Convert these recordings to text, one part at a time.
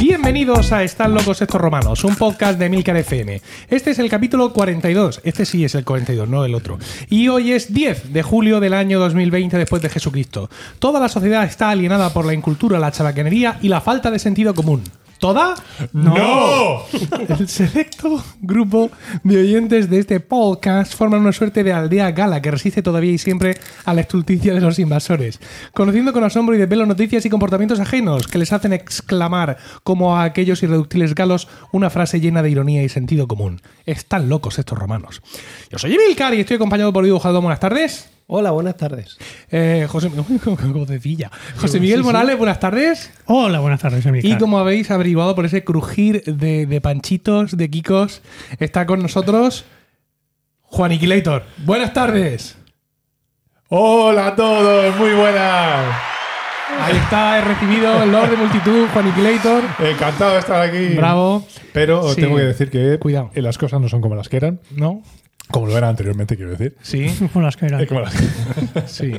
Bienvenidos a Están locos estos romanos, un podcast de Milcar FM. Este es el capítulo 42, este sí es el 42, no el otro. Y hoy es 10 de julio del año 2020 después de Jesucristo. Toda la sociedad está alienada por la incultura, la chabacanería y la falta de sentido común. ¿Toda? ¡No! El selecto grupo de oyentes de este podcast forman una suerte de aldea gala que resiste todavía y siempre a la estulticia de los invasores, conociendo con asombro y desvelo noticias y comportamientos ajenos que les hacen exclamar, como a aquellos irreductibles galos, una frase llena de ironía y sentido común. Están locos estos romanos. Yo soy Emilcar y estoy acompañado por Diego Jaldón. Buenas tardes. Hola, buenas tardes. Eh, José, Gocecilla. José Miguel Morales, buenas tardes. Hola, buenas tardes, Y Emilcar. como habéis averiguado por ese crujir de, de panchitos, de kikos, está con nosotros Juaniquilator. Buenas tardes. Hola a todos, muy buenas. Ahí está, he recibido el Lord de multitud, Juaniquilator. Encantado de estar aquí. Bravo. Pero os Sí. tengo que decir que Cuidado. eh, las cosas no son como las que eran, ¿No? como lo eran anteriormente, quiero decir. Sí, Con las que eran. Eh, como las- sí.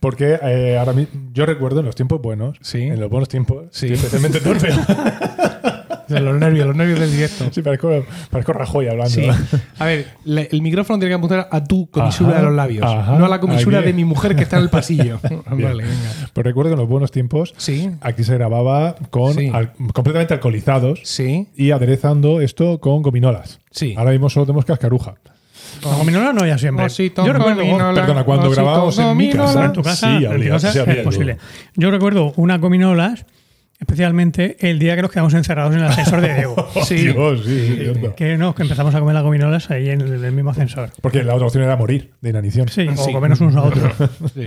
Porque eh, ahora mismo, yo recuerdo en los tiempos buenos, Sí. en los buenos tiempos, Sí. sí. especialmente torpe. De los nervios, los nervios del directo. sí, parezco, parezco Rajoy hablando. Sí. A ver, le- el micrófono tiene que apuntar a tu comisura Ajá, de los labios, ajá, no a la comisura aquí. de mi mujer que está en el pasillo. vale, venga. Pero Pues recuerdo que en los buenos tiempos Sí, aquí se grababa con Sí. al- completamente alcoholizados sí, y aderezando esto con gominolas. sí. Ahora mismo solo tenemos cascaruja. No, gominola no había siempre. Osito Yo recuerdo, gominola, Perdona, cuando osito grabábamos en mi gominola. casa, en tu casa, Sí, en había- tu casa sí, es había posible. algo. Yo recuerdo una gominolas, especialmente el día que nos quedamos encerrados en el ascensor de Diego. Oh, Sí. Dios, sí, es cierto. que nos que empezamos a comer las gominolas ahí en el, el mismo ascensor. Porque la otra opción era morir de inanición. Sí, Sí. o comernos unos a otros. Sí.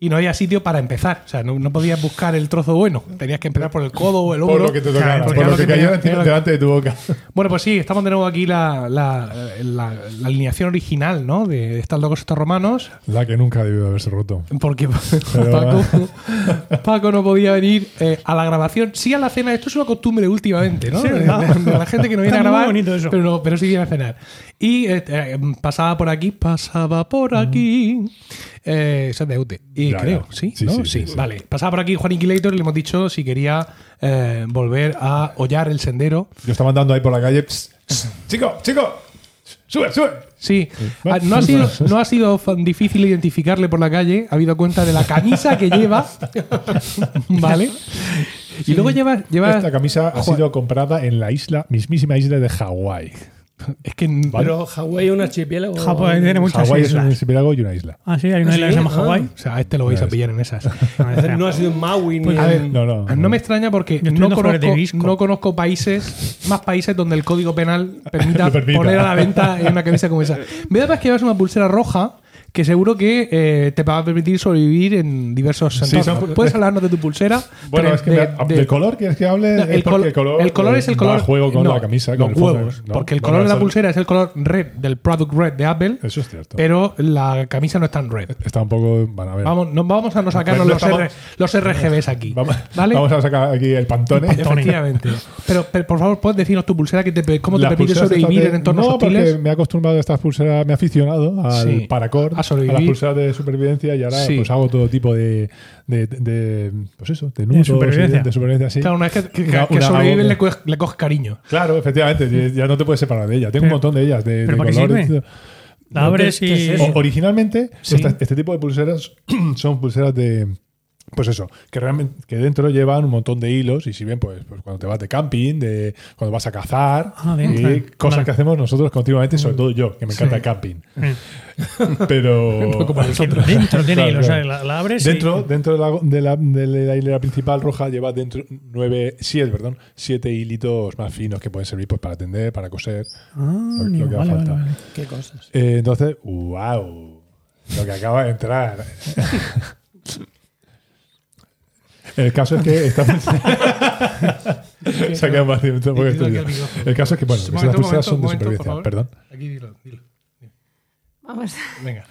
Y no había sitio para empezar. O sea, no, no podías buscar el trozo bueno. Tenías que empezar por el codo o el Por hombro. lo que te tocara, Claro, por porque era lo que tenía- cayó era lo que- delante de tu boca. Bueno, pues sí, estamos de nuevo aquí la, la- la- la alineación original, ¿no? De estos locos estos romanos. La que nunca debió de haberse roto. Porque Pero- Paco, Paco no podía venir eh, a la grabación. Sí a la cena. Esto es una costumbre últimamente, ¿no? Sí, de, ¿verdad? de- de la gente que no viene Está a muy grabar. bonito eso. Pero, no- pero sí viene a cenar. Y eh, eh, pasaba por aquí, pasaba por aquí. Eh, eso es de UTE. Y Ya, creo, ya. ¿sí? Sí, ¿no? sí, Sí, sí, sí. Vale. Pasaba por aquí Juan Inquilator y le hemos dicho si quería eh, volver a hollar el sendero. Yo estaba andando ahí por la calle. "Psst, psst, chico, chico, sube, sube. Sí, Ah, no ha, sido, no ha sido fan- difícil identificarle por la calle, ha habido cuenta de la camisa que lleva, ¿vale? Y luego lleva... lleva Esta camisa ha sido comprada en la isla, mismísima isla de Hawái. es que... n- Pero Hawái es un archipiélago. Japón tiene muchas Hawái es un islas. archipiélago y una isla. Ah, sí, hay una isla que se llama Ah. Hawái. O sea, este lo vais a pillar en esas. No ha sido en Maui ni A ver, en- no, Eh, no. Ah, No me extraña porque estoy no viendo flores de conozco, hibisco. no conozco países, más países donde el código penal permita, Lo permita. poner a la venta en una camisa como esa. Me da más que llevas una pulsera roja que seguro que eh, te va a permitir sobrevivir en diversos Sí, entornos. son- ¿Puedes hablarnos de tu pulsera? Bueno, Tre- es que de- me- de- ¿del color quieres que hable? No, Es el, porque col- el color eh, es el va color. a juego con no, la camisa, los con el fondo, huevos. ¿no? Porque el No, color no, de la eso- pulsera es el color red del product red de Apple, Eso es cierto. pero la camisa no es tan red. Está un poco. Van a ver. Vamos, no, vamos a no sacarnos no los, estamos- R- los RGBs aquí. Vamos, ¿Vale? vamos a sacar aquí el pantone. Efectivamente. Pero, pero, por favor, puedes decirnos tu pulsera que te, cómo te Las permite pulseras sobrevivir estas en de- entornos no, hostiles. porque me he acostumbrado a estas pulseras, me he aficionado al Sí, paracord, a sobrevivir. las pulseras de supervivencia y ahora Sí. pues hago todo tipo de, de, de- pues eso, de nudos, y supervivencia. de supervivencia, sí. Claro, una vez que, que, Una- que una- sobrevives una- le, coges- le coges cariño. Claro, efectivamente, ya- ya no te puedes separar de ellas. Tengo Pero- un montón de ellas, de, ¿pero de para qué colores. sirve? La abres ¿Qué- y... Oh, qué es O- originalmente, Sí. esta- este tipo de pulseras son pulseras de. Pues eso, que realmente que dentro llevan un montón de hilos y sirven pues, pues cuando te vas de camping, de cuando vas a cazar, Ah, bien, y claro. cosas Vale. que hacemos nosotros continuamente, sobre todo yo, que me encanta el camping. Mm. Pero oh, Dentro tiene Claro, hilos, o sea, claro. la, la abres y- dentro, dentro de, la, de, la, de la hilera principal roja lleva dentro nueve, siete, perdón, siete hilitos más finos que pueden servir pues, para tender, para coser, Ah, lo, lo que haga vale, falta. vale, vale. ¿Qué cosas? Eh, entonces, wow, lo que acaba de entrar. El caso es que esta Se ha quedado más tiempo porque Dilo aquí estoy- al micrófono. El caso es que, bueno, Un las momento, pulseras son de momento, por supervivencia, favor. perdón. Aquí dilo, dilo. Vamos, Venga.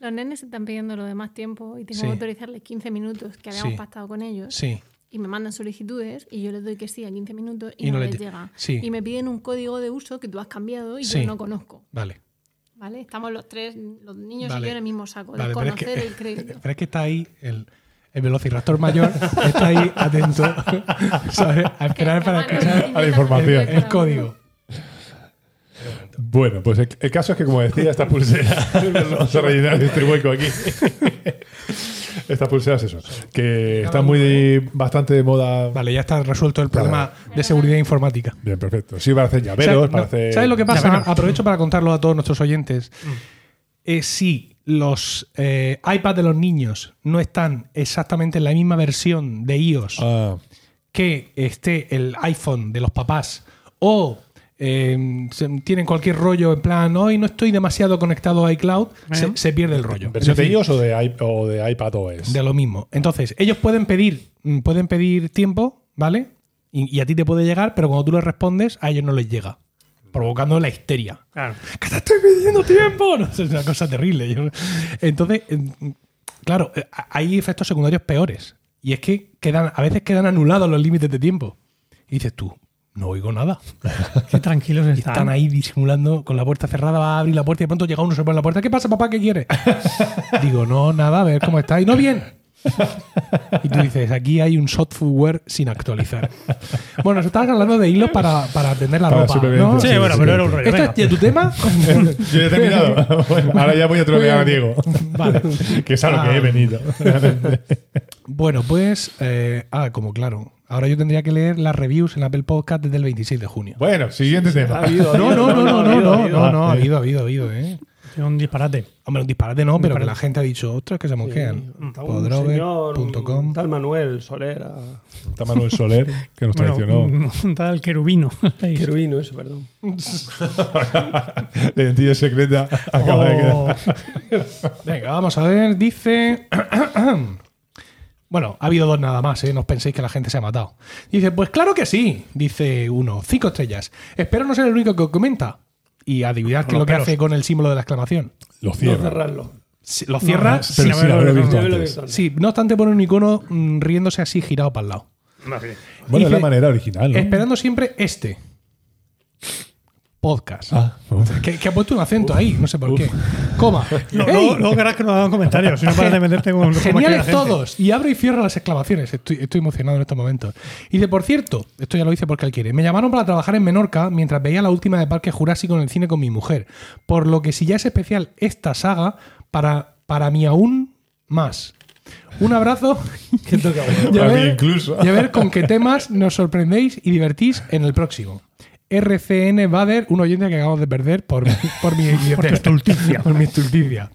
los nenes están pidiendo lo de más tiempo y tengo Sí. que autorizarles 15 minutos que habíamos Sí. pactado con ellos Sí. y me mandan solicitudes y yo les doy que sí a 15 minutos y, Y no, no les les lle- llega. sí. Y me piden un código de uso que tú has cambiado y Sí. yo no conozco. Vale. ¿Vale? Estamos los tres, los niños Vale. y yo en el mismo saco, Vale, de pero es conocer que- el crédito. Pero es que está ahí el, el velociraptor mayor está ahí atento ¿sabes? a esperar para escuchar a la información. el, el código. Bueno, pues el, el caso es que, como decía, estas pulseras. vamos a rellenar este hueco aquí. estas pulseras, eso. Que están muy. bastante de moda. Vale, ya está resuelto el problema de seguridad informática. Bien, perfecto. Sí, para hacer llaveros, ¿Sabes- para no? hacer. ¿Sabes lo que pasa? Llaveros. Aprovecho para contarlo a todos nuestros oyentes. Eh, si los eh, iPad de los niños no están exactamente en la misma versión de iOS Ah, que esté el iPhone de los papás o eh, se- tienen cualquier rollo en plan, hoy no estoy demasiado conectado a iCloud, se, se pierde el rollo. ¿Versión Es decir, de iOS o de, i- o de iPad OS? de lo mismo. Entonces, ellos pueden pedir, mm, pueden pedir tiempo, ¿vale? Y, y a ti te puede llegar, pero cuando tú les respondes, a ellos no les llega, provocando la histeria. Claro. ¡Que te estoy pidiendo tiempo! No, es una cosa terrible. Yo- Entonces, eh, claro, eh, hay efectos secundarios peores. Y es que quedan, a veces quedan anulados los límites de tiempo. Y dices tú, no oigo nada. Qué tranquilos Y están. están ahí disimulando con la puerta cerrada, va a abrir la puerta y de pronto llega uno, se pone en la puerta. ¿Qué pasa, papá? ¿Qué quiere? Digo, no, nada, a ver cómo está. Y no bien. Y tú dices, aquí hay un software sin actualizar. Bueno, se estaba hablando de hilos para, para atender la Para ropa. supervivencia, ¿no? Sí, Sí, bueno, sí, pero sí. era un rollo. ¿Esto es venga. de tu tema? Yo ya he terminado. Bueno, ahora ya voy a trolear a Diego. Vale. Ah. que es a lo que he venido. Bueno, pues. eh, ah, como claro. Ahora yo tendría que leer las reviews en Apple Podcast desde el 26 de junio. bueno, siguiente tema. No, no, no, no, no, no, no, no, ha Ah, sí. habido, ha habido, ha habido, ¿eh. Es un disparate. Hombre, un disparate no, pero que la gente ha dicho, ostras, que se Pues, monjean. Podrover.com. Tal Manuel Solera. Está Manuel Soler, que nos Bueno, traicionó. un, un tal querubino. Querubino, eso, perdón. La identidad secreta acaba de Oh, quedar. Venga, vamos a ver, dice. Bueno, ha habido dos nada más, ¿eh? No os penséis que la gente se ha matado. Dice, pues claro que sí, dice uno. Cinco estrellas. Espero no ser el único que comenta. Y adivinar qué es lo que hace con el símbolo de la exclamación. Lo No cierra. cerrarlo. Si- Lo cierra Pero sin sí, haberlo- haberlo visto Yo veo lo antes. que son. Sí, no obstante pone un icono mm, riéndose así girado para el lado. Bueno, es Dice- la manera original. ¿no? Esperando siempre este podcast. Ah, uf. Que, que ha puesto un acento ahí, no sé por qué. Coma. Lo- ¡Ey! luego, luego verás que nos hagan comentarios. Si no paras de meterte con. con Geniales cualquier gente. todos. Y abro y cierro las exclamaciones. Estoy, estoy emocionado en estos momentos. Y dice, por cierto, esto ya lo hice porque él quiere. Me llamaron para trabajar en Menorca mientras veía la última de Parque Jurásico en el cine con mi mujer. Por lo que si ya es especial esta saga, para, para mí aún más. Un abrazo. ¿Qué toca, bueno? Y a Para ver- mí incluso. Y a ver con qué temas nos sorprendéis y divertís en el próximo. RCN Bader, un oyente que acabamos de perder por, por mi Por tu estulticia. por mi estulticia.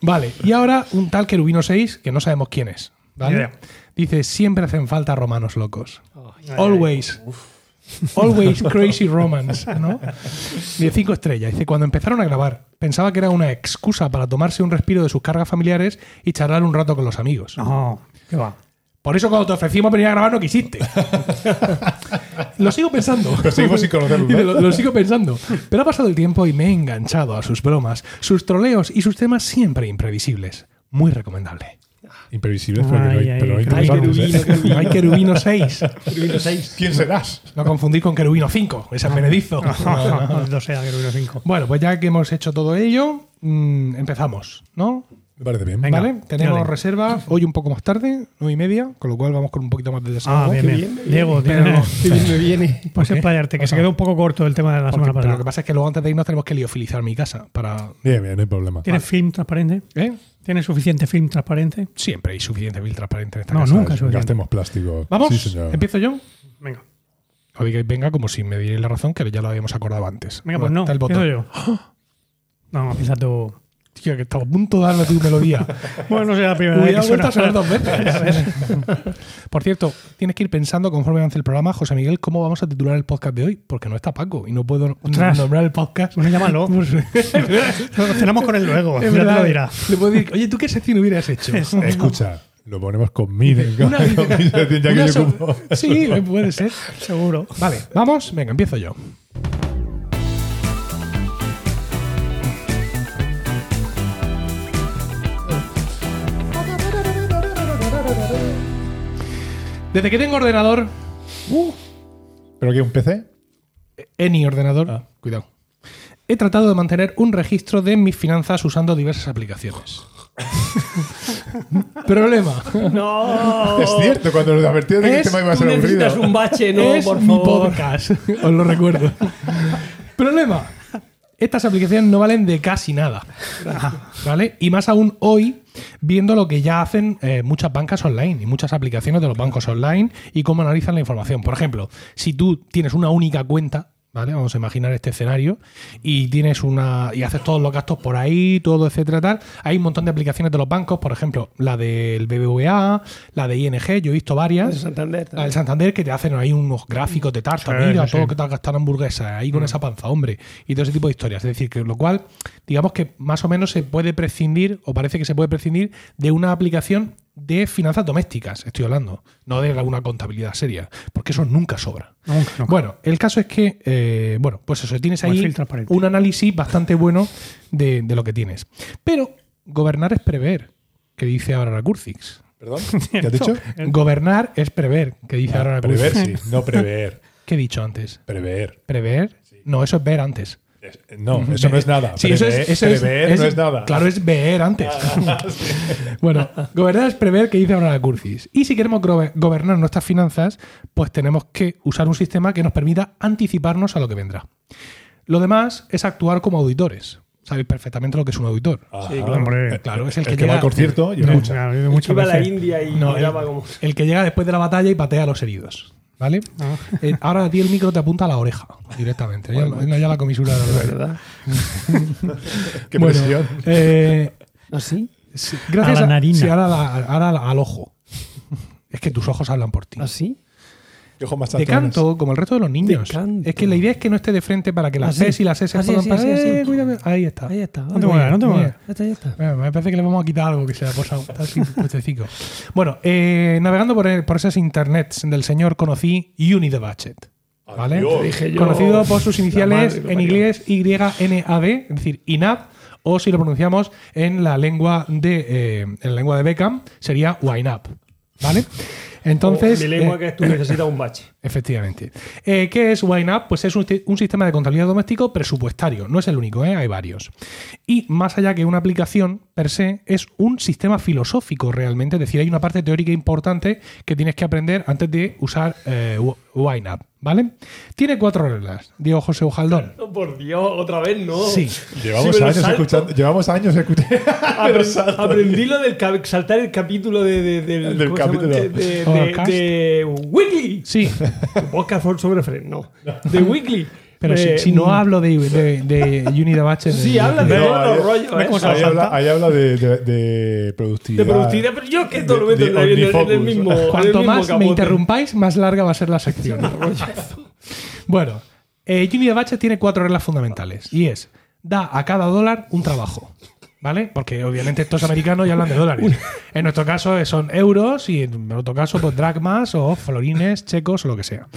Vale, y ahora un tal Querubino 6, que no sabemos quién es. ¿vale? Ni idea. Dice, siempre hacen falta romanos locos. Always. Always crazy romans, ¿no? De cinco estrellas. Dice, cuando empezaron a grabar, pensaba que era una excusa para tomarse un respiro de sus cargas familiares y charlar un rato con los amigos. No, qué va. Por eso cuando te ofrecimos venir a grabar no quisiste. lo sigo pensando. Pero seguimos sin conocerlo, ¿no? Dice, Lo, lo sigo pensando. Pero ha pasado el tiempo y me he enganchado a sus bromas, sus troleos y sus temas siempre imprevisibles. Muy recomendable. Imprevisible, pero, Ay, pero, ay, pero ay, interesantes, querubino, ¿eh? querubino. Hay Querubino 6. Querubino 6. ¿Quién serás? No confundir con Querubino 5. Esa es Benedizo. Ah. No sea querubino 5. Bueno, pues ya que hemos hecho todo ello, mm, empezamos, ¿no? Me parece bien. Venga. ¿Vale? Tenemos dale. reserva hoy un poco más tarde, nueve y media, con lo cual vamos con un poquito más de Ah, desahogo. bien, qué bien. bien, Diego, Pero- Diego, Qué bien me viene. puedes explayarte, que se quedó un poco corto el tema de la Porque- semana pero lo que pasada. pasa es que luego antes de irnos tenemos que liofilizar mi casa para... Bien, bien, no hay problema. Ah, ¿Tienes film transparente? ¿eh? ¿Tienes suficiente film transparente? Siempre hay suficiente bill transparente en esta No, casa. nunca es suficiente. Gastemos plástico. Vamos, Sí, señor. empiezo yo. Venga, Oye, venga, como si me dierais la razón, que ya lo habíamos acordado antes. venga, ¿Dónde pues no. está el botón? Empiezo yo. No, empieza tú. Tío, que estaba a punto de darle tu melodía. Bueno, no será la primera vez Hubiera que vuelto suena. a sonar dos veces. Por cierto, tienes que ir pensando conforme avance el programa, José Miguel, cómo vamos a titular el podcast de hoy, porque no está Paco y no puedo Ostras. nombrar el podcast. Bueno, llámalo. Nos cenamos con él luego. Ya Es te lo verdad. dirá. Le puedo decir, oye, ¿tú qué sección hubieras hecho? Escucha, lo ponemos con mil. Una- con mil ya que una yo so- ocupo. sí, puede ser. Seguro. Vale, vamos, venga, empiezo yo. Desde que tengo ordenador, ¿Pero qué? ¿Un PC? eh, any ordenador, ah, cuidado. he tratado de mantener un registro de mis finanzas usando diversas aplicaciones. Problema. No. Es cierto, cuando nos advertían de que el Es- tema iba Este a Tú ser necesitas aburrido. un bache, no, es por mi favor. podcast, os lo recuerdo. Problema. Estas aplicaciones no valen de casi nada. ¿Vale? Y más aún hoy, viendo lo que ya hacen eh, muchas bancas online y muchas aplicaciones de los bancos online y cómo analizan la información. Por ejemplo, si tú tienes una única cuenta, ¿vale? Vamos a imaginar este escenario, y tienes una. y haces todos los gastos por ahí, todo, etcétera, tal. Hay un montón de aplicaciones de los bancos, por ejemplo, la del BBVA, la de ING, yo he visto varias. El Santander. Ah, El Santander que te hacen ahí unos gráficos de tarta, Sí, mira, todo sí, sí. Mm. lo que te has gastado en hamburguesas, ahí con esa panza, hombre, y todo ese tipo de historias. Es decir, que lo cual, digamos que más o menos se puede prescindir, o parece que se puede prescindir, de una aplicación de finanzas domésticas, estoy hablando, no de alguna contabilidad seria, porque eso nunca sobra. Nunca, nunca. Bueno, el caso es que, eh, bueno, pues eso, tienes Como el ahí filtro transparente. un análisis bastante bueno de, de lo que tienes. Pero gobernar es prever, que dice ahora la Curcix. ¿Perdón? ¿Qué has dicho? Gobernar es prever, que dice ahora la Prever, sí. No prever. ¿Qué he dicho antes? Prever. ¿Prever? No, eso es ver antes. Es- No, eso no es nada. Sí, eso prever es, eso es- prever es- no es nada. Claro, es ver antes. bueno, gobernar es prever que dice ahora la Curcis. Y si queremos grobe- gobernar nuestras finanzas, pues tenemos que usar un sistema que nos permita anticiparnos a lo que vendrá. Lo demás es actuar como auditores. Sabéis perfectamente lo que es un auditor. Ajá. Sí, claro. Hombre. Claro, es El, el que, que llega- va al concierto y No, escucha. claro, yo Mucho muchas Iba a la veces- India y No, miraba el, como. el que llega después de la batalla y patea a los heridos. ¿Vale? Eh, ahora a ti el micro te apunta a la oreja directamente. Ya- ya, la comisura de la oreja. ¿Verdad? Qué Bueno, presión. eh, ¿Ah, ¿Así? sí, gracias A la narina. sí, ahora, la- ahora la- al ojo. Es que tus ojos hablan por ti. ¿Así? Qué ojos más De saltones. canto, como el resto de los niños. De canto. Es que la idea es que no esté de frente para que las Así. Cs y las S Así, puedan así, pasar. así, así. Eh, cuídame. Ahí está. Ahí está. No te muevas, no te Muy bien. muevas. Ya está, ya está. Bueno, me parece que le vamos a quitar algo que se le ha posado. Está así puestecico. Bueno, eh, navegando por, por esas internets del señor conocí Unidebudget. ¿Vale? Adiós. Dije yo. Conocido por sus La iniciales madre que en parió. inglés YNAD, es decir, INAD, o si lo pronunciamos en la lengua de eh, en la lengua de Beckham, sería Wine Up. ¿Vale? Entonces. Oh, mi lengua eh, que es tú necesitas un bache. Efectivamente. Eh, ¿Qué es WineUp? Pues es un, ti- un sistema de contabilidad doméstico presupuestario. No es el único, ¿eh? hay varios. Y más allá que una aplicación per se, es un sistema filosófico realmente. Es decir, hay una parte teórica importante que tienes que aprender antes de usar eh, Wi- WineUp. ¿vale? Tiene cuatro reglas, Diego José Ujaldón. Oh, por Dios, otra vez no. Sí. Llevamos Si me lo años salto. escuchando. Llevamos años escuchando. Apre- Ah, aprendí lo del cap- saltar el capítulo de, de- del, Del ¿cómo se llama? capítulo. De, de- Podcast. de- de Weekly. Sí, Podcast for sobre Fred, no. De Weekly. pero si, Eh, si no hablo de, de, de Unida Bache. Sí, habla de No, todos ahí- los rollos. ahí ¿eh? ahí habla, ahí habla de, de, de productividad. De productividad, pero yo que todo lo De- meto de en la- en el- en el OmniFocus. mismo. en el Cuanto mismo más me capote. interrumpáis, más larga va a ser la sección. bueno, eh, Unity Batch tiene cuatro reglas fundamentales y es da a cada dólar un trabajo. ¿Vale? Porque obviamente estos americanos ya hablan de dólares. En nuestro caso eh, son euros y en otro caso pues dracmas o florines, checos o lo que sea.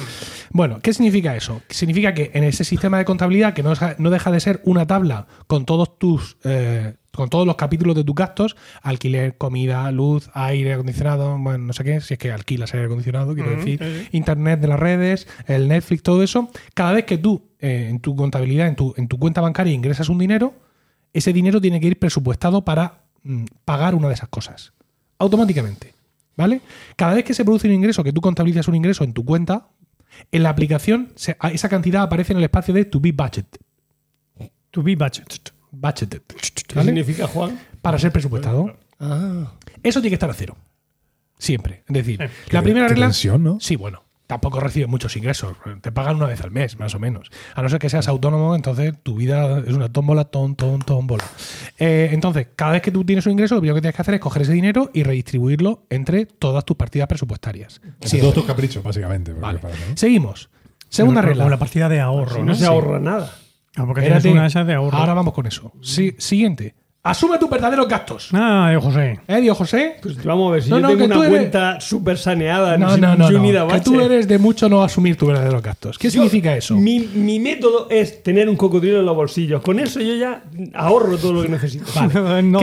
Bueno, ¿qué significa eso? Significa que en ese sistema de contabilidad que no, deja- no deja de ser una tabla con todos tus eh, con todos los capítulos de tus gastos, alquiler, comida, luz, aire acondicionado, bueno, no sé qué, si es que alquilas aire acondicionado, quiero decir, internet de las redes, el Netflix, todo eso, cada vez que tú eh, en tu contabilidad, en tu, en tu cuenta bancaria ingresas un dinero, ese dinero tiene que ir presupuestado para mm, pagar una de esas cosas, automáticamente, ¿vale? Cada vez que se produce un ingreso, que tú contabilizas un ingreso en tu cuenta, en la aplicación se- a- esa cantidad aparece en el espacio de to be budget, To be budgeted. budgeted, ¿Qué ¿vale? significa, Juan? Para ser presupuestado. Ah. Eso tiene que estar a cero. Siempre. Es decir, Qué- la primera qué regla. tensión, ¿no? Sí, bueno. Tampoco recibes muchos ingresos. Te pagan una vez al mes, más o menos. A no ser que seas autónomo, entonces tu vida es una tómbola, ton, ton, tómbola. Eh, entonces, cada vez que tú tienes un ingreso, lo primero que tienes que hacer es coger ese dinero y redistribuirlo entre todas tus partidas presupuestarias. Entre Siempre. todos tus caprichos, básicamente. porque Vale. para, ¿no? Seguimos. Segunda Como- regla. Como la partida de ahorro. No ¿no? se ahorra nada. Ah, porque Espérate. tienes una de esas de ahorro. Ahora vamos con eso. Sí, siguiente. Asume tus verdaderos gastos. Ah, eh, José. ¿Eh, Dios José? Pues vamos a ver, si No, yo no, tengo que tú una eres- cuenta súper saneada, No, sin- no, no. sin no. ir a Que bache. tú eres de mucho no asumir tus verdaderos gastos. ¿Qué Yo- significa eso? Mi, mi método es tener un cocodrilo en los bolsillos. Con eso yo ya ahorro todo lo que necesito. No ¿Qué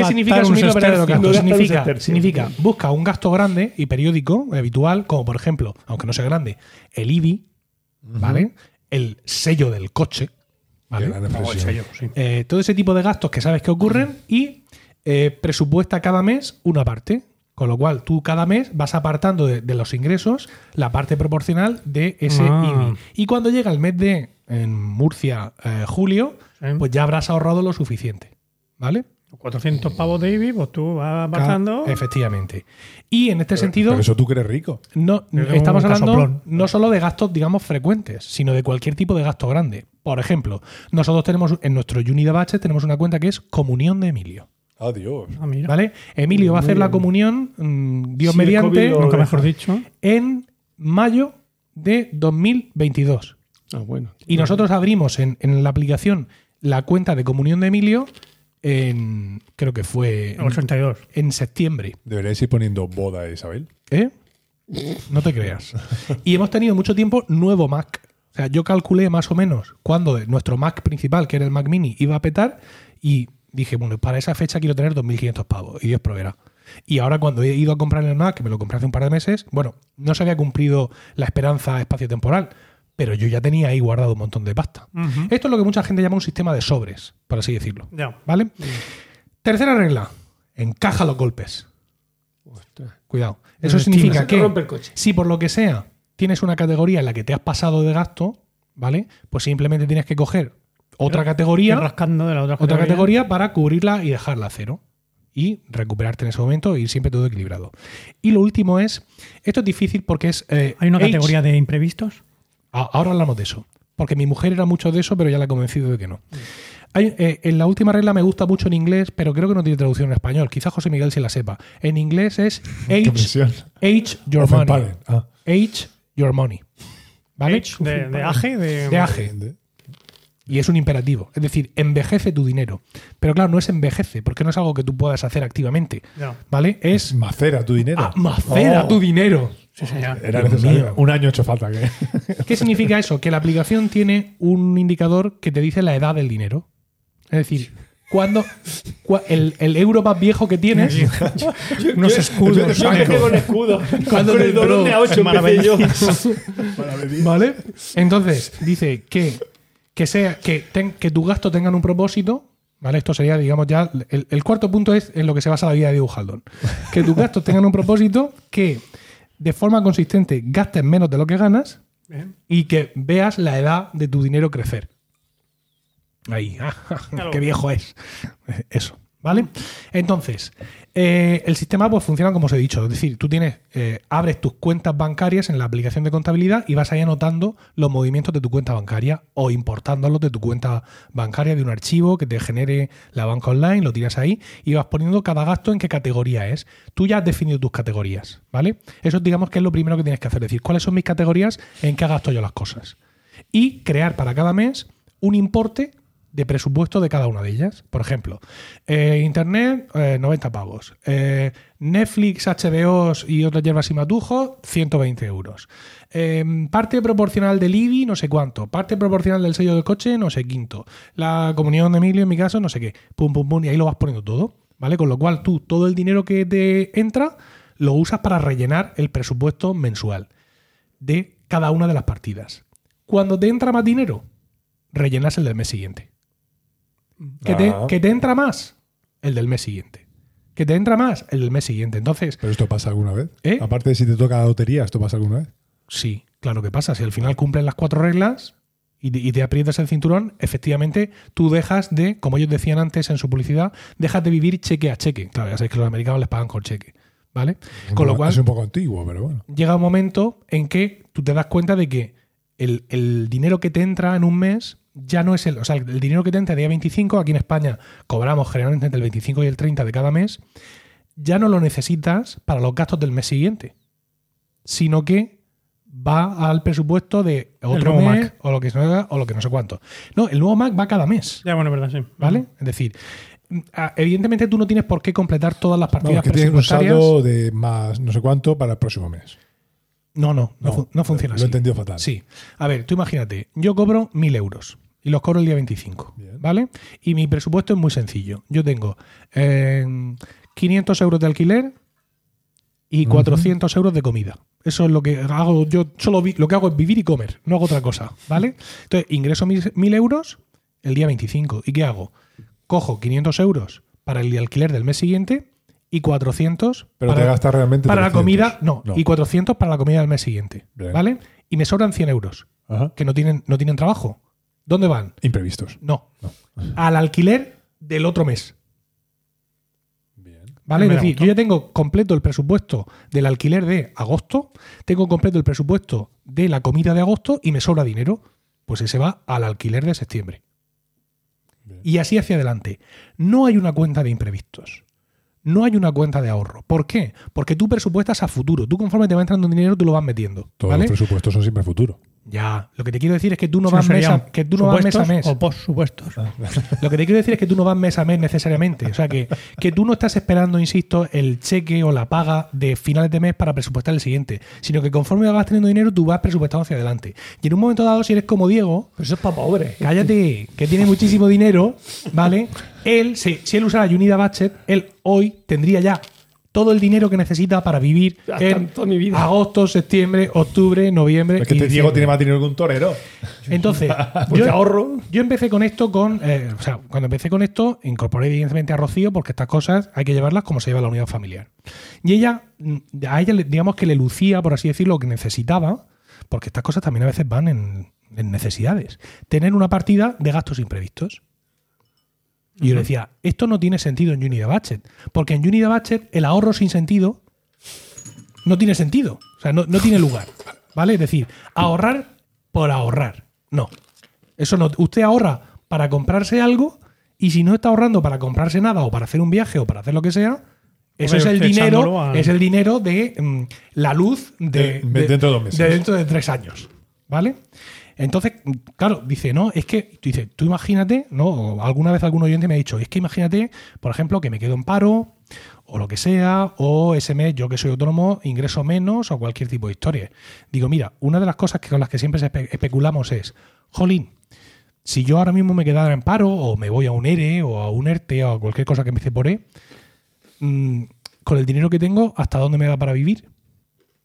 gastar significa un asumir los verdaderos gastos? sextercio. No gastar un significa, sextercio. significa busca un gasto grande y periódico, habitual, como por ejemplo, aunque no sea grande, el IBI, ¿vale? El sello del coche, ¿vale? Qué gran expresión. Ocho yo, sí. Eh, todo ese tipo de gastos que sabes que ocurren y eh, presupuesta cada mes una parte. Con lo cual, tú cada mes vas apartando de, de los ingresos la parte proporcional de ese Ah. IBI. Y cuando llega el mes de, en Murcia, eh, julio, Sí. pues ya habrás ahorrado lo suficiente. ¿Vale? 400 pavos de IBI, pues tú vas pasando. Efectivamente. Y en este sentido, Pero eso tú que eres rico. no, es un estamos hablando casoplón. no solo de gastos, digamos, frecuentes, sino de cualquier tipo de gasto grande. Por ejemplo, nosotros tenemos en nuestro Unida Bache tenemos una cuenta que es Comunión de Emilio. Adiós. Ah, mira. ¿Vale? Emilio va a hacer la comunión, mm, Dios Sí, el mediante, COVID lo- Nunca mejor dicho. en mayo de 2022. Ah, bueno. Y nosotros abrimos en, en la aplicación la cuenta de comunión de Emilio en, creo que fue Mm. en, 82. en septiembre. Deberíais ir poniendo boda de Isabel. ¿Eh? No te creas. Y hemos tenido mucho tiempo nuevo Mac. O sea, yo calculé más o menos cuando nuestro Mac principal, que era el Mac Mini, iba a petar y dije, bueno, para esa fecha quiero tener 2.500 pavos y Dios proveerá. Y ahora cuando he ido a comprar el Mac, que me lo compré hace un par de meses, bueno, no se había cumplido la esperanza espacio-temporal, pero yo ya tenía ahí guardado un montón de pasta. Ujú. Esto es lo que mucha gente llama un sistema de sobres, por así decirlo. Ya. ¿Vale? Tercera regla, encaja los golpes. Ostras. Cuidado. Eso estima. significa Se te que rompe el coche. si por lo que sea tienes una categoría en la que te has pasado de gasto, ¿vale? Pues simplemente tienes que coger otra Ir categoría, rascando de la otra otra categoría para cubrirla y dejarla a cero. Y recuperarte en ese momento y ir siempre todo equilibrado. Y lo último es, esto es difícil porque es... eh, Hay una age. categoría de imprevistos. A- Ahora hablamos de eso. Porque mi mujer era mucho de eso, pero ya la he convencido de que no. Hay, eh, en la última regla me gusta mucho en inglés, pero creo que no tiene traducción en español. Quizás José Miguel se la sepa. En inglés es Qué age, presión. age your Open money. parent. Ah. Age your money. ¿Vale? Age, de, de AGE. De, De AGE. Y es un imperativo. Es decir, envejece tu dinero. Pero claro, no es envejece, porque no es algo que tú puedas hacer activamente. Ya. ¿Vale? Es Macera tu dinero. ah, macera Oh. tu dinero. Sí, señor. Era Dios necesario. mío. Un año hecho falta. que ¿Qué significa eso? Que la aplicación tiene un indicador que te dice la edad del dinero. Es decir, cuando cua- el, el euro más viejo que tienes, Unos yo- escudos. Yo empecé con escudo. Cuando Cuando te el dolor entró de A8 empecé yo. ¿vale? Entonces, dice que, que sea, que, ten- que tus gastos tengan un propósito. ¿Vale? Esto sería, digamos, ya. El, el cuarto punto es en lo que se basa la vida de Diego Haldón. Que tus gastos tengan un propósito, que de forma consistente gastes menos de lo que ganas Bien. y que veas la edad de tu dinero crecer. Ahí, ah, Claro. qué viejo es. Eso, ¿vale? Entonces, eh, el sistema pues funciona como os he dicho. Es decir, tú tienes, eh, abres tus cuentas bancarias en la aplicación de contabilidad y vas ahí anotando los movimientos de tu cuenta bancaria o importándolos de tu cuenta bancaria de un archivo que te genere la banca online, lo tiras ahí y vas poniendo cada gasto en qué categoría es. Tú ya has definido tus categorías, ¿vale? Eso digamos que es lo primero que tienes que hacer. Es decir, cuáles son mis categorías, en qué gasto yo las cosas y crear para cada mes un importe de presupuesto de cada una de ellas. Por ejemplo, eh, Internet, eh, 90 pavos. Eh, Netflix, HBO y otras hierbas y matujos, 120 euros. Eh, parte proporcional del IBI, no sé cuánto. Parte proporcional del sello del coche, no sé quinto. La comunión de Emilio, en mi caso, no sé qué. Pum, pum, pum, y ahí lo vas poniendo todo. ¿Vale? Con lo cual tú todo el dinero que te entra lo usas para rellenar el presupuesto mensual de cada una de las partidas. Cuando te entra más dinero, rellenas el del mes siguiente. Que te, Ah. que te entra más, el del mes siguiente. Que te entra más, el del mes siguiente. Entonces, Pero esto pasa alguna vez. ¿Eh? Aparte de si te toca la lotería, esto pasa alguna vez. sí, claro que pasa. Si al final cumplen las cuatro reglas y te, y te aprietas el cinturón, efectivamente tú dejas de, como ellos decían antes en su publicidad, dejas de vivir cheque a cheque. Claro, ya sabéis que los americanos les pagan con cheque. ¿Vale? Con lo cual, Es un poco antiguo, pero bueno. llega un momento en que tú te das cuenta de que el, el dinero que te entra en un mes ya no es el. O sea, el dinero que te entra el día 25, aquí en España cobramos generalmente entre el 25 y el 30 de cada mes, ya no lo necesitas para los gastos del mes siguiente, sino que va al presupuesto de otro nuevo mes Mac. o lo que sea, o lo que no sé cuánto. No, el nuevo Mac va cada mes, Ya, bueno, es verdad, sí. ¿vale? Es decir, mm, ah, evidentemente tú no tienes por qué completar todas las partidas Vamos, que tienen un presupuestarias. saldo de más no sé cuánto para el próximo mes. No, no, no, No, fun- no funciona lo he así. entendido fatal. Sí. A ver, tú imagínate, yo cobro 1000 euros y los cobro el día 25, Bien. ¿vale? Y mi presupuesto es muy sencillo. Yo tengo eh, 500 euros de alquiler y 400 euros de comida. Eso es lo que hago yo, solo vi- lo que hago es vivir y comer, no hago otra cosa, ¿vale? Entonces, ingreso mis 1000 euros, el día 25. ¿Y qué hago? Cojo 500 euros para el alquiler del mes siguiente y 400 Pero para, te gastas realmente. para la 300. comida. No, No. y 400 para la comida del mes siguiente. Bien. ¿Vale? Y me sobran 100 euros, Ajá. que no tienen, no tienen trabajo. ¿Dónde van? Imprevistos. No. Al alquiler del otro mes. Bien. ¿Vale? Es Me da decir, gusto. yo ya tengo completo el presupuesto del alquiler de agosto, tengo completo el presupuesto de la comida de agosto y me sobra dinero. Pues ese va al alquiler de septiembre. Bien. Y así hacia adelante. No hay una cuenta de imprevistos. No hay una cuenta de ahorro. ¿Por qué? Porque tú presupuestas a futuro. Tú conforme te va entrando dinero, tú lo vas metiendo. Todos ¿Vale? los presupuestos son siempre futuro. Ya. Lo que te quiero decir es que tú no Eso vas mes serían a, que tú no vas mes, a supuestos mes. O post supuestos. Lo que te quiero decir es que tú no vas mes a mes necesariamente. O sea, que, que tú no estás esperando, insisto, el cheque o la paga de finales de mes para presupuestar el siguiente, sino que conforme vas teniendo dinero, tú vas presupuestando hacia adelante. Y en un momento dado, si eres como Diego, Pero eso es para pobres. cállate, que tiene muchísimo dinero, ¿vale? Él, si, si él usara Unida Budget, él hoy tendría ya todo el dinero que necesita para vivir Hasta en toda mi vida. agosto, septiembre, octubre, noviembre. Es que Eh, y este Diego diciembre. tiene más dinero que un torero. Entonces, Porque ahorro. yo empecé con esto con. eh, o sea, cuando empecé con esto, incorporé evidentemente a Rocío porque estas cosas hay que llevarlas como se lleva la unidad familiar. Y ella, mm, a ella, le- digamos que le lucía, por así decirlo, lo que necesitaba, porque estas cosas también a veces van en, en necesidades. Tener una partida de gastos imprevistos. Y yo le decía, esto no tiene sentido en Unity Budget, porque en Unity Budget el ahorro sin sentido no tiene sentido. O sea, no, no tiene lugar. ¿Vale? Es decir, ahorrar por ahorrar. No. Eso no. Usted ahorra para comprarse algo y si no está ahorrando para comprarse nada o para hacer un viaje o para hacer lo que sea, eso Hombre, es el usted dinero. echándolo al- Es el dinero de mm, la luz de, De- Eh, dentro de dos meses. dentro de tres años. ¿Vale? Entonces, mm, claro, dice, no, es que, tú dices, tú imagínate, ¿no? O Alguna vez algún oyente me ha dicho, es que imagínate, por ejemplo, que me quedo en paro, o lo que sea, o ese mes, yo que soy autónomo, ingreso menos, o cualquier tipo de historia. Digo, mira, una de las cosas que, con las que siempre se espe- especulamos es, jolín, si yo ahora mismo me quedara en paro, o me voy a un ERE, o a un ERTE, o a cualquier cosa que empiece por E, mm, con el dinero que tengo, ¿hasta dónde me da para vivir?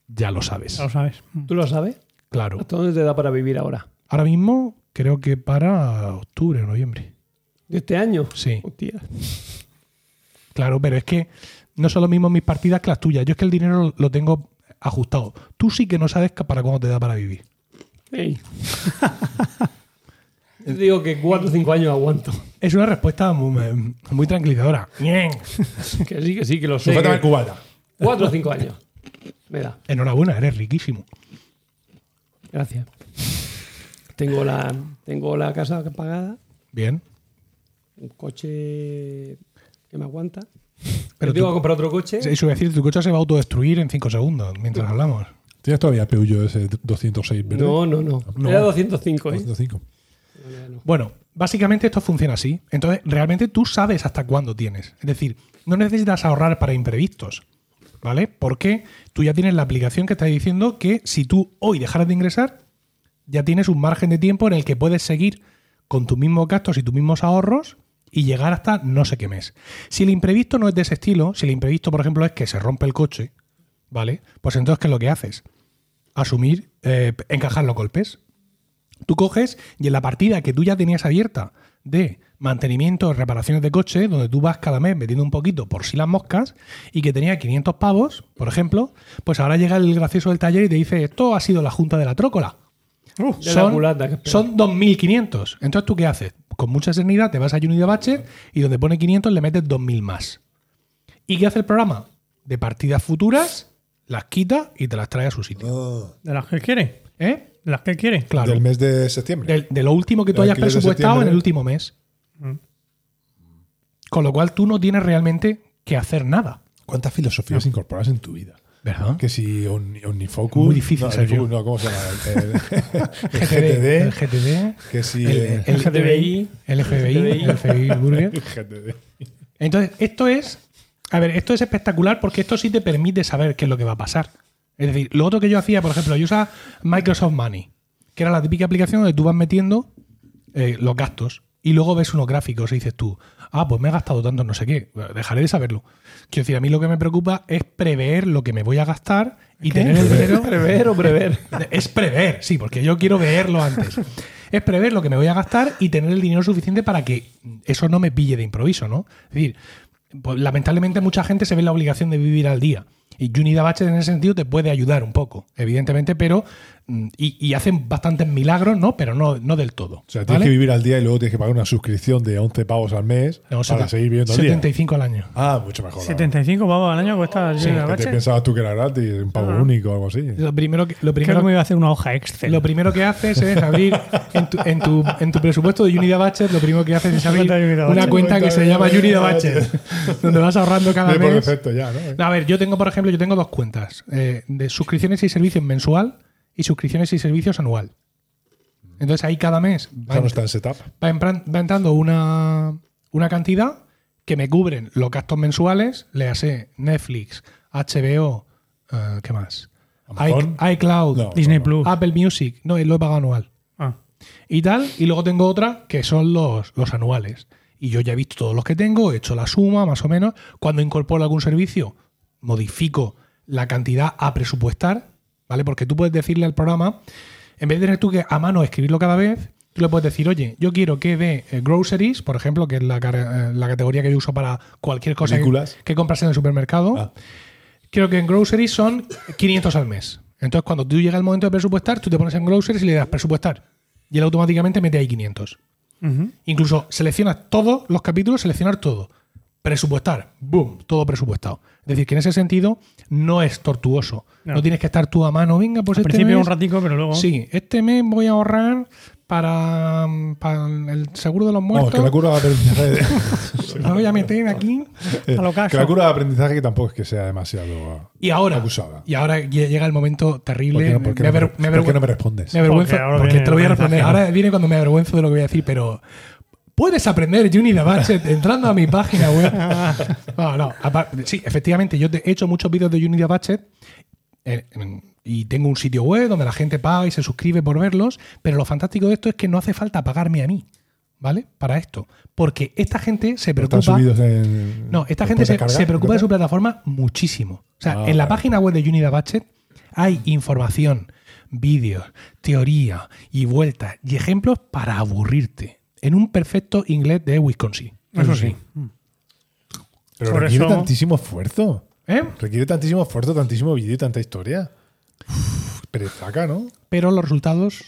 Ya lo sabes. Ya lo sabes. ¿Tú lo sabes? Claro. ¿Hasta dónde te da para vivir ahora? Ahora mismo creo que para octubre, noviembre. ¿De este año? Sí. Hostia. Claro, pero es que no son lo mismo mis partidas que las tuyas. Yo es que el dinero lo tengo ajustado. Tú sí que no sabes que para cuándo te da para vivir. Ey. Yo digo que cuatro o cinco años aguanto. Es una respuesta muy, muy tranquilizadora. Bien. Que sí, que sí, que lo sé. Sujétame el que cubata. Cuatro o cinco años. Me da. Enhorabuena, eres riquísimo. Gracias. Tengo la, tengo la casa pagada, Bien. un coche que me aguanta. Pero Pero tengo tú- que comprar otro coche. Eso iba a decir, tu coche se va a autodestruir en 5 segundos mientras hablamos. ¿Tienes todavía Peugeot ese 206, verdad? No, no, no. No. Era 205, ¿eh? 205. Bueno, básicamente esto funciona así. Entonces, realmente tú sabes hasta cuándo tienes. Es decir, no necesitas ahorrar para imprevistos. ¿Vale? Porque tú ya tienes la aplicación que está diciendo que si tú hoy dejaras de ingresar, ya tienes un margen de tiempo en el que puedes seguir con tus mismos gastos y tus mismos ahorros y llegar hasta no sé qué mes. Si el imprevisto no es de ese estilo, si el imprevisto, por ejemplo, es que se rompe el coche, ¿vale? Pues entonces, ¿qué es lo que haces? Asumir, eh, encajar los golpes. Tú coges y en la partida que tú ya tenías abierta de mantenimiento, reparaciones de coche, donde tú vas cada mes metiendo un poquito por si las moscas y que tenía 500 pavos, por ejemplo, pues ahora llega el gracioso del taller y te dice, esto ha sido la junta de la trócola. de la culata, que es peor. son 2.500. Entonces, ¿tú qué haces? Con mucha serenidad te vas a Unity Bache y donde pone 500 le metes 2.000 más. ¿Y qué hace el programa? De partidas futuras, las quita y te las trae a su sitio. De las que quiere. ¿Eh? De las que quiere. Claro. Ah, Del mes de septiembre. Del- de lo último que tú El hayas alquiler de presupuestado en septiembre. Mm. el último mes. Con lo cual tú no tienes realmente que hacer nada. ¿Cuántas filosofías incorporas en tu vida? ¿Verdad? Que si Omni- Omnifocus. Muy difícil, no, Sergio. Omnifocus no, ¿cómo se llama? El, el- el El GTD. GTD. Que si. El, eh, el GTBI, El FBI. El FBI Burger. GTD. Entonces, esto es. A ver, esto es espectacular porque esto sí te permite saber qué es lo que va a pasar. Es decir, lo otro que yo hacía, por ejemplo, yo usaba Microsoft Money, que era la típica aplicación donde tú vas metiendo eh, los gastos y luego ves unos gráficos y dices tú, ah, pues me he gastado tanto, en no sé qué, dejaré de saberlo. Quiero decir, a mí lo que me preocupa es prever lo que me voy a gastar y tener el dinero Prever o prever. es prever, sí, porque yo quiero verlo antes. es prever lo que me voy a gastar y tener el dinero suficiente para que eso no me pille de improviso, ¿no? Es decir, pues, lamentablemente mucha gente se ve en la obligación de vivir al día. Y Unida Bacher en ese sentido te puede ayudar un poco, evidentemente, pero. mm, Y, y hacen bastantes milagros, ¿no? Pero no, no del todo. O sea, tienes ¿vale? que vivir al día y luego tienes que pagar una suscripción de 11 pavos al mes No, para seten- seguir viviendo al día. 75 al año. Ah, mucho mejor. ahora. 75 pavos al año cuesta el Sí, Junior Que te Bache. pensabas tú que era gratis, un pago Ah. único o algo así. Lo primero que, lo Creo primero que me iba a hacer una hoja Excel. Lo primero que haces es abrir en tu, en tu, en tu presupuesto de Unida Batcher, lo primero que haces es abrir Cuenta de Unidad una Batcher. cuenta que se llama Unida Batcher, donde vas ahorrando cada Ve por mes. defecto ya, ¿no? A ver, yo tengo, por ejemplo, yo tengo dos cuentas, eh, de suscripciones y servicios mensual y suscripciones y servicios anual. Entonces ahí cada mes va, Ya no ent- está en setup. va empran- va entrando una, una cantidad que me cubren los gastos mensuales, le hace Netflix, HBO, eh, ¿qué más? Amazon. i- iCloud, No. Disney Plus. Apple Music, no, lo he pagado anual Ah. y tal. Y luego tengo otra que son los, los anuales. Y yo ya he visto todos los que tengo, he hecho la suma, más o menos. Cuando incorporo algún servicio, modifico la cantidad a presupuestar, ¿vale? Porque tú puedes decirle al programa, en vez de tener tú que a mano escribirlo cada vez, tú le puedes decir, oye, yo quiero que de eh, groceries, por ejemplo, que es la, cara- eh, la categoría que yo uso para cualquier cosa que- Películas. que compras en el supermercado, Ah. Creo que en groceries son 500 al mes. Entonces, cuando tú llega el momento de presupuestar, tú te pones en groceries y le das presupuestar. Y él automáticamente mete ahí 500. Ujú. Incluso seleccionas todos los capítulos, seleccionar todo. Presupuestar, boom, todo presupuestado. Es decir, que en ese sentido no es tortuoso. No, No. tienes que estar tú a mano, venga, pues Al este principio mes- un ratico, pero luego. Sí, este mes voy a ahorrar para, para el seguro de los Vamos, que muertos. la cura de aprendizaje. Me voy a meter aquí. eh, A lo caso. que la cura de aprendizaje que tampoco es que sea demasiado. Y ahora, Abusada. y ahora lle- llega el momento ¿Por qué terrible. no, por qué Me no me- aver- me por qué avergüe- no me respondes? Me avergüenzo Porque ahora porque, viene te lo voy a el responder. mensaje. Ahora viene cuando me avergüenzo de lo que voy a decir, pero puedes aprender Juni Batchet entrando a mi página web. No, no. apar- Sí, efectivamente, yo te- he hecho muchos vídeos de Juni Batchet eh, en- y tengo un sitio web donde la gente paga y se suscribe por verlos, pero lo fantástico de esto es que no hace falta pagarme a mí, ¿vale? Para esto, porque esta gente se Están preocupa subidos en. no, esta ¿los gente puedes se, descargar? se preocupa de su plataforma muchísimo. O sea, Ah, en la vale. página web de Unida Batchet hay información, vídeos, teoría y vueltas y ejemplos para aburrirte. En un perfecto inglés de Wisconsin. Eso sí. Pero Por requiere eso- tantísimo esfuerzo. ¿Eh? Requiere tantísimo esfuerzo, tantísimo vídeo y tanta historia. Uf, Perezaca, ¿no? Pero los resultados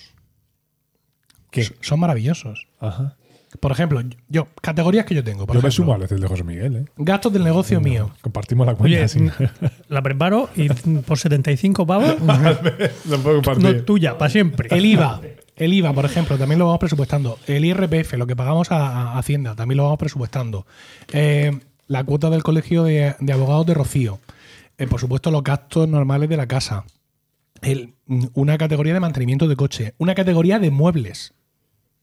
¿Qué? s- son maravillosos. Ajá. Por ejemplo, yo, categorías que yo tengo. Por Yo me ejemplo, sumo al de José Miguel, ¿eh? Gastos del negocio mío. Compartimos la Pues cuenta. Oye, así. la preparo y por 75 pavos, No puedo compartir. no tuya, para siempre. Ah, El IVA. El IVA, por ejemplo, también lo vamos presupuestando. El IRPF, lo que pagamos a, a Hacienda, también lo vamos presupuestando. Eh, la cuota del colegio de, de abogados de Rocío. Eh, por supuesto, los gastos normales de la casa. El- una categoría de mantenimiento de coche. Una categoría de muebles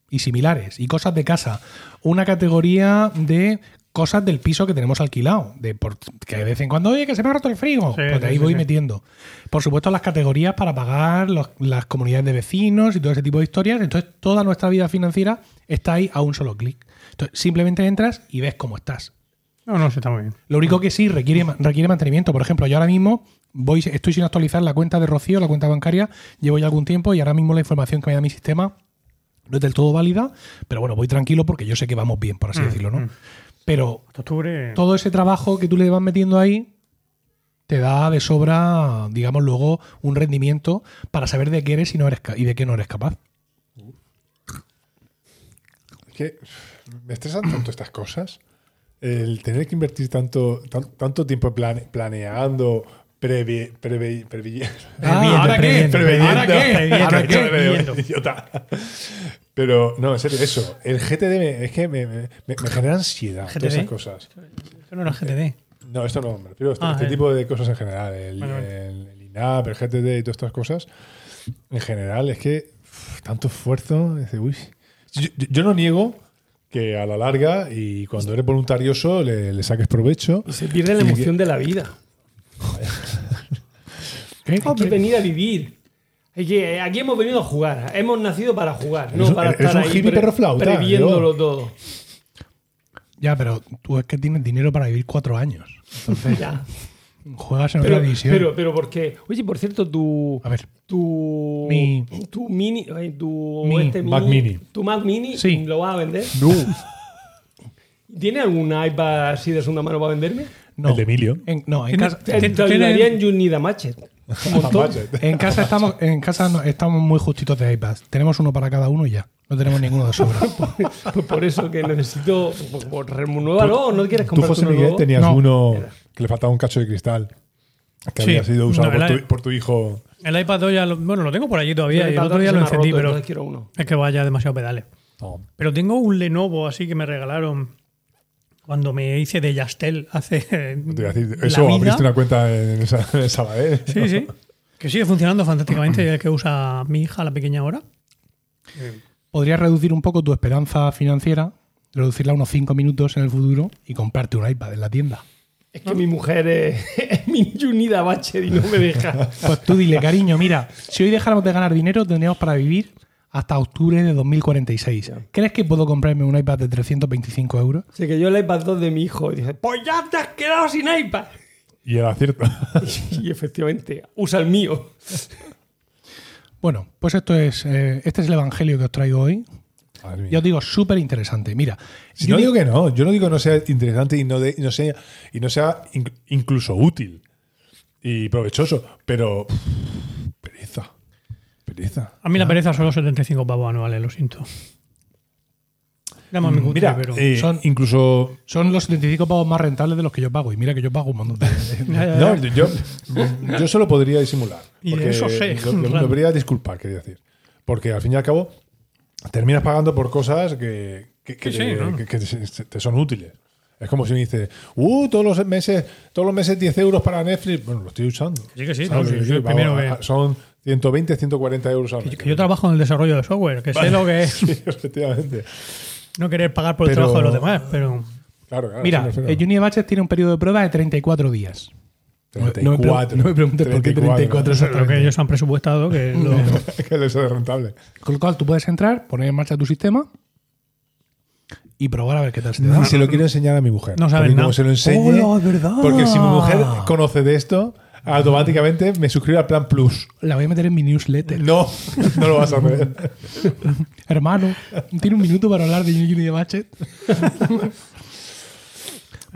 y similares y cosas de casa. Una categoría de cosas del piso que tenemos alquilado, de por- que de vez en cuando, oye, que se me ha roto el frigo, Sí, pues de ahí sí, sí, voy sí. metiendo. Por supuesto, las categorías para pagar los- las comunidades de vecinos y todo ese tipo de historias, entonces toda nuestra vida financiera está ahí a un solo clic. Entonces, simplemente entras y ves cómo estás. No, no, se está muy bien. Lo único que sí requiere, requiere mantenimiento. Por ejemplo, yo ahora mismo voy, estoy sin actualizar la cuenta de Rocío, la cuenta bancaria. Llevo ya algún tiempo y ahora mismo la información que me da mi sistema no es del todo válida. Pero bueno, voy tranquilo porque yo sé que vamos bien, por así decirlo, ¿no? Pero Hasta octubre. todo ese trabajo que tú le vas metiendo ahí te da de sobra, digamos, luego un rendimiento para saber de qué eres y, no eres ca- y de qué no eres capaz. Es que me estresan tanto estas cosas. El tener que invertir tanto, tan- tanto tiempo plane- planeando, previ, previ, previ- Ah, ¿ahora qué? preveyendo. ¿Ahora qué? ¿Ahora qué? Preveyendo. Idiota. Pero, no, en serio, eso. El GTD me- es que me, me- me- me genera ansiedad, todas GTD? esas cosas. Eso no era GTD. No, esto no, me refiero a este, Ah, este eh. tipo de cosas en general. El, Vale, vale. el- el INAP, el GTD y todas estas cosas. En general, es que uf, tanto esfuerzo. es de, uy. Yo, yo- yo no niego que a la larga y cuando eres voluntarioso le, le saques provecho. Y se pierde la emoción de la vida. ¿Qué? Hay que venir a vivir. Hay que, eh, aquí hemos venido a jugar. Hemos nacido para jugar, Eres no un- para eres estar un ahí hippie perro flauta, previéndolo yo. todo. Ya, pero tú es que tienes dinero para vivir cuatro años. Entonces, Ya. Juegas en Pero, otra división. pero, pero porque, oye, por cierto, tu. a ver, Tu. Mi- Tu mini. ay, Tu. Mi este Mac Mini. Tu Mac Mini. Sí. ¿Lo vas a vender? No. ¿Tiene algún iPad así de segunda mano para venderme? no. El de Emilio. En- no, en Tiene- casa, Te, te tienen- ayudaría en You Need a Matchet. Un montón. en casa estamos, en casa no- estamos muy justitos de iPad. Tenemos uno para cada uno y ya. No tenemos ninguno de sobra. Pues por eso que necesito. pues, pues, Renuévalo, no quieres Tú, comprar José Miguel, tenías No. uno que le faltaba un cacho de cristal que Sí. había sido usado No, por el tu, i- por tu hijo. El iPad 2 ya lo, bueno, lo tengo por allí todavía. y el otro día lo encendí, pero quiero uno. es que vaya demasiado pedales. No. Pero tengo un Lenovo así que me regalaron cuando me hice de Yastel hace. Te iba a decir, la eso, vida. abriste una cuenta en esa, en esa ¿eh? Sabadell. Sí, sí. Que sigue funcionando fantásticamente y es que usa mi hija, la pequeña ahora. Podrías reducir un poco tu esperanza financiera, reducirla a unos 5 minutos en el futuro y comprarte un iPad en la tienda. Es que mi mujer es, es mi You Need a Matchet y no me deja. Pues tú dile, cariño, mira, si hoy dejáramos de ganar dinero, tendríamos para vivir hasta octubre de 2046. ¿Crees que puedo comprarme un iPad de 325 euros? Se que yo el iPad 2 de mi hijo y dice: Pues ya te has quedado sin iPad. Y era cierto. Y efectivamente, usa el mío. Bueno, pues esto es, eh, este es el evangelio que os traigo hoy. Madre mía. Ya os digo, súper interesante. Mira, Si yo no di- digo que no, yo no digo que no sea interesante y no, de- y no sea, y no sea inc- incluso útil y provechoso, pero pff, pereza. Pereza. A mí la pereza solo 75 pavos anuales, lo siento. Llama a mi cutre, Mira, pero. eh, son- incluso. son los 75 pavos más rentables de los que yo pago. Y mira que yo pago un montón de... Ya, ya, ya. No, yo, yo solo podría disimular. Eh. Y de porque eso sé, Lo, lo- claro. debería disculpar, quería decir. Porque al fin y al cabo, terminas pagando por cosas que, que, que Sí, te, sí, ¿no? que- que te- te son útiles. Es como si me dices, uh, todos los meses, todos los meses 10 euros para Netflix. Bueno, lo estoy usando. Sí, que sí, ¿Sabes no, lo sí, sí, quiero? primero Vamos, que- Son 120, 140 euros al mes. Que yo trabajo en el desarrollo de software, que sé lo que es Sí, efectivamente. no querer pagar por el Pero- trabajo de los demás, pero. Claro, claro. Mira, sí, me refiero. eh, el Junior Batches tiene un periodo de prueba de 34 días. No me, pregun- 34. no me preguntes por qué 34 Eso es lo que ellos han presupuestado, que lo- que les es rentable. Con lo cual tú puedes entrar, poner en marcha tu sistema y probar a ver qué tal se te da. Y se lo quiero enseñar a mi mujer. No saben Porque nada. Como se lo enseñe, Hola, es verdad. Porque si mi mujer conoce de esto, automáticamente me suscribe al plan Plus. La voy a meter en mi newsletter. No, no lo vas a hacer. Hermano, tiene un minuto para hablar de Junior de Batchet.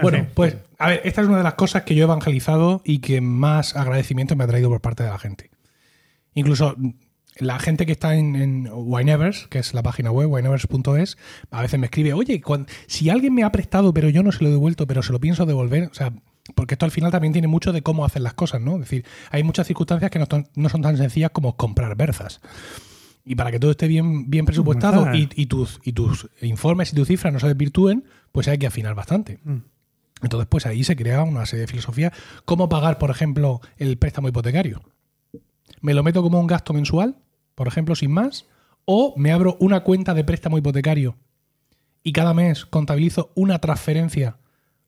bueno, pues, a ver, esta es una de las cosas que yo he evangelizado y que más agradecimiento me ha traído por parte de la gente. Incluso mm, la gente que está en, en Winevers, que es la página web, winevers.es, a veces me escribe, oye, cuan- si alguien me ha prestado, pero yo no se lo he devuelto, pero se lo pienso devolver, o sea, porque esto al final también tiene mucho de cómo hacer las cosas, ¿no? Es decir, hay muchas circunstancias que no, ton- no son tan sencillas como comprar berzas. Y para que todo esté bien, bien presupuestado Berzas. y, y tus, y tus informes y tus cifras no se desvirtúen, pues hay que afinar bastante. Entonces, pues ahí se crea una serie de filosofías. ¿Cómo pagar, por ejemplo, el préstamo hipotecario? ¿Me lo meto como un gasto mensual, por ejemplo, sin más? ¿O me abro una cuenta de préstamo hipotecario y cada mes contabilizo una transferencia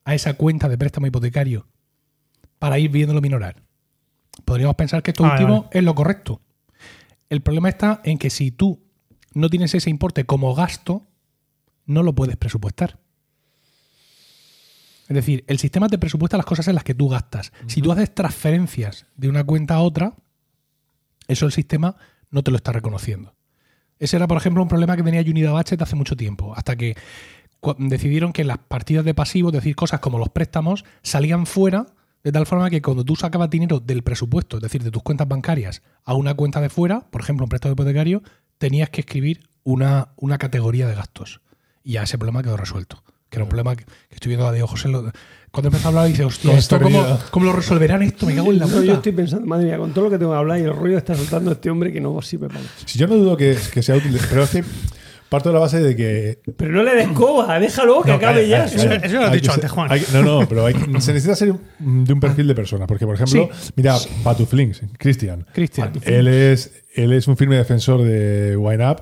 a esa cuenta de préstamo hipotecario para ir viéndolo minorar? Podríamos pensar que esto Vale, último vale. es lo correcto. El problema está en que si tú no tienes ese importe como gasto, no lo puedes presupuestar. Es decir, el sistema te presupuesta las cosas en las que tú gastas. Si tú haces transferencias de una cuenta a otra, eso el sistema no te lo está reconociendo. Ese era, por ejemplo, un problema que tenía Unida Batchet hace mucho tiempo, hasta que cu- decidieron que las partidas de pasivo, es decir, cosas como los préstamos, salían fuera de tal forma que cuando tú sacabas dinero del presupuesto, es decir, de tus cuentas bancarias, a una cuenta de fuera, por ejemplo, un préstamo hipotecario, tenías que escribir una, una categoría de gastos. Y ya ese problema quedó resuelto. Que era un problema que, que estoy viendo a Diego José. lo- cuando empezó a hablar, dice, hostia, Lo has esto, ¿cómo, perdido". ¿cómo lo resolverán esto? Me cago en la No, yo puta. estoy pensando, madre mía, con todo lo que tengo que hablar y el rollo que está soltando este hombre que no sirve para nada. Si yo no dudo que, que sea útil, pero es que parto de la base de que. Pero no le des coba, déjalo que No, acabe calla, ya. calla, calla. eso lo has Hay que dicho ser- antes, Juan. hay que- no, no, pero hay que- se necesita ser de un perfil de personas. Porque, por ejemplo, mira, Patuflinks, Cristian. Cristian. Él es, él es un firme defensor de Wine Up.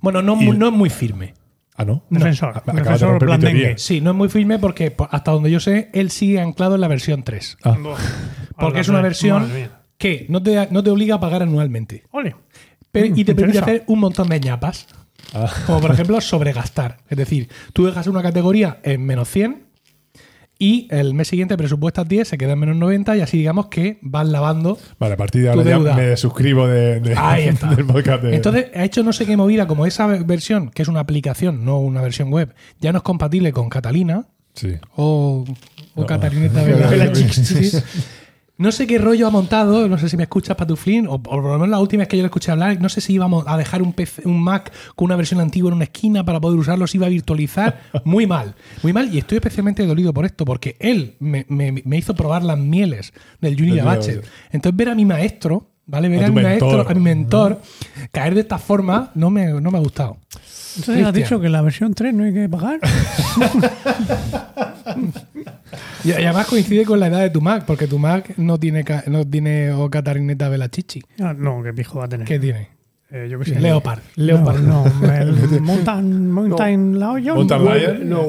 Bueno, no, Y- mu- no es muy firme. Ah, no. Defensor. Acabas de Defensor romper mi blandengue. teoría. Eh, Sí, no es muy firme porque po- hasta donde yo sé, él sigue anclado en la versión 3. Ah. Porque Hola, es una madre versión mía. que no te, no te obliga a pagar anualmente. Ole. Pero- Mm, y te me permite interesa. hacer un montón de ñapas. Ah. Como por ejemplo sobregastar. Es decir, tú dejas una categoría en menos 100 y el mes siguiente presupuestas 10, se quedan menos 90 y así digamos que vas lavando. Vale, a partir de Tu ahora ya deuda. me suscribo de, de- Ahí está. del podcast. de- Entonces ha hecho no sé qué movida, como esa versión, que es una aplicación, no una versión web, ya no es compatible con Catalina sí. o, o Catalineta Claro, Vela. claro. Sí, sí. No sé qué rollo ha montado, no sé si me escuchas, Patuflin, o, o por lo menos las últimas que yo le escuché hablar, no sé si íbamos a dejar un, PC un Mac con una versión antigua en una esquina para poder usarlo, si iba a virtualizar. Muy mal, muy mal, y estoy especialmente dolido por esto, porque él me, me- me hizo probar las mieles del Juni Del Abache. Junior Abache. Entonces, ver a mi maestro, ¿vale? Ver A a, tu mi mentor, maestro, a mi mentor, caer de esta forma, no me, no me ha gustado. Entonces Cristian. has dicho que la versión 3 no hay que pagar. Y, y además coincide con la edad de tu Mac, porque tu Mac no tiene, ca- no tiene o Catarineta Velachichi. Ah, No, que pijo va a tener. ¿Qué tiene? Eh, yo qué sé. Leopard. No, Leopard. no, el Mountain, mountain Lion. Mountain Lion. No.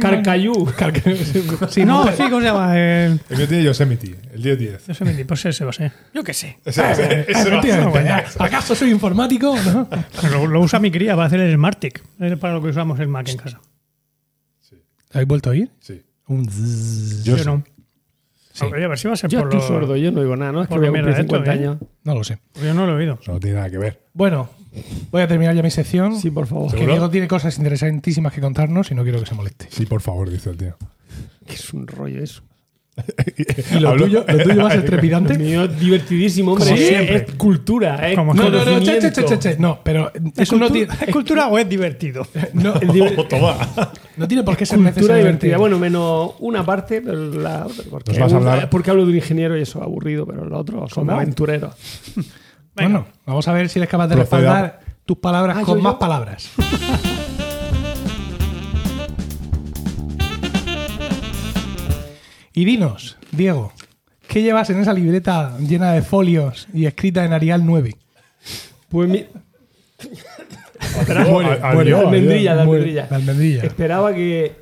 Carcayú. Sí, no, sí, ¿cómo se llama? El, El que tiene Yosemite, el 1010. no sé, mentir, pues ese va a ser. Yo qué sé. Ese- Eh, ese- ese va. ¿Acaso soy informático? No. Lo, lo usa mi cría para hacer el Smartic. Es para lo que usamos el Mac en casa. ¿Habéis vuelto a oír? Sí. Un zzzz. Yo Yo sí. no. A ver, a ver si va a ser Yo por estoy lo- sordo, yo no oigo nada, ¿no? Es que por voy a lo cumplir mierda esto, 50 ¿eh? años. No lo sé. Yo no lo he oído. Eso no tiene nada que ver. Bueno, voy a terminar ya mi sección. Sí, por favor. que ¿Seguro? Diego tiene cosas interesantísimas que contarnos y no quiero que se moleste. Sí, por favor, dice el tío. Que es un rollo eso. ¿Y lo Hablo- tuyo, lo tuyo va a ser Lo trepidante? mío es divertidísimo, hombre. Como es- siempre. Es cultura, es Como No, no, no, che, che, conocimiento. che, che, che. No, pero eso no tiene, ¿Es cultura o es divertido? no, Oh, toma. no tiene por qué ser Cultura necesario. divertida. Bueno, menos una parte, pero la otra. Porque, Nos vas a hablar- eh, porque hablo de un ingeniero y eso es aburrido, pero los otros son ¿Cómo? aventureros. Bueno, vamos a ver si eres capaz de Proceda. respaldar tus palabras Ah, con yo, más yo. palabras. y dinos, Diego, ¿qué llevas en esa libreta llena de folios y escrita en Arial 9? Pues mi- Muere, Espera, muere. la almendrilla, la Bueno, almendrilla. La almendrilla. Esperaba que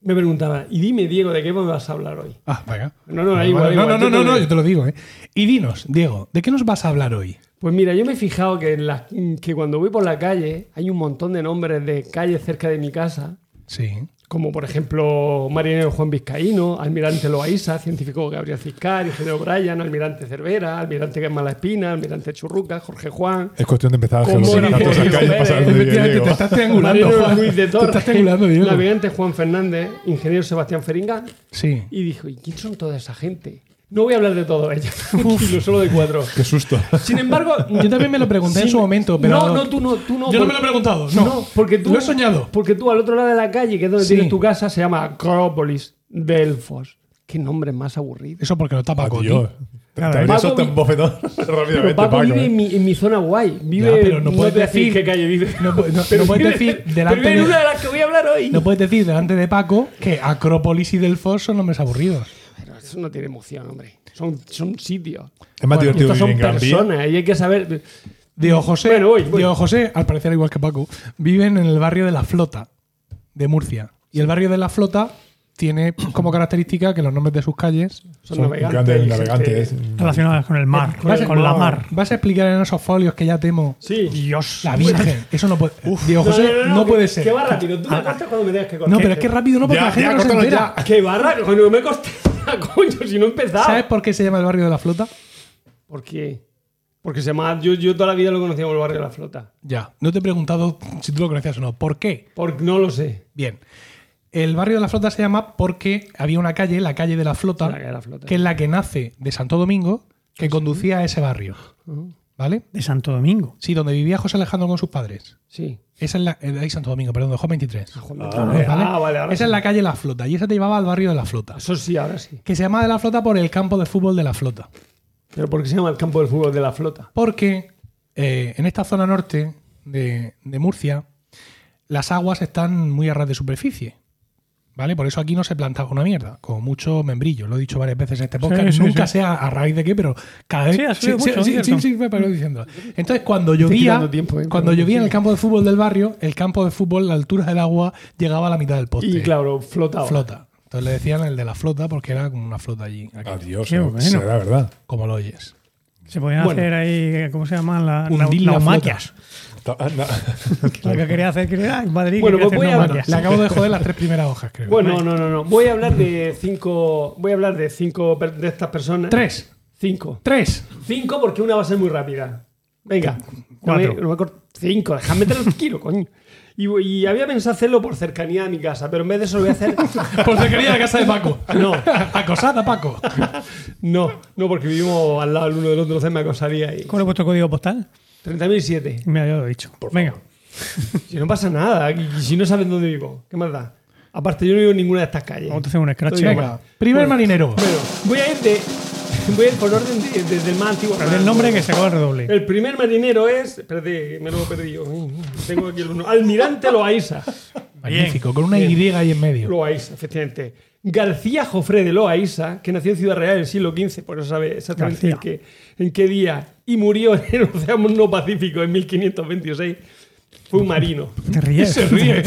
me preguntaba, y dime, Diego, ¿de qué me vas a hablar hoy? Ah, venga. No, no, Ah, da igual, vale. da no, igual, no, tú no, te no, lees. yo te lo digo, ¿eh? Y dinos, Diego, ¿de qué nos vas a hablar hoy? Pues mira, yo me he fijado que, en las- que cuando voy por la calle hay un montón de nombres de calles cerca de mi casa, Sí. como por ejemplo Marinero Juan Vizcaíno, Almirante Loaiza, Científico Gabriel Ciscar, Ingeniero Bryan, Almirante Cervera, Almirante Mala Espina, Almirante Churruca, Jorge Juan, Es cuestión de empezar a Como geolocalizar dice todas esas Diego calles Pérez, pasar donde efectivamente, Diego. te estás triangulando, Mariano Juan. Ruiz de Te estás triangulante, Torre, Diego. Navegante Juan Fernández, Ingeniero Sebastián Feringa, Sí. y dijo, ¿y quién son toda esa gente? No voy a hablar de todo ellos, tranquilo, solo de cuatro. Qué susto. Sin embargo, Yo también me lo pregunté en Sí, su momento, pero. No, no, tú no, tú no. Yo no porque- me lo he preguntado, no. porque tú, Lo he soñado. Porque tú al otro lado de la calle, que es donde Sí. tienes tu casa, se llama Acrópolis de Elfos. Qué nombre más aburrido. Eso porque lo tapa Coti. Dios. Te Claro, habría Paco soltado vi- un bofetón Pero rápidamente, Paco Paco, vive ¿eh? en mi, en mi zona guay. Vive, Ya, pero no puedes te voy a decir- qué calle vive. No, pu- no- Pero no puedes vive- decir Pero delante vive en de, una de las que voy a hablar hoy. no puedes decir delante de Paco que Acrópolis y Delfos son nombres aburridos. Pero eso no tiene emoción, hombre. Son, son sitios. Es más Bueno, divertido estos vivir son en Gran Vía. Personas. Y hay que saber. Diego José, Bueno, voy, voy. Diego José, al parecer igual que Paco, viven en el barrio de la Flota de Murcia. Y el barrio de la Flota tiene como característica que los nombres de sus calles. Son, Son navegantes. grandes y navegantes. gente- este- Relacionadas con el mar, con, Vas a- la mar. Vas a explicar en esos folios que ya temo. Sí. Dios. La Virgen. Eso no puede. Diego José, no, que- puede ser. Que va rápido. Tú me cortas cuando me tengas que cortar. No, pero es que rápido no, porque Ya, la gente ya, no se córtalo entera. Ah, Que barra, coño, me costaba, coño, si no he empezado. ¿Sabes por qué se llama el barrio de la Flota? ¿Por qué? Porque se llama, yo, yo toda la vida lo conocía como el barrio de la flota. Ya. No te he preguntado si tú lo conocías o no. ¿Por qué? Porque no lo sé. Bien. El barrio de la Flota se llama porque había una calle, la calle de la Flota, La calle de la Flota. Ah, que es la que nace de Santo Domingo, que conducía a ese barrio. ¿Vale? De Santo Domingo. Sí, donde vivía José Alejandro con sus padres. Sí. Esa es la. eh, ahí Santo Domingo, perdón, de Juan 23. Ah, ¿Vale? joder, ah, vale, ahora Esa sí. es la calle La Flota y esa te llevaba al barrio de La Flota. Eso sí, ahora sí. Que se llama de La Flota por el campo de fútbol de La Flota. Pero ¿por qué se llama el campo del fútbol de la flota? Porque eh, en esta zona norte de, de Murcia, las aguas están muy a ras de superficie. ¿Vale? Por eso aquí no se planta una mierda, como mucho membrillo. Lo he dicho varias veces en este podcast. Sí, sí, Nunca sí. sea a raíz de qué, pero cada vez. Sí, ha subido mucho, sí, ¿cierto? sí, sí, me paro diciendo. Entonces, cuando llovía, quitando tiempo, ¿eh? cuando llovía en el campo de fútbol del barrio, el campo de fútbol, la altura del agua llegaba a la mitad del poste. Y claro, flotaba. flota. Entonces Ah, le decían el de la flota porque era como una flota allí, aquí, Adiós. Qué eh, bueno. será verdad. como lo oyes. Se podían Bueno. hacer ahí, ¿cómo se llaman? Las la, Hundir la naumaquias. Ta- ah, na- Lo que quería hacer, quería en Madrid. Bueno, quería hacer pues voy a- naumaquias. Le acabo de joder las tres primeras hojas, creo. Bueno, no, no, no. Voy a hablar de cinco. Voy a hablar de cinco per- de estas personas. Tres. Cinco. Tres. Cinco porque una va a ser muy rápida. Venga. Cuatro. No me- no me cort- cinco. Déjame tranquilo, coño. Y, y había pensado hacerlo por cercanía a mi casa, pero en vez de eso lo voy a hacer. Por cercanía de la casa de Paco. No, Acosada, Paco. no, no, porque vivimos al lado el uno del otro, entonces me acosaría ahí. ¿Cómo le he puesto código postal? 30.007. Me había dicho. Venga. Si no pasa nada, y y si no sabes dónde vivo, ¿qué más da? Aparte, yo no vivo en ninguna de estas calles. Vamos a hacer un scratch. Estoy Venga. igual. Primer marinero. Bueno, voy a ir de. Voy a ir por orden de- desde el más antiguo. al Pero más el nombre que nuevo. se acaba el redoble. El primer marinero es. Espérate, me lo he perdido. Tengo aquí el uno. Almirante Loaiza. Magnífico, con una Y ahí en medio. Loaiza, efectivamente. García Jofre de Loaiza, que nació en Ciudad Real en el siglo XV, por eso sabe exactamente en García. qué, en qué día, y murió en el Océano Pacífico en 1526. Fue un marino. Te ríes. Se ríe.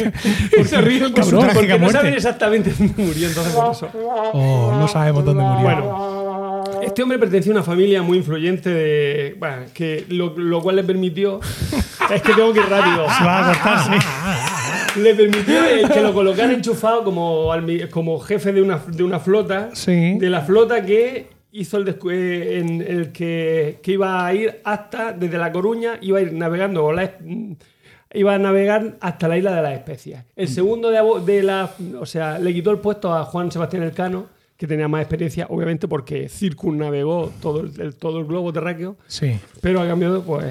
se ríe el Por su cabrón. traje. Porque Trágica no muerte. saben exactamente dónde murió, entonces por eso. Oh, no sabemos dónde murió. Bueno, este hombre pertenecía a una familia muy influyente de. Bueno, que lo, lo cual le permitió. es que tengo que ir rápido. Se va a Ah, cortar, sí. Le permitió el que lo colocara enchufado como, almi- como jefe de una, de una flota. Sí. De la flota que hizo el, descu- eh, en el que, que iba a ir hasta. Desde La Coruña, iba a ir navegando con la es- mm, Iba a navegar hasta la isla de las especias. El Mm. segundo de, abo- de la. O sea, le quitó el puesto a Juan Sebastián Elcano, que tenía más experiencia, obviamente, porque circunnavegó todo el- el- todo el globo terráqueo. Sí. Pero a cambio, pues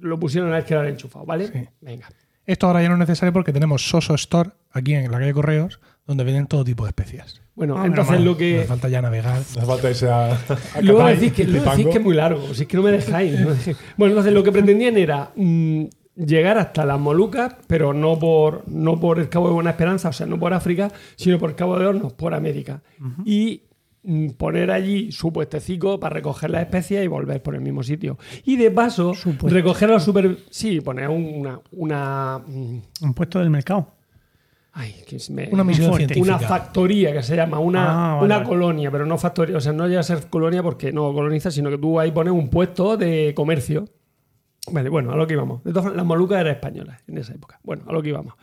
lo pusieron a él que era el enchufado, ¿vale? Sí. Venga. Esto ahora ya no es necesario porque tenemos Soso Store aquí en la calle Correos, donde venden todo tipo de especias. Bueno, Hombre, entonces mamá. lo No hace que. falta ya navegar. No hace falta irse a. a Luego Catay, decís que, luego Zipango. decís que es muy largo, si es que no me dejáis. ¿no? Bueno, entonces lo que pretendían era mm, llegar hasta las Molucas, pero no por, no por el Cabo de Buena Esperanza, o sea, no por África, sino por Cabo de Hornos, por América. Y mm, poner allí su puestecico para recoger las especias y volver por el mismo sitio. Y de paso, recoger a los super... Sí, poner una... una mm, Un puesto del mercado. ay, que se me- Una misión fuerte. científica. una factoría que se llama, una, Ah, vale, una vale. colonia, pero no factoría, o sea, no llega a ser colonia porque no coloniza, sino que tú ahí pones un puesto de comercio. Vale, bueno, a lo que íbamos. De todas formas, las Molucas eran españolas en esa época. Bueno, a lo que íbamos.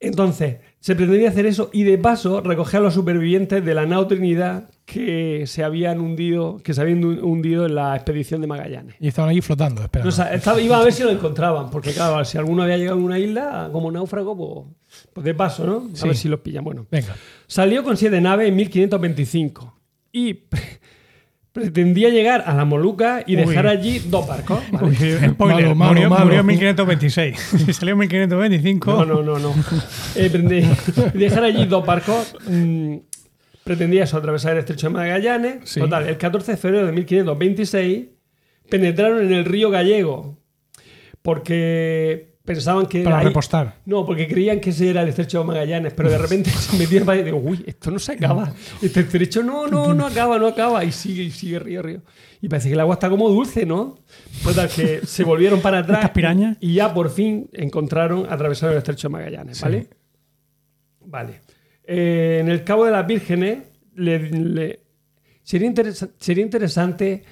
Entonces, se pretendía hacer eso y de paso recoger a los supervivientes de la nao Trinidad que se habían hundido, que se habían hundido en la expedición de Magallanes. Y estaban allí flotando, espera. No, o sea, estaba- iba a ver si lo encontraban, porque claro, si alguno había llegado a una isla como náufrago, pues, pues de paso, ¿no? A Sí. ver si los pillan. Bueno, Venga. Salió con siete naves en 1525 y pre- pretendía llegar a la Moluca y dejar allí dos barcos. ¿vale? Spoiler, Malo, malo, murió, malo. murió en 1526. Si salió en 1525. No, no, no, no. Eh, pretendí- dejar allí dos barcos. mm, pretendía eso, atravesar el estrecho de Magallanes. Sí. Total, el 14 de febrero de 1526 penetraron en el río Gallego porque pensaban que. Para ahí- repostar. No, porque creían que ese era el estrecho de Magallanes, pero de repente se metieron para allá y digo, uy, esto no se acaba. Este estrecho no, no, no acaba, no acaba. Y sigue, y sigue, río, río. Y parece que el agua está como dulce, ¿no? Total, que se volvieron para atrás. Estas pirañas. Y ya por fin encontraron, atravesaron el estrecho de Magallanes, ¿vale? Vale. Eh, en el Cabo de las Vírgenes le- le- sería, interesa- sería interesante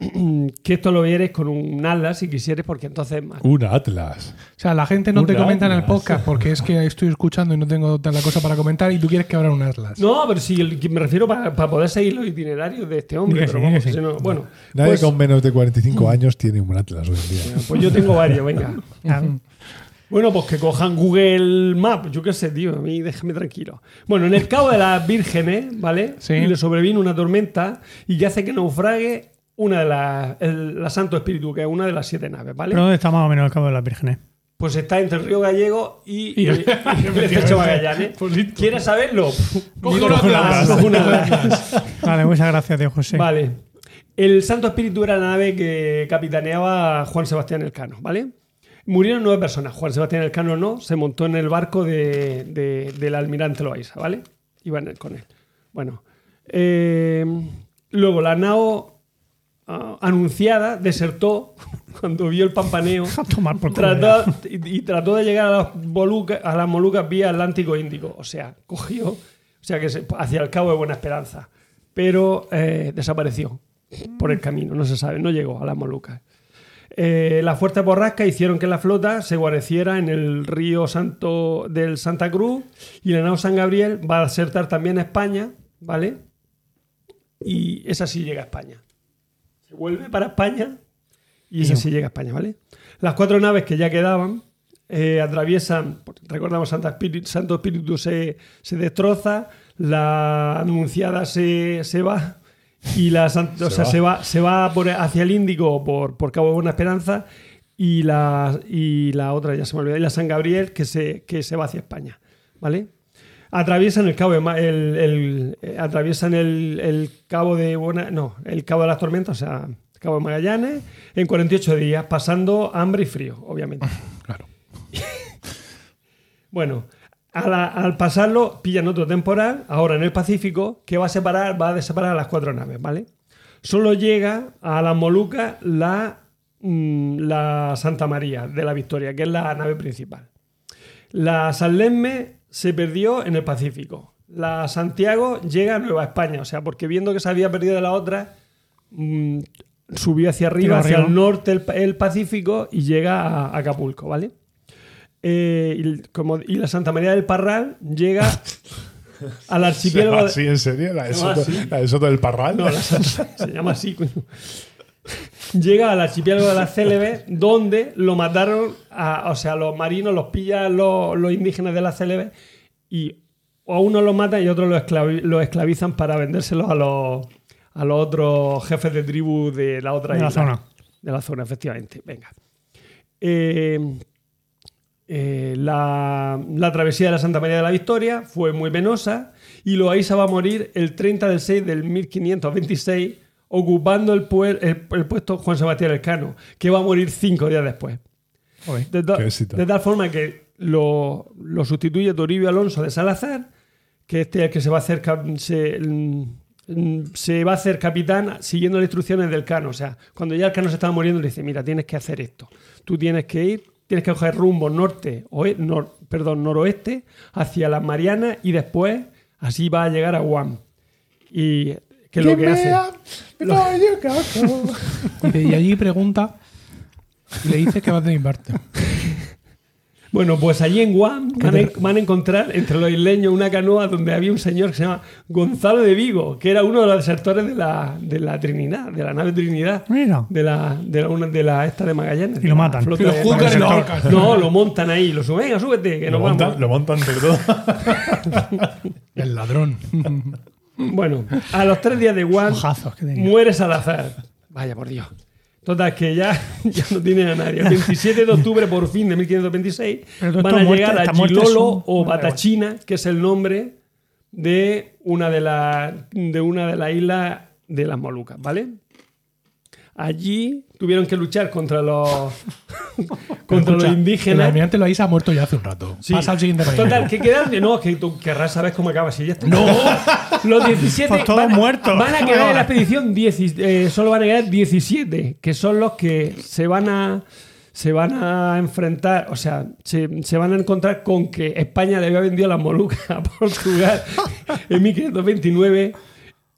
que esto lo vieres con un ala si quisieres, porque entonces es más Un Atlas. O sea, la gente no te Un comenta en el Atlas. podcast porque es que estoy escuchando y no tengo tanta cosa para comentar y tú quieres que abra un Atlas. No, pero sí, el- que me refiero para, para poder seguir los itinerarios de este hombre. Diga pero sí, vamos, diga si sí. no- bueno, Nadie pues, con menos de 45 años tiene un Atlas hoy en día. pues yo tengo varios, venga. Ah, Bueno, pues que cojan Google Maps, yo qué sé, tío, a mí déjame tranquilo. Bueno, en el Cabo de las Vírgenes, ¿vale? Sí. Le sobrevino una tormenta y que hace que naufrague una de las, el- la Santo Espíritu, que es una de las siete naves, ¿vale? ¿Pero dónde está más o menos el Cabo de las Vírgenes? Pues está entre el río Gallego y, Y el- y- y el estrecho Magallanes. ¿Quieres saberlo? Coge Dilo un con atlas. la- coge un atlas. Vale, muchas gracias, tío José. Vale. El Santo Espíritu era la nave que capitaneaba Juan Sebastián Elcano, ¿vale? Murieron nueve personas. Juan Sebastián Elcano no, se montó en el barco de- de- del almirante Loaiza, ¿vale? Iban con él. Bueno. eh, luego la nao ah, anunciada desertó cuando vio el pampaneo A tomar por culo. ya. trató, y, y trató de llegar a las, Molucas- a las Molucas vía Atlántico-Índico. O sea, cogió, o sea, que se- hacia el Cabo de Buena Esperanza. Pero eh, desapareció. por el camino, no se sabe, no llegó a las Molucas. Eh, las fuerzas borrascas hicieron que la flota se guareciera en el río Santo del Santa Cruz y la nao San Gabriel va a acertar también a España, ¿vale? Y esa sí llega a España. Se vuelve para España y esa sí llega a España, ¿vale? Las cuatro naves que ya quedaban eh, atraviesan, recordamos, Santa Espíritu- Santo Espíritu se, se destroza, la Anunciada se, se va y la San- o Se sea, va. se va, se va por- hacia el Índico por, por Cabo de Buena Esperanza y la, y la otra, ya se me olvidó, y la San Gabriel que se, que se va hacia España, ¿vale? Atraviesan el cabo de, Ma- el, el- eh, atraviesan el, el cabo de Buena, no, el cabo de las tormentas, o sea, el cabo de Magallanes, en 48 días, pasando hambre y frío, obviamente. Claro. Bueno, a la- al pasarlo pillan otro temporal, ahora en el Pacífico, que va a separar, va a separar a las cuatro naves, ¿vale? Solo llega a las Molucas la, mm, la Santa María de la Victoria, que es la nave principal. La San Lesme se perdió en el Pacífico. La Santiago llega a Nueva España, o sea, porque viendo que se había perdido la otra, mm, subió hacia Tiró arriba, hacia arriba. el norte el, pa- el Pacífico y llega a Acapulco, ¿vale? Eh, y, el- como, y la Santa María del Parral llega al ¿Se archipiélago. va de- así, Ah, en serio? ¿La de Se va Soto, así. la de Soto del Parral? no, la Santa- se llama así, coño. Llega al archipiélago de las Célebes, donde lo mataron, a, o sea, los marinos los pillan los, los indígenas de las Célebes y a uno los matan y a otro los, esclavi- los esclavizan para vendérselos a los, a los otros jefes de tribu de la otra De la isla. zona. De la zona, efectivamente. Venga. Eh, eh, la, la travesía de la Santa María de la Victoria fue muy penosa y Loaiza va a morir el 30 del 6 del 1526 ocupando el, puer- el- el puesto Juan Sebastián Elcano, que va a morir cinco días después. Joder. De, ta- Qué éxito. de tal forma que lo, lo sustituye Toribio Alonso de Salazar, que este es el que se va a hacer, cap- se, mm, se va a hacer capitán siguiendo las instrucciones del Cano. O sea, cuando ya el Cano se estaba muriendo, le dice: Mira, tienes que hacer esto. Tú tienes que ir, tienes que coger rumbo norte, o nor, perdón, noroeste, hacia las Marianas y después así va a llegar a Guam. Y que es lo que hace. Dice, Y allí pregunta y le dice que vas de mi parte. Bueno, pues allí en Guam van a, van a encontrar entre los isleños una canoa donde había un señor que se llama Gonzalo de Vigo, que era uno de los desertores de la, de la Trinidad, de la nave Trinidad, Mira. de la, de la, una- de la esta de Magallanes. Y de lo la matan. flota Y lo de juzgan y lo Magallanes. ahorcan. No, lo montan ahí, lo suben, venga, súbete, que lo, nos vamos. montan, lo montan entre todos. El ladrón. Bueno, a los tres días de Guam Ojazos que tenía. muere Salazar. Vaya, por Dios. Total, que ya, ya no tienen a nadie. El 27 de octubre, por fin, de 1526, Pero todo van a esto muerte- llegar a esta muerte es Chilolo un- no, da o igual. Batachina, que es el nombre de una de las de una de las islas de las Molucas, ¿vale? Allí tuvieron que luchar contra los contra los Escucha, El indígenas. almirante Loaiza ha muerto ya hace un rato. Sí. Pasa al siguiente reino. Total, que quedan. No, que tú querrás saber cómo acaba. Si ya está. No, los 17. Pues todos van, a- muertos. Van a quedar en la expedición 10, eh, solo van a quedar 17, que son los que se van a. Se van a enfrentar, o sea, se, se van a encontrar con que España le había vendido las Molucas a Portugal en 1529.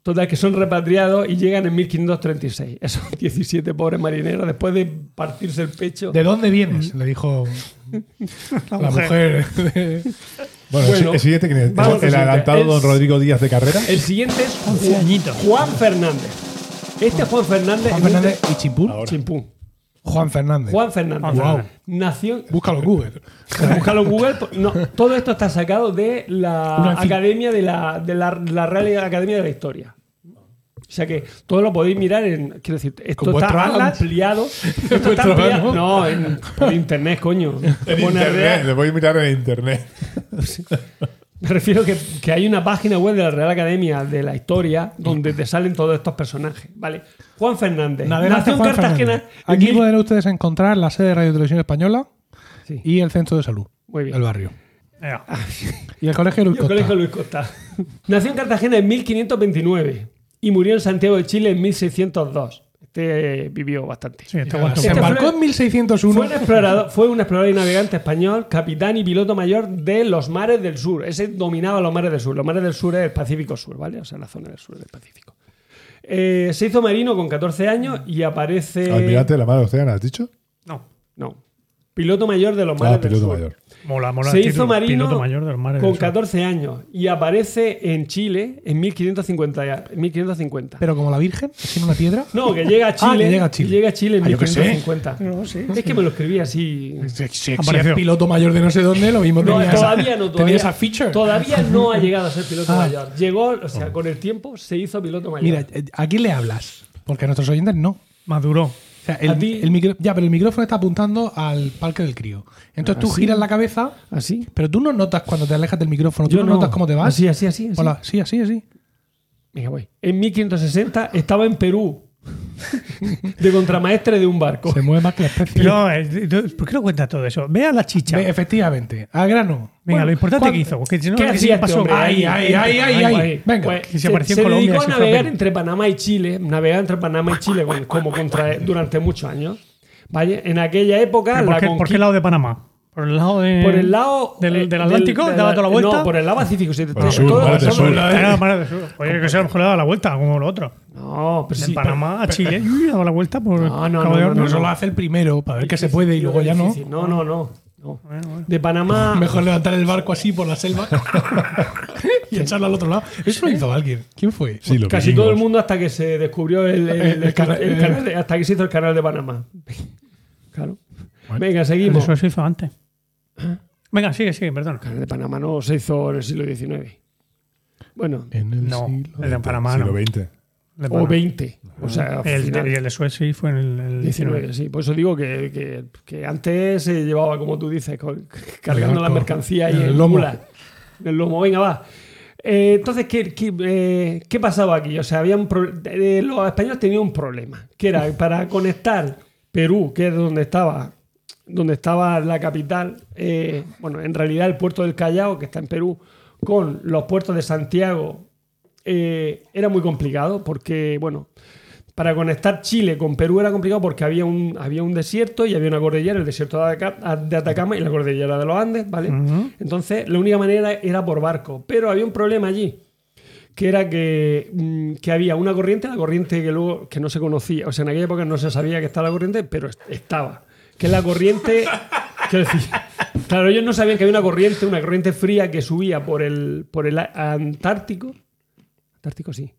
Total, que son repatriados y llegan en 1536. Esos 17 pobres marineros, después de partirse el pecho. ¿De dónde vienes? Le dijo la, mujer. Bueno, Bueno, el siguiente, ¿quién es? vamos al el siguiente. adelantado El- don Rodrigo Díaz de Carrera. El siguiente es Ju- añitos. Juan Fernández. Este es Juan Fernández. Juan en un Fernández de- y Chimpún. Ahora. Chimpún. Juan Fernández. Juan Fernández. Juan Fernández. Nació. Búscalo en Google. Búscalo en Google. No, todo esto está sacado de la Una encicl- Academia de la, de la, la Real Academia de la Historia. O sea que todo lo podéis mirar en. Quiero decir, esto Con está vuestro atlas. ampliado. Esto está vuestro ampliado. atlas. No, en, por internet, coño. En Pone internet, Real- le voy a mirar en internet. Me refiero que, que hay una página web de la Real Academia de la Historia donde te salen todos estos personajes. Vale. Juan Fernández. Adelante, Nació en Juan Cartagena. Fernández. en Aquí mil- pueden ustedes encontrar la sede de Radio Televisión Española Sí. y el centro de salud. Muy bien. El barrio. Venga. Y el colegio Luis Y el Costa. colegio Luis Costa. Nació en Cartagena en 1529 y murió en Santiago de Chile en 1602. Este eh, vivió bastante. Sí, este Se guapo. Este embarcó fue- en 1601. Fue un, explorador, fue un explorador y navegante español, capitán y piloto mayor de los mares del sur. Ese dominaba los mares del sur. Los mares del sur es el Pacífico Sur, ¿vale? O sea, la zona del sur del Pacífico. Eh, se hizo marino con 14 años y aparece. Almirante de la Mar Océana, ¿has dicho? No, No. Piloto mayor de los mares. Ah, del piloto sur. mayor. mola, mola. Se el hizo título, marino Piloto mayor de los mares con del sur. 14 años y aparece en Chile en 1550. ya- 1550. Pero como la Virgen, sin una piedra. No, que llega a Chile. que llega a Chile. en Ah, yo qué sé. 1550. Es que me lo escribí así. Sí, sí, sí. Si es Apareció. piloto mayor de no sé dónde, lo mismo No, tenía esa- todavía no, tenía todavía. esa feature. Todavía no ha llegado a ser piloto Ah. mayor. Llegó, o sea, con el tiempo se hizo piloto mayor. Mira, eh, ¿a quién le hablas? Porque a nuestros oyentes no. O Maduró. sea, el, A ti- el micro- ya, pero el micrófono está apuntando al parque del crío. Entonces tú giras la cabeza, así. pero tú no notas cuando te alejas del micrófono. Tú Yo no, no. notas cómo te vas. Así, así, así, así. Hola, sí, así, así. Venga, voy. En 1560 estaba en Perú de contramaestre de un barco. Se mueve más que la especie. Pero, eh, tú- ¿por qué no cuentas todo eso? Ve a la chicha. Ve, efectivamente, al grano. Venga, Bueno, lo importante ¿cuál- que hizo. Porque si no, ¿Qué ¿qué hacía este pasó? hombre? Ay, ay, ay, ay, ay. Venga, que se se, apareció en se Colombia, dedicó a se fue a navegar Perú. entre Panamá y Chile, navegar entre Panamá y Chile con- como contra, durante muchos años. ¿Vale? En aquella época, ¿Pero ¿Por la qué, por qué conquista- lado de Panamá? ¿Por el lado de- por el lado Mm. del, eh, del Atlántico? del- ¿Daba del- toda la vuelta? No, por el lado Pacífico. sí, el todo- sur, todo- mar del somos- sur. Era la mar del sur. pues, Oye, que sea, a lo mejor le daba la vuelta, como lo otro. No, pero De sí, Panamá a Chile. Uy, eh, daba la vuelta por No, no, Cabo no, de no, Hornos. Pero eso lo hace el primero para ver que se puede y luego ya no. Difícil. No, no, no. no. eh, De Panamá. Mejor levantar el barco así por la selva y echarlo al otro lado. Eso lo hizo alguien. ¿Quién fue? Sí, los Casi vikingos. todo el mundo hasta que se descubrió el, el- El el cana- el canal de- hasta que se hizo el canal de Panamá. Claro. Venga, Pero seguimos. Eso se hizo antes. Venga, sigue, sigue, perdón. El canal de Panamá no se hizo en el siglo XIX. Bueno, En el No, siglo el de XX, Panamá no. siglo XX. De o Panamá. 20. O sea, El de, final y el de Suez sí fue en el, el 19, sí. Por eso digo que, que- que antes se llevaba, como tú dices, con- barco, cargando la mercancía y en el en lomo. mulas, en el lomo. Venga, va. Eh, entonces, ¿qué, qué, eh, qué pasaba aquí? O sea, había un pro- eh, los españoles tenían un problema, que era para conectar Perú, que es donde estaba, donde estaba la capital, eh, bueno, en realidad el puerto del Callao, que está en Perú, con los puertos de Santiago, eh, era muy complicado porque, bueno, para conectar Chile con Perú era complicado porque había un, había un desierto y había una cordillera, el desierto de Ataca- de Atacama y la cordillera de los Andes, ¿vale? Entonces, la única manera era por barco. Pero había un problema allí, que era que, mm, que había una corriente, la corriente que luego que no se conocía. O sea, en aquella época no se sabía que estaba la corriente, pero est- estaba. Que es la corriente. quiero decir, claro, ellos no sabían que había una corriente, una corriente fría que subía por el, por el a- Antártico. Antártico sí.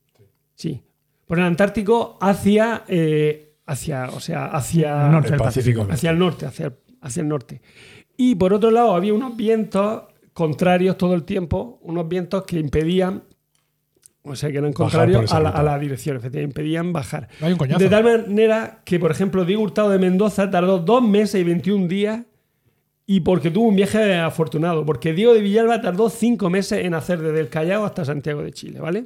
Sí. Por el Antártico hacia. eh, hacia. O sea, hacia. norte El del Pacífico. Hacia el norte, hacia el, hacia el norte. Y por otro lado, había unos vientos contrarios todo el tiempo, unos vientos que impedían, o sea, que eran por contrarios esa a la, ruta. a la dirección, efectivamente, impedían bajar. No hay un coñazo. De tal manera que, por ejemplo, Diego Hurtado de Mendoza tardó dos meses y 21 días y porque tuvo un viaje afortunado, porque Diego de Villalba tardó cinco meses en hacer desde el Callao hasta Santiago de Chile, ¿vale?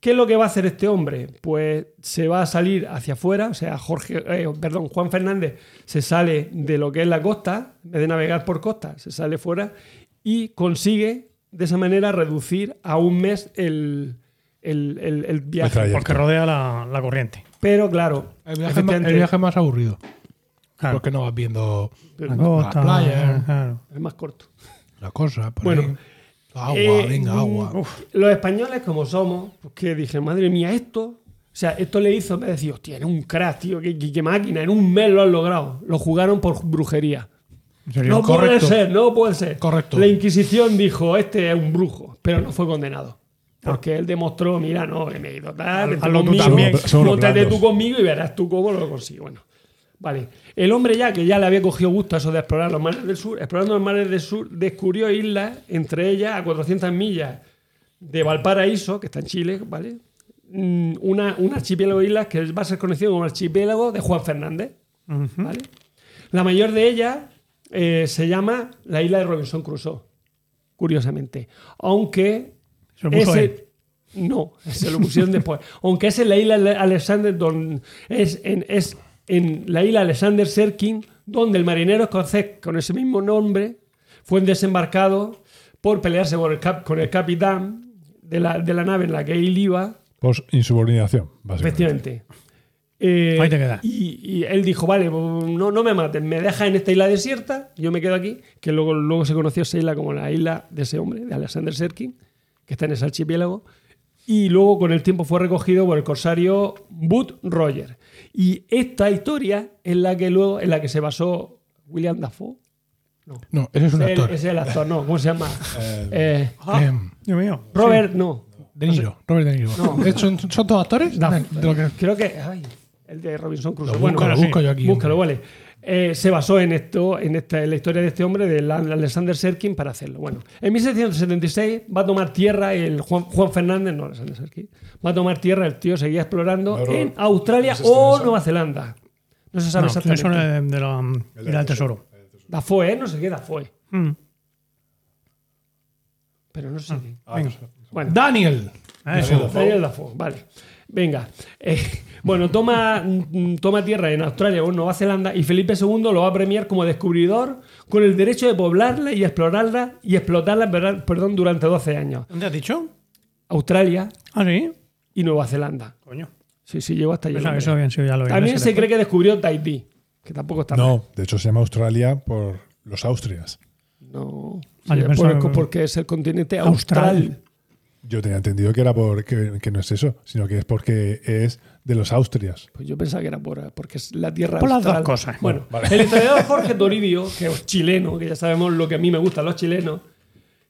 ¿Qué es lo que va a hacer este hombre? Pues se va a salir hacia afuera, o sea, Jorge, eh, perdón, Juan Fernández se sale de lo que es la costa, en vez de navegar por costa, se sale fuera y consigue de esa manera reducir a un mes el, el- el- el El viaje. trayecto. Porque rodea la, la corriente. Pero claro, El viaje, más, el efectivamente, viaje más aburrido. Claro. Porque no vas viendo la costa, playa. claro. es más corto. la cosa. por Bueno, ahí. Agua, Eh, venga, agua. mm, Los españoles, como somos, pues que dije, madre mía, esto. O sea, esto le hizo, me decía, hostia, eres un crack, tío, qué, qué- qué máquina, en un mes lo han logrado. Lo jugaron por brujería. Sería no puede correcto. ser, no puede ser. Correcto. La Inquisición dijo, este es un brujo, pero no fue condenado. Ah. Porque él demostró, mira, no, que me he ido tal, vente hazlo tú conmigo, también. Son unos móntate blandos. tú conmigo y verás tú cómo lo consigo. Bueno, vale. El hombre ya, que ya le había cogido gusto a eso de explorar los mares del sur, explorando los mares del sur, descubrió islas, entre ellas a 400 millas de Valparaíso, que está en Chile, ¿vale? Mm, Una, un archipiélago de islas que va a ser conocido como el archipiélago de Juan Fernández, ¿vale? La mayor de ellas eh, se llama la isla de Robinson Crusoe, curiosamente. Aunque Se lo puso él. no, se lo pusieron después. Aunque es en la isla Ale- Alexander, don- es, en, es en la isla Alexander Serkin, donde el marinero escocés con ese mismo nombre fue desembarcado por pelearse por el cap- con el capitán de la, de la nave en la que él iba, Por insubordinación, básicamente. Efectivamente. Eh, Ahí te quedas. Y, y él dijo, vale, no, no me maten, me deja en esta isla desierta, yo me quedo aquí, que luego, luego se conoció esa isla como la isla de ese hombre, de Alexander Serkin, que está en ese archipiélago, y luego con el tiempo fue recogido por el corsario Bud Roger. Y esta historia es la que luego en la que se basó William Dafoe. No, ese es un Ese es el- actor. Eh, ese es el actor, no, ¿cómo se llama? Eh, Em, Dios mío. Robert, no. de Niro, Robert De Niro. ¿Es- ¿Son, son todos actores? Da- De lo que- Creo que. ay, el de Robinson Crusoe. Lo bueno, busco, lo sí, busco yo aquí. Búscalo, vale. Eh, se basó en esto, en esta, en la historia de este hombre, de la- Alexander Serkin, para hacerlo. Bueno, en 1676 va a tomar tierra el Juan, Juan Fernández, no Alexander Serkin, va a tomar tierra, el tío seguía explorando Pero, en Australia ¿no es o este Nueva Zelanda. No se sabe No, exactamente. eso de, de la, de la tesoro. Dafoe, ¿eh? no sé qué Dafoe, Mm. pero no sé. qué. Venga. Bueno, Daniel. Ah, eso. Dafoe. Daniel Dafoe, vale. Venga. Eh, bueno, toma, mm, toma tierra en Australia o en Nueva Zelanda y Felipe II lo va a premiar como descubridor con el derecho de poblarla y explorarla y explotarla perdón, perdón, durante 12 años. ¿Dónde has dicho? Australia Ah, sí. y Nueva Zelanda. Coño. Sí, sí, llegó hasta allá. Pensaba que eso habían sido ya los También ingleses se después. cree que descubrió Tahití, que tampoco está mal. No, de hecho se llama Australia por los Austrias. No. Sí, Vale, por- Ah, pensaba- porque es el continente Austral. austral. Yo tenía entendido que era por que, que no es eso, sino que es porque es de los Austrias. Pues yo pensaba que era por, porque es la tierra Por las austral. dos cosas. Bueno, el historiador Jorge Toribio, que es chileno, que ya sabemos lo que a mí me gustan los chilenos,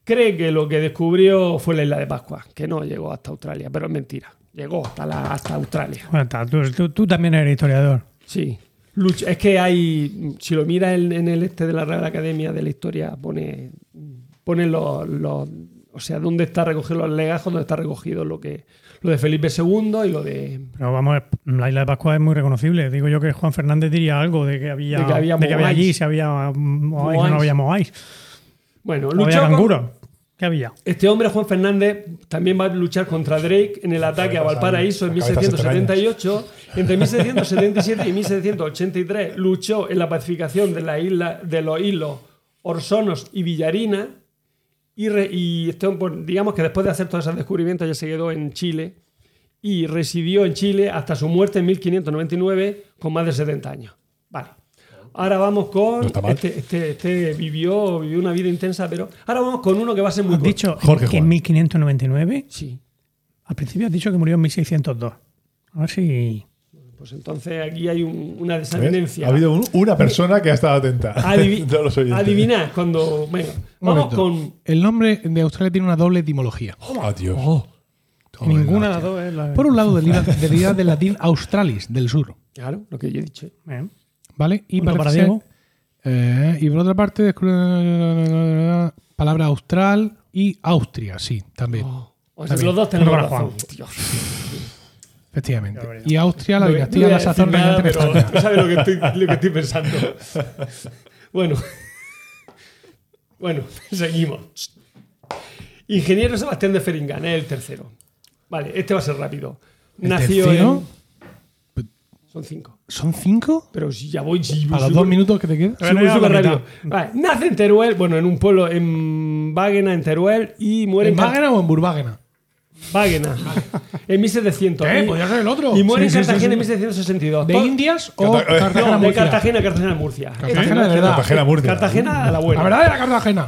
cree que lo que descubrió fue la isla de Pascua, que no llegó hasta Australia, pero es mentira. Llegó hasta, la, hasta Australia. Bueno, está, tú, tú- tú también eres historiador. Sí. Lucha- es que hay, si lo miras en, en el este de la Real Academia de la Historia, pone, pone los, los- o sea, dónde está recogido los legajos, dónde está recogido lo que lo de Felipe II y lo de Pero vamos, la isla de Pascua es muy reconocible. Digo yo que Juan Fernández diría algo de que había, De que había moáis. allí, si había mm, moáis o Moáis. no había moáis. bueno, No había luchó con- canguro. ¿Qué había? Este hombre, Juan Fernández, también va a luchar contra Drake en el ataque a Valparaíso en Cabezas extrañas. 1678. Entre 1677 y 1783 luchó en la pacificación de, la isla, de los islos Orsonos y Villarina. Y, re- y este hombre, pues, digamos que después de hacer todos esos descubrimientos ya se quedó en Chile y residió en Chile hasta su muerte en 1599 con más de 70 años. Vale. Ahora vamos con... No está mal. este, este- este vivió, vivió una vida intensa, pero... Ahora vamos con uno que va a ser muy Has corto. dicho Jorge que Juan. en 1599, Sí. al principio has dicho que murió en 1602. A ver si. Pues entonces aquí hay un- una ¿Ves? desavenencia. Ha habido un- una persona que ha estado atenta. Adivi- de los oyentes. adivinad cuando. Bueno, Un vamos momento. con. El nombre de Australia tiene una doble etimología. Ah, Dios. Oh. Ninguna de las dos. dos es la. Por un lado, deriva, deriva del latín australis, del sur. Claro, lo que yo he dicho. Eh, ¿Vale? Y Punto para parece ser- Diego. Eh, y por otra parte, descubre- palabra austral y Austria, sí, también. O sea, Está los Punto dos tenemos para razón. Juan. Dios. Efectivamente. Y Austria, la No de voy- Castilla, no la voy a Sazón, decir nada, reinante en pero España. tú sabes lo que estoy, lo que estoy pensando. Bueno. Bueno, seguimos. Ingeniero Sebastián de Feringán, es el tercero. Vale, este va a ser rápido. ¿El Nació tercero? en. Son cinco. ¿Son cinco? Pero si ya voy. si voy A los súper- dos minutos que te quedan. Pero no Súper, era súper la rápido. mitad. Vale, nace en Teruel, bueno, en un pueblo, en Váguena, en Teruel, y muere ¿En Vágena o en Burbágena? Váguena. en 1700. ¿Qué? Y- Podría ser el otro. Y muere Sí, sí, en sí, Cartagena sí. en 1762. ¿De Todo- Indias o Cata- eh, Cartagena? No, de Murcia? Cartagena, Cartagena, Murcia. Cartagena de Este- verdad. Cartagena, Murcia. Cartagena a la La buena. verdad era Cartagena.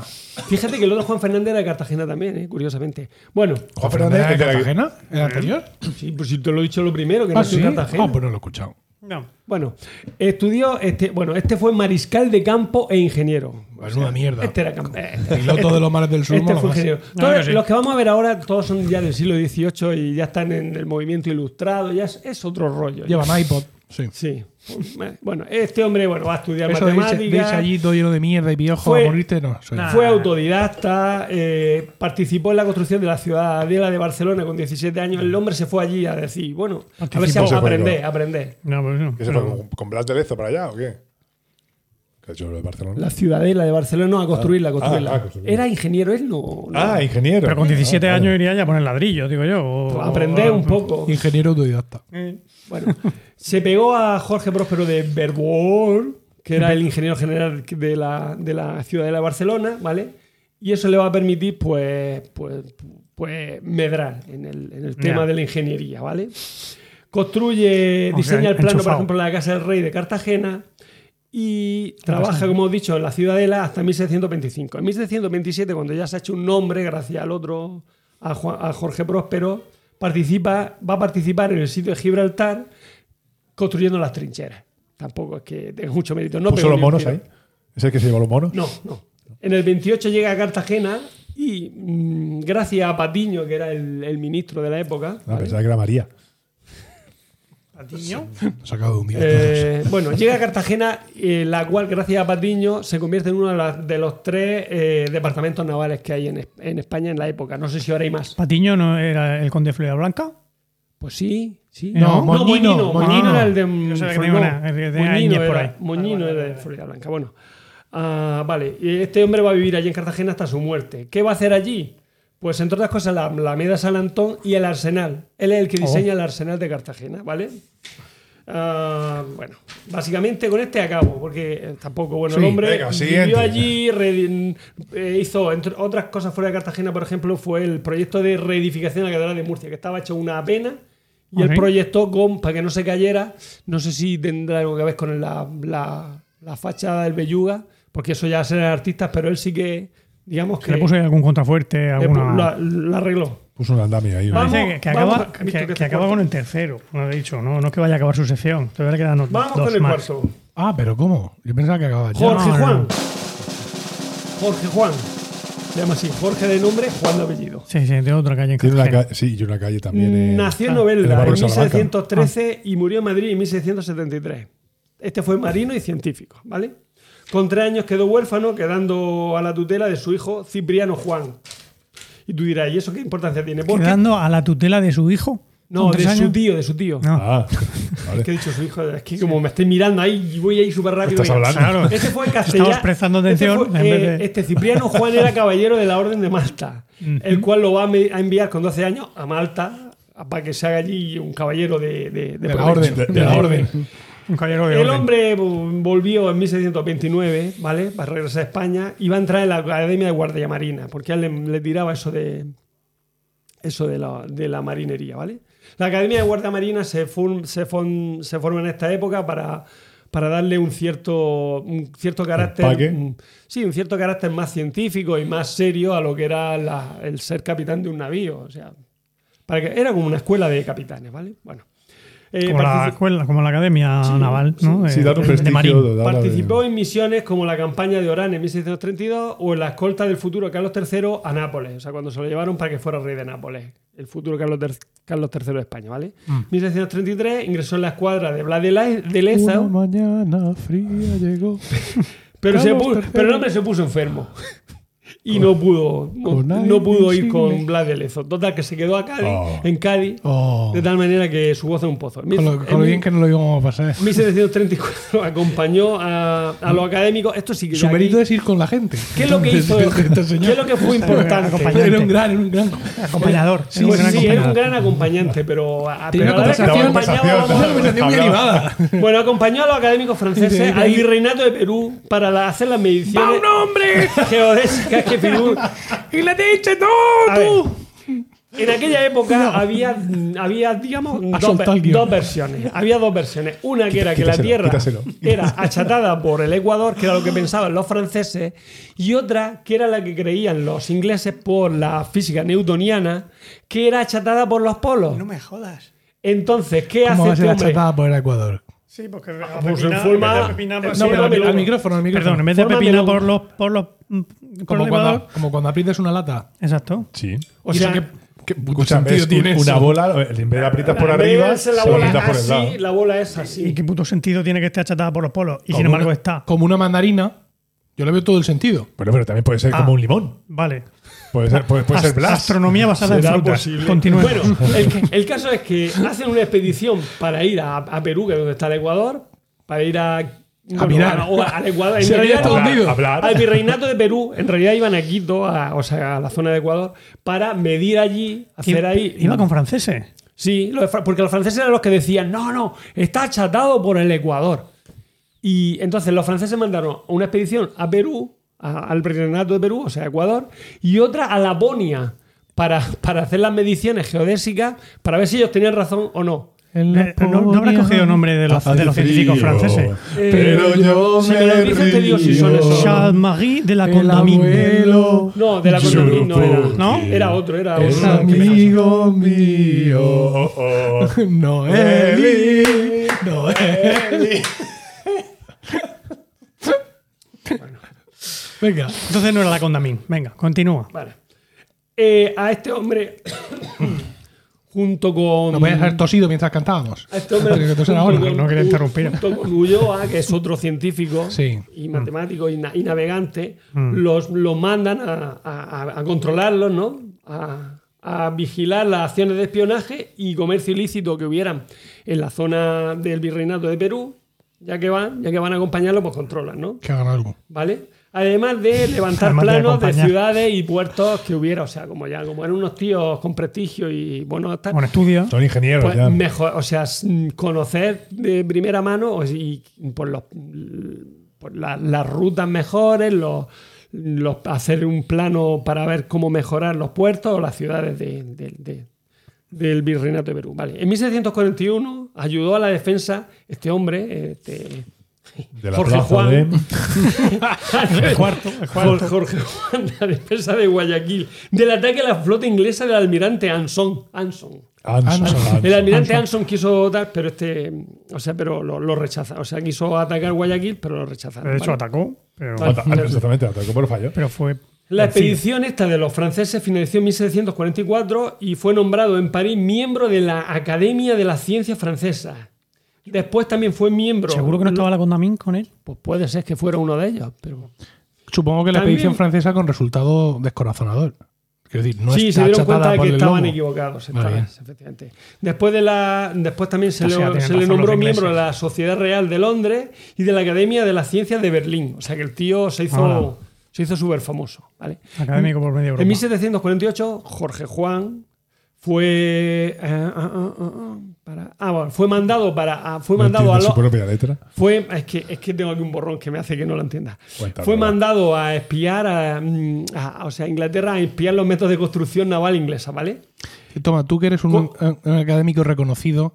Fíjate que el otro Juan Fernández era de Cartagena también, eh, curiosamente. Bueno, Juan Fernández, ¿Era que te la- Cartagena? ¿El anterior? sí, pues si te lo he dicho lo primero, que Ah, nació sí. en Cartagena. Ah, pues no lo he escuchado. No. Bueno, estudió, este, bueno, este fue mariscal de campo e ingeniero. Es Pues una mierda. Este era campo. eh, Piloto de los mares del sur. Este mola fue más. ingeniero. No, Todos no, sí. Los que vamos a ver ahora, todos son ya del siglo XVIII y ya están en el movimiento ilustrado, ya es, es otro rollo. Llevan iPod. Sí. Sí. Bueno, este hombre bueno, va a estudiar Eso de irse, de irse matemáticas. allí todo lleno de mierda y piojo Fue- a morirte, no. Soy- Nah. Fue autodidacta, eh, participó en la construcción de la ciudadela de Barcelona con 17 años. El hombre se fue allí a decir, bueno, a ver si Participó, se fue, aprender, ¿no? aprender. No, pues no. ¿Qué se fue, con, con Blas de Lezo para allá o qué? ¿Qué ha hecho lo de Barcelona? La ciudadela de Barcelona, no, a construirla, a construirla. ah, a construirla. Era ingeniero él, no. no. Ah, ingeniero. Pero con 17 Ah, vale. años iría ya a poner ladrillo, digo yo. o- Pues aprender un poco. Ingeniero autodidacta. Eh, Bueno, se pegó a Jorge Próspero de Verbol, que era el ingeniero general de la, de la ciudadela de Barcelona, ¿vale? Y eso le va a permitir, pues, pues, pues medrar en el, en el tema Ya. de la ingeniería, ¿vale? Construye, O diseña sea, el plano, por enchufado. ejemplo, de la Casa del Rey de Cartagena y trabaja, como he dicho, en la ciudadela hasta 1625. En 1627, cuando ya se ha hecho un nombre, gracias al otro, a, Juan- a Jorge Próspero, participa, va a participar en el sitio de Gibraltar construyendo las trincheras. Tampoco es que tenga mucho mérito. No ¿Puso pegó los ni un monos tiro. ahí? ¿Es el que se llevó los monos? No, no. En el 28 llega a Cartagena y mm, gracias a Patiño, que era el, el ministro de la época, Ah, pensaba que era María. Patiño. Nos ha acabado de humillar a todos. Eh, bueno, llega a Cartagena, eh, la cual, gracias a Patiño, se convierte en uno de, las- de los tres eh, departamentos navales que hay en, es- en España en la época. No sé si ahora hay más. Patiño no era el conde de Florida Blanca. Pues sí, sí. No, Moñino, Moñino. Moñino, Moñino era el de Yo sabía que Froilán. tenía una- que tenía Moñino Íñez por era- ahí. Moñino Vale, vale, era de vale. Florida Blanca. Bueno, Ah, vale. Y Este hombre va a vivir allí en Cartagena hasta su muerte. ¿Qué va a hacer allí? Pues entre otras cosas, la Alameda San Antón y el Arsenal. Él es el que Oh. diseña el Arsenal de Cartagena, ¿vale? Ah, bueno, básicamente con este acabo, porque eh, tampoco, bueno, el Sí, hombre venga, siguiente. vivió allí, re- eh, hizo, entre otras cosas fuera de Cartagena, por ejemplo, fue el proyecto de reedificación de la Catedral de Murcia, que estaba hecho una pena, y Ok. el proyecto con, para que no se cayera, no sé si tendrá algo que ver con la, la- la fachada del Belluga, porque eso ya serán artistas, pero él sí que, digamos Que que le puso algún contrafuerte, le pu- la, alguna. la arregló. Puso un andamio ahí. ¿no? Vamos. Dice que, que vamos, acaba, Víctor, que, que te que acaba corto. con el tercero, no he dicho, no, no es que vaya a acabar su sección. Todavía le quedan Vamos dos con el más. cuarto. Ah, pero ¿cómo? Yo pensaba que acababa ya. Jorge No, no. Juan. Jorge Juan. Se llama así. Jorge de nombre, Juan de apellido. Sí, sí, de otra calle en Tiene una Cartagena. ca- sí, y una calle también. en- Ah, Nació en en el Novelda barrio en de Salamanca. 1613 y murió en Madrid en 1673. Este fue marino y científico, ¿vale? Con tres años quedó huérfano, quedando a la tutela de su hijo Cipriano Juan. Y tú dirás, ¿y eso qué importancia tiene? Porque- Quedando a la tutela de su hijo. No, con de tres su años. tío, de su tío. No. Ah, vale. Es que he dicho su hijo, es que como me estoy mirando ahí y voy ahí súper rápido. Estás venga. hablando. Claro. Este fue castellano. Estamos prestando atención Este, fue, en vez eh, de- este Cipriano Juan era caballero de la Orden de Malta, el cual lo va a me- a enviar con 12 años a Malta a- para que se haga allí un caballero de, de, de De la provecho. orden. De- de la orden. Un caballero de El orden. hombre vol- volvió en 1629, ¿vale? Para regresar a España. Iba a entrar en la Academia de Guardia Marina, porque a él le, le tiraba eso de eso de la, de la marinería, ¿vale? La Academia de Guardia Marina se, form- se, form- se forma en esta época para, para darle un cierto, un cierto Empaque. carácter. mm, Sí, un cierto carácter más científico y más serio a lo que era la- el ser capitán de un navío. O sea, para que, era como una escuela de capitanes, ¿vale? Bueno. Eh, Como la partici- escuela, como la academia naval, ¿no? De- Sí, dar un de- de marín. prestigio. dar- Participó en misiones como la campaña de Orán en 1632 o en la escolta del futuro Carlos III a Nápoles, o sea, cuando se lo llevaron para que fuera rey de Nápoles, el futuro Carlos, ter- Carlos III de España, ¿vale? Mm. 1633 ingresó en la escuadra de Blas de, La- de Leza, Una mañana fría llegó. pero, se Carlos pu- III. pero el hombre se puso enfermo. Y no pudo, no, con aire no pudo ir insigne. con Blas de Lezo. Total, que se quedó a Cádiz, Oh. en Cádiz, Oh. de tal manera que su voz es un pozo. En Con lo, mil- con lo en bien que no lo íbamos a pasar. 1734 acompañó a, a los académicos. Esto sí que Su ya aquí- mérito es ir con la gente. ¿Qué es lo que hizo? Este señor. ¿Qué es lo que fue importante? acompañante. Era un gran, era un gran. Acompañador. Sí, era un Pues gran sí, era un acompañador. gran acompañante, pero, a- Tenía pero a la vez que conversación, acompañaba a los- Una conversación muy derivada. Bueno, acompañó a los académicos franceses al virreinato de Perú para la- hacer las mediciones hombre! geodésicas que figuran. ¡Y le dice no, A ver, En aquella época había, había, digamos, dos, soltado el ver- guión. dos versiones. Había dos versiones. Una que era que la quítaselo, Tierra quítaselo. era achatada por el Ecuador, que era lo que pensaban los franceses, y otra que era la que creían los ingleses por la física newtoniana, que era achatada por los polos. No me jodas. Entonces, ¿qué ¿Cómo hace va a ser este hombre? achatada por el Ecuador? Sí, porque pues en forma- pues No, Sí, pero al, dámelo. al micrófono, al micrófono. Perdón, en vez de Fórmamelo. pepina por los por los por como el cuando, Ecuador. como cuando aprietas una lata. Exacto. Sí. O sea, ¿Qué puto Escúchame, es un- una bola, en vez de aprietas por en vez de arriba, hacer se la la bola aprietas por el así, lado. la bola es ¿Y así. qué puto sentido tiene que esté achatada por los polos? Y Como sin embargo una- está. Como una mandarina, yo le veo todo el sentido. Bueno, pero también puede ser Ah. como un limón. Vale. Puede ser, puede, puede ser Ast- Pues Blas. Astronomía basada en ¿Será frutas. posible? Continúe. Bueno, el, que- el caso es que hacen una expedición para ir a, a Perú, que es donde está el Ecuador, para ir a. bueno, mirar. o a- al Ecuador. En Se había realidad, todo no, hundido. Hablar. al virreinato de Perú, en realidad iban a Quito, a- o sea, a la zona de Ecuador, para medir allí, hacer ahí. Iba con franceses. Sí, los fran- porque los franceses eran los que decían, no, no, está achatado por el Ecuador. Y entonces los franceses mandaron una expedición a Perú, a- al Virreinato de Perú, o sea, a Ecuador, y otra a Laponia para, para hacer las mediciones geodésicas, para ver si ellos tenían razón o no. en Eh, no, no habrás cogido nombre de los, de los científicos franceses. Pero yo si me eh. me lo dices, te digo si son río. esos. Charles Marie de la Condamine. abuelo No, de la Yo Condamine no era. ¿No? Era otro, era es otro. Esa- amigo mío. Oh, oh. Noeli Noeli Venga Entonces no era la Condamine. Venga, continúa. Vale. Eh, a este hombre, junto con. No pues podías haber tosido mientras cantábamos a este hombre, Tiene que toser junto ahora con- no quería interrumpir. Junto con Ulloa, ah, que es otro científico Sí. y matemático y, na- y navegante, Mm. los, los mandan a, a- a- a controlarlos, ¿no? A, a vigilar las acciones de espionaje y comercio ilícito que hubieran en la zona del virreinato de Perú. Ya que van, ya que van a acompañarlo, pues controlan, ¿no? Que hagan algo ¿Vale? Además de levantar Además de planos de acompañar. ciudades y puertos que hubiera, o sea, como ya, como eran unos tíos con prestigio y bueno, tal, Bueno, estudia. Son ingenieros pues ya. mejor, o sea, s- conocer de primera mano o si- y por los por la- las rutas mejores, los, los- hacer un plano para ver cómo mejorar los puertos o las ciudades de- de- de- del virreinato de Perú. Vale. En 1641 ayudó a la defensa este hombre, este, De la Jorge plaza Juan. de- el cuarto, Jorge, Juan, la defensa de Guayaquil, del ataque a la flota inglesa del almirante Anson. Anson. Anson, Anson. El almirante Anson quiso dar, pero este, o sea, pero lo, lo rechaza. O sea, quiso atacar Guayaquil, pero lo rechazaron. De hecho, ¿vale? atacó, pero, Ata- ah, Exactamente, atacó por fallo. pero fue. La vencido. expedición esta de los franceses finalizó en 1744 y fue nombrado en París miembro de la Academia de las Ciencias Francesas. Después también fue miembro. ¿Seguro que no estaba la Condamine con él? Pues puede ser que fuera uno de ellos, pero. Supongo que la También- expedición francesa con resultado descorazonador Quiero decir, no sí, está se dieron achatada cuenta de por que el estaban lomo. equivocados. Muy estaban, bien. efectivamente. Después, de la, después también se, O sea, le- tienen se le razón nombró los ingleses. miembro de la Sociedad Real de Londres y de la Academia de las Ciencias de Berlín. O sea que el tío se Hola. hizo se hizo súper famoso. ¿vale? Académico por medio de En Europa. 1748, Jorge Juan fue. eh, ah, ah, ah, ah, para- ah, bueno, fue mandado para. ah, fue No mandado a entiendo lo- su propia letra. fue, es que, es que tengo aquí un borrón que me hace que no lo entienda. Cuéntalo. Fue mandado a espiar a, mm, a- o sea, a Inglaterra a espiar los métodos de construcción naval inglesa, ¿vale? Toma, tú que eres un, Cu- un- un académico reconocido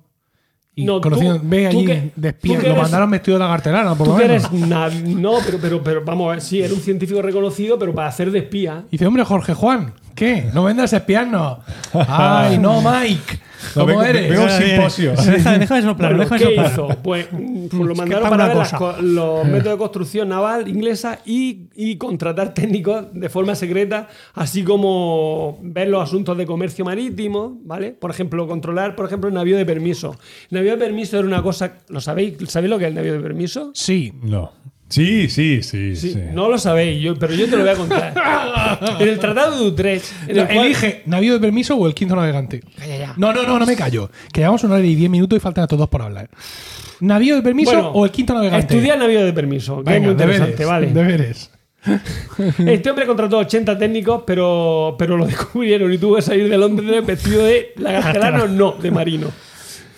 y No, tú- conocido, ve tú allí que- de espía. tú que Lo eres- mandaron vestido de la cartelana, por Tú lo que menos. eres nav- no, pero, pero, pero vamos a ver, sí, era un científico reconocido, pero para hacer de espía. Y dice, hombre, Jorge Juan, ¿qué? ¿No vendrás a espiarnos? ¡Ay, no, Mike! No, ¿Cómo vengo- eres? vengo- Ya, un ya, ya. simposio. Deja, deja de soplar, Bueno, deja de ¿Qué soplar. hizo? Pues mm, pues lo que mandaron para para una ver las cosa. co- los métodos de construcción naval inglesa y, y contratar técnicos de forma secreta, así como ver los asuntos de comercio marítimo, ¿vale? Por ejemplo, controlar, por ejemplo, el navío de permiso. El navío de permiso era una cosa, ¿lo sabéis? ¿Sabéis lo que es el navío de permiso? Sí. No. Sí, sí, sí. Sí, sí. No lo sabéis, yo, pero yo te lo voy a contar. en el Tratado de Utrecht, en el cual- Elige, ¿navío de permiso o el quinto navegante? Calla ya. No, no, no, no me callo. Que llevamos una hora y diez minutos y faltan a todos por hablar. ¿Navío de permiso Bueno, o el quinto navegante? Estudia el navío de permiso, que es muy Venga, interesante, deberes, vale. deberes. Este hombre contrató 80 técnicos, pero, pero lo descubrieron y tuvo que salir de Londres vestido de Ah, lagartelano, no, de marino.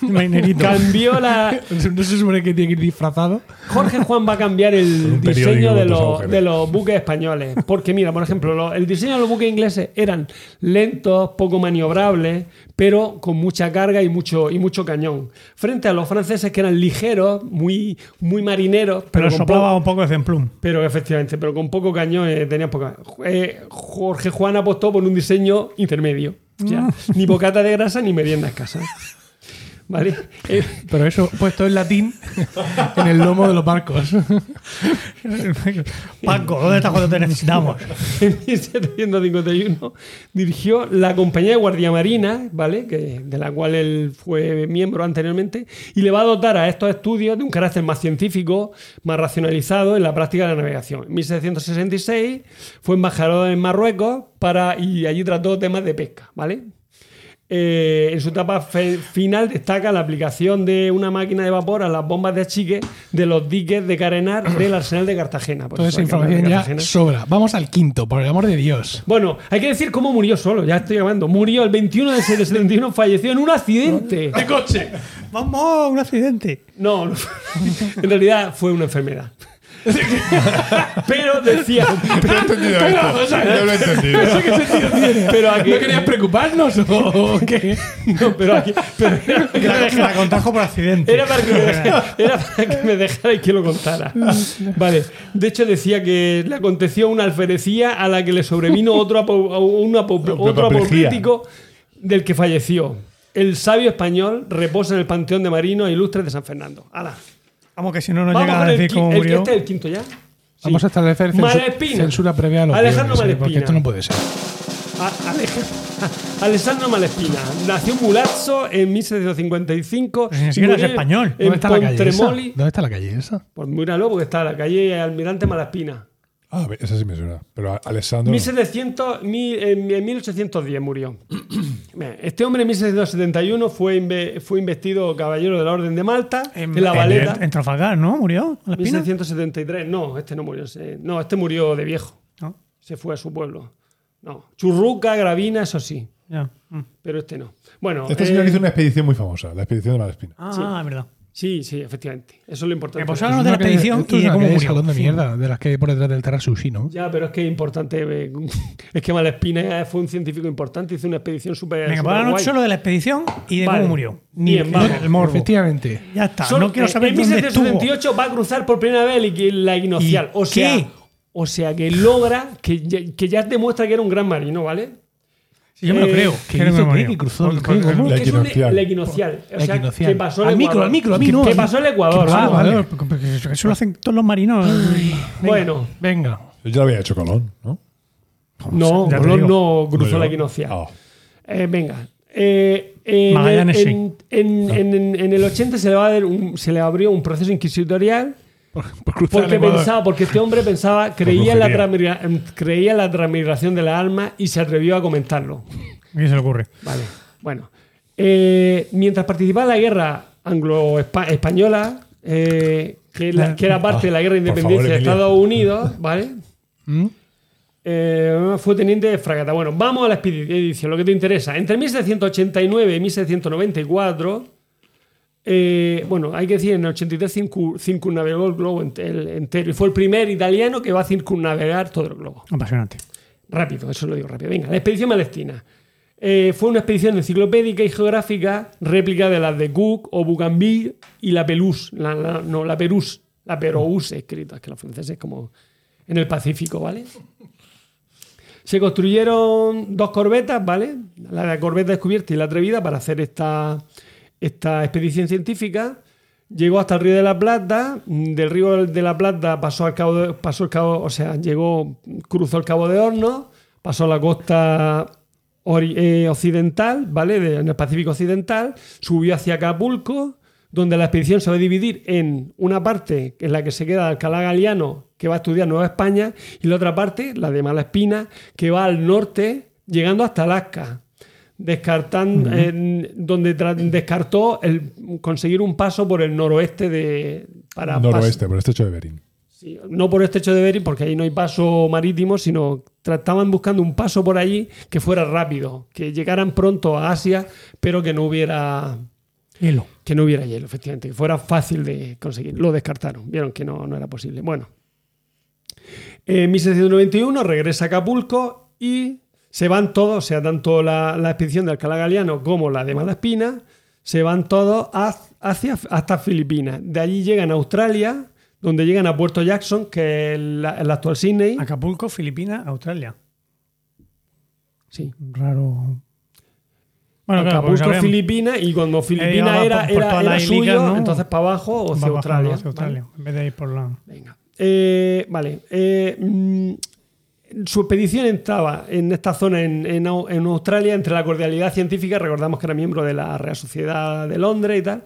Marinerito. Cambió la. No se supone que tiene que ir disfrazado. Jorge Juan va a cambiar el un periódico diseño de con dos los, agujeros. de los buques españoles. Porque, mira, por ejemplo, lo- el diseño de los buques ingleses eran lentos, poco maniobrables, pero con mucha carga y mucho, y mucho cañón. Frente a los franceses que eran ligeros, muy, muy marineros, pero, Pero con soplaba poco- un poco de Zemplum. Pero efectivamente, pero con poco cañón eh, tenían poca. Eh, Jorge Juan apostó por un diseño intermedio. Ya. Ni bocata de grasa ni merienda escasa. ¿Vale? Eh, Pero eso puesto en latín en el lomo de los barcos. Paco, ¿dónde estás cuando te necesitamos? en 1751 dirigió la compañía de guardia marina, ¿vale? Que, de la cual él fue miembro anteriormente, y le va a dotar a estos estudios de un carácter más científico, más racionalizado en la práctica de la navegación. En 1766 fue embajador en Marruecos para, y allí trató temas de pesca, ¿vale? Eh, en su etapa fe- final destaca la aplicación de una máquina de vapor a las bombas de achique de los diques de carenar del arsenal de Cartagena. Por Toda esa eso hay que hablar de información ya Cartagena. sobra. Vamos al quinto, por el amor de Dios. Bueno, hay que decir cómo murió solo, ya estoy llamando. Murió el 21 de septiembre del 71, falleció en un accidente. ¡Vamos! ¡Un accidente! No, no. en realidad fue una enfermedad. Pero decía. No he entendido Pero, o esto. sea, No lo he entendido. ¿Qué sentido tiene? Pero aquí- ¿No querías preocuparnos o qué? No, pero aquí. pero era, Que La, la contrajo por accidente. era para que me dejara, era para que me dejara y que lo contara. Vale. De hecho, decía que le aconteció una alferecía a la que le sobrevino otro, apo- a un apo- otro apoplejía. apoplético del que falleció. El sabio español reposa en el panteón de marinos ilustres de San Fernando. ¡Hala! Vamos, que si no nos Vamos llega con a el, decir qui- cómo el- murió. Este es el quinto ya. Vamos a establecer censu- Malespina. censura previa a los Alejandro guiones, ¿eh? Porque Malespina. esto no puede ser. A- Alej- Alessandro Malespina nació en Mulazzo en 1755. Pero si ni siquiera murió es español. En ¿Dónde está la calle esa? Pontremoli. ¿Dónde está la calle esa? Pues míralo, porque está la calle Almirante Malaspina. Ah, a ver, esa sí me suena. Pero a- Alessandro. no. 1700, mil- eh, en en 1810 murió. Bien, Este hombre en 1771 fue, inve- fue investido caballero de la Orden de Malta en, la Valeta. En, en Trafalgar, ¿no? Murió. a la espina. 1773. No, este no murió. se- No, este murió de viejo. No, Se fue a su pueblo. No. Churruca, Gravina, eso sí. ya. Mm. Pero este no. Bueno. Este eh, señor hizo una expedición muy famosa, la expedición de Malespina. Ah, Sí. es verdad. Sí, sí, efectivamente. Eso es lo importante. Reposaron de Una la calle- expedición esto y es de una cómo calle de murió. salón de Sí. mierda, de las que hay por detrás del Terra Sushi, ¿no? Ya, pero es que es importante. eh, Es que Malespina fue un científico importante, hizo una expedición Venga, súper. súper pues ahora no guay. solo de la expedición y de Vale. cómo murió. Ni Bien, el- vamos. el morbo. Efectivamente. Ya está, Solo- no quiero eh, saber en dónde estuvo. 1778 va a cruzar por primera vez la- la ¿Y Equinoccial. O sea, qué? o sea que logra, que ya, que ya demuestra que era un gran marino, ¿ale? Sí, yo me lo Eh, creo. ¿qué creo dice me lo qué? creo. ¿Que cruzó el Porque- porque- qué? ¿Cómo? La Que es un- Equinoccial. La Equinoccial. O sea, Equinoccial. que pasó el Al micro, Ecuador. al micro, a mí no. Que pasó el Ecuador. Ah, Ah, ¿no? vale. vale, porque- porque Eso lo hacen todos los marinos. Bueno, Venga. Yo ya lo había hecho Colón, ¿no? no, Ya te Colón digo. no cruzó Bueno, la Equinoccial. ah, Eh, venga. Eh, en, Magallanes sí. en, en- Ah. en- en- en el 80 se le, va a dar un- se le abrió un proceso inquisitorial pues porque pensaba, porque este hombre pensaba, creía en la, brujería. transmigra- em, creía en la transmigración de la alma y se atrevió a comentarlo. ¿Qué se le ocurre? Vale, bueno. Eh, mientras participaba en la guerra anglo-española, eh, que, la- que era parte de la guerra de Ah, por favor, independencia de Emilio. ¿Mm? Estados Unidos, ¿vale? Eh, fue teniente de fragata. Bueno, vamos a la expedición, lo que te interesa. Entre 1789 y 1794, eh, bueno, hay que decir, en el 83 circu- circunnavegó el globo ent- el- entero. Y fue el primer italiano que va a circunnavegar todo el globo. Apasionante. Rápido, eso lo digo rápido. Venga, la expedición palestina. Eh, fue una expedición enciclopédica y geográfica, réplica de las de Cook o Bougainville y la Pelús. La, la- no, la Perús. La Peroús escrita, que los franceses es como en el Pacífico, ¿vale? Se construyeron dos corbetas, ¿vale? La, la corbeta descubierta y la atrevida para hacer esta, esta expedición científica. Llegó hasta el río de la Plata, mm, del río de la Plata pasó al cabo, de- pasó el cabo, o sea, llegó, cruzó el cabo de Hornos, pasó la costa ori- eh, occidental, ¿vale? De- en el Pacífico occidental, subió hacia Acapulco, donde la expedición se va a dividir en una parte en la que se queda Alcalá Galiano, que va a estudiar Nueva España, y la otra parte, la de Malaspina, que va al norte, llegando hasta Alaska, descartan, en- donde tra- descartó el, conseguir un paso por el noroeste de... Para pas- Noroeste, por este hecho de Bering. Sí, no por este hecho de Bering, porque ahí no hay paso marítimo, sino trataban buscando un paso por allí que fuera rápido, que llegaran pronto a Asia, pero que no hubiera Hilo. que no hubiera hielo, efectivamente, que fuera fácil de conseguir. Lo descartaron, vieron que no, no era posible. Bueno, en 1791 regresa a Acapulco y se van todos, o sea, tanto la, la expedición de Alcalá Galiano como la de Malaspina, se van todos haz- hacia, hasta Filipinas. De allí llegan a Australia, donde llegan a Puerto Jackson, que es la- el actual Sydney. Acapulco, Filipinas, Australia. Sí. Raro. Bueno, claro, porque Acapulco, sabrían- Filipinas, y cuando Filipinas va por- era, por era, toda la era islica, suyo, ¿no? entonces para abajo o va hacia bajando Australia. hacia Australia, En vez de ir por la. Venga. Eh, vale. Eh, mm, su expedición entraba en esta zona en, en Au- en Australia entre la cordialidad científica, recordamos que era miembro de la Real Sociedad de Londres y tal,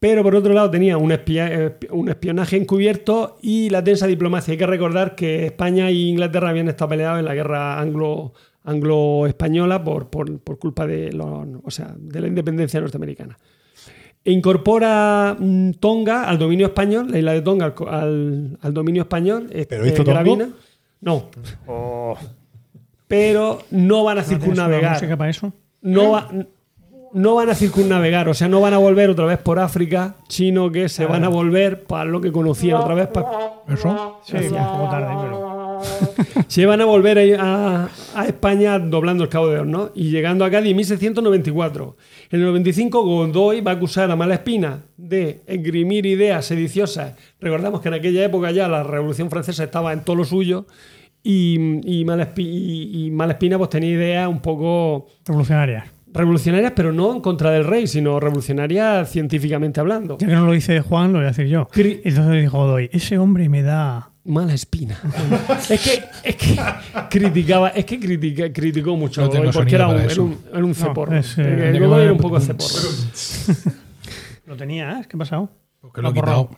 pero por otro lado tenía un, espia- eh, un espionaje encubierto y la tensa diplomacia. Hay que recordar que España e Inglaterra habían estado peleados en la guerra anglo anglo-española por, por- por culpa de, los- o sea, de la independencia norteamericana. E incorpora mm, Tonga al dominio español, la isla de Tonga al, co- al- al dominio español. ¿Pero este, hizo Tongo? Gravina. No. Pero no van a ¿Tienes una circunnavegar. música para eso? No va- no van a circunnavegar, o sea, no van a volver otra vez por África, chino que se van a volver para lo que conocían otra vez. pa- Eso. Sí, Gracias. un poco tarde, pero. se van a volver a, a- a España doblando el Cabo de Hornos y llegando a Cádiz en 1694. En el 95 Godoy va a acusar a Malaspina de esgrimir ideas sediciosas. Recordamos que en aquella época ya la Revolución Francesa estaba en todo lo suyo y, y, Malespi- y- y Malaspina pues tenía ideas un poco Revolucionaria. revolucionarias, pero no en contra del rey, sino revolucionarias científicamente hablando. Ya que no lo dice Juan, lo voy a decir yo. Cri- Entonces dijo Godoy, ese hombre me da. Mala espina. es que, es que criticaba, es que critica- criticó mucho No a Godoy tengo porque era sonido un, para era eso. un, era un ceporro. es, eh, Eh, tenía que Godoy poner era un un- poco ceporro. Lo tenías, ¿qué ha pasado? Porque lo he No, por quitado.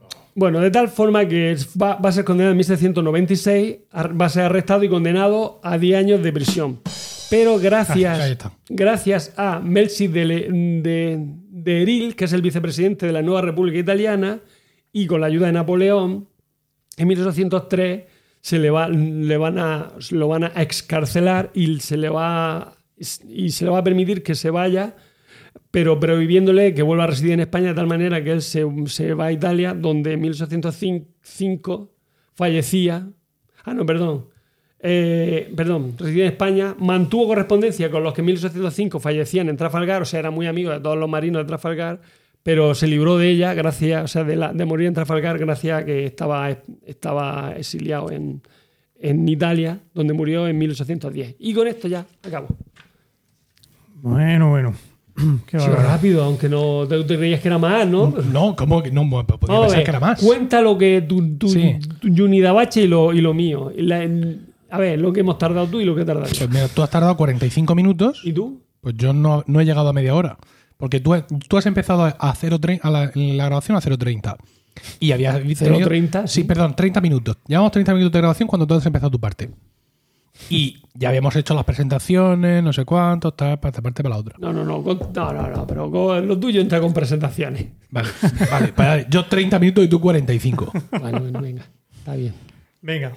no. Bueno, de tal forma que es- va, va a ser condenado en 1796, ar- va a ser arrestado y condenado a 10 años de prisión. Pero Ah, ahí gracias, está. gracias a Melzi de, Le- de- de Eril, que es el vicepresidente de la nueva República Italiana, y con la ayuda de Napoleón, en 1803 se le va, le van a, lo van a excarcelar y se le va y se le va a permitir que se vaya pero prohibiéndole que vuelva a residir en España de tal manera que él se, se va a Italia, donde en 1805 fallecía. Ah, no, perdón. Eh, perdón, residía en España, mantuvo correspondencia con los que en 1805 fallecían en Trafalgar, o sea, era muy amigo de todos los marinos de Trafalgar, pero se libró de ella, gracias, o sea, de, la- de morir en Trafalgar, gracias a que estaba, estaba exiliado en, en Italia, donde murió en 1810. Y con esto ya acabo. Bueno, bueno. Qué Sí, bárbaro. Mm, rápido, aunque no te, te creías que era más, ¿no? No, ¿cómo que no? Bueno, Podía Vamos pensar a ver, que era más. Cuenta lo que tu, tu, Sí. tu Yunidabache y lo, y lo mío. Y la- el- a ver, lo que hemos tardado tú y lo que he tardado yo. Pues mira, tú has tardado 45 minutos, ¿Y tú? pues yo no, no he llegado a media hora. Porque tú, tú has empezado a 0, a la, la grabación a 0.30. Y habías tenido- 0.30, Sí, sí. perdón, 30 minutos. Llevamos 30 minutos de grabación cuando tú has empezado tu parte. Y ya habíamos hecho las presentaciones, no sé cuántos, tal, para esta parte, para la otra. No, no, no. con- no, no, no, pero con- lo tuyo entra con presentaciones. Vale, vale, pues dale, yo 30 minutos y tú 45. Bueno, bueno, venga. Está bien. Venga.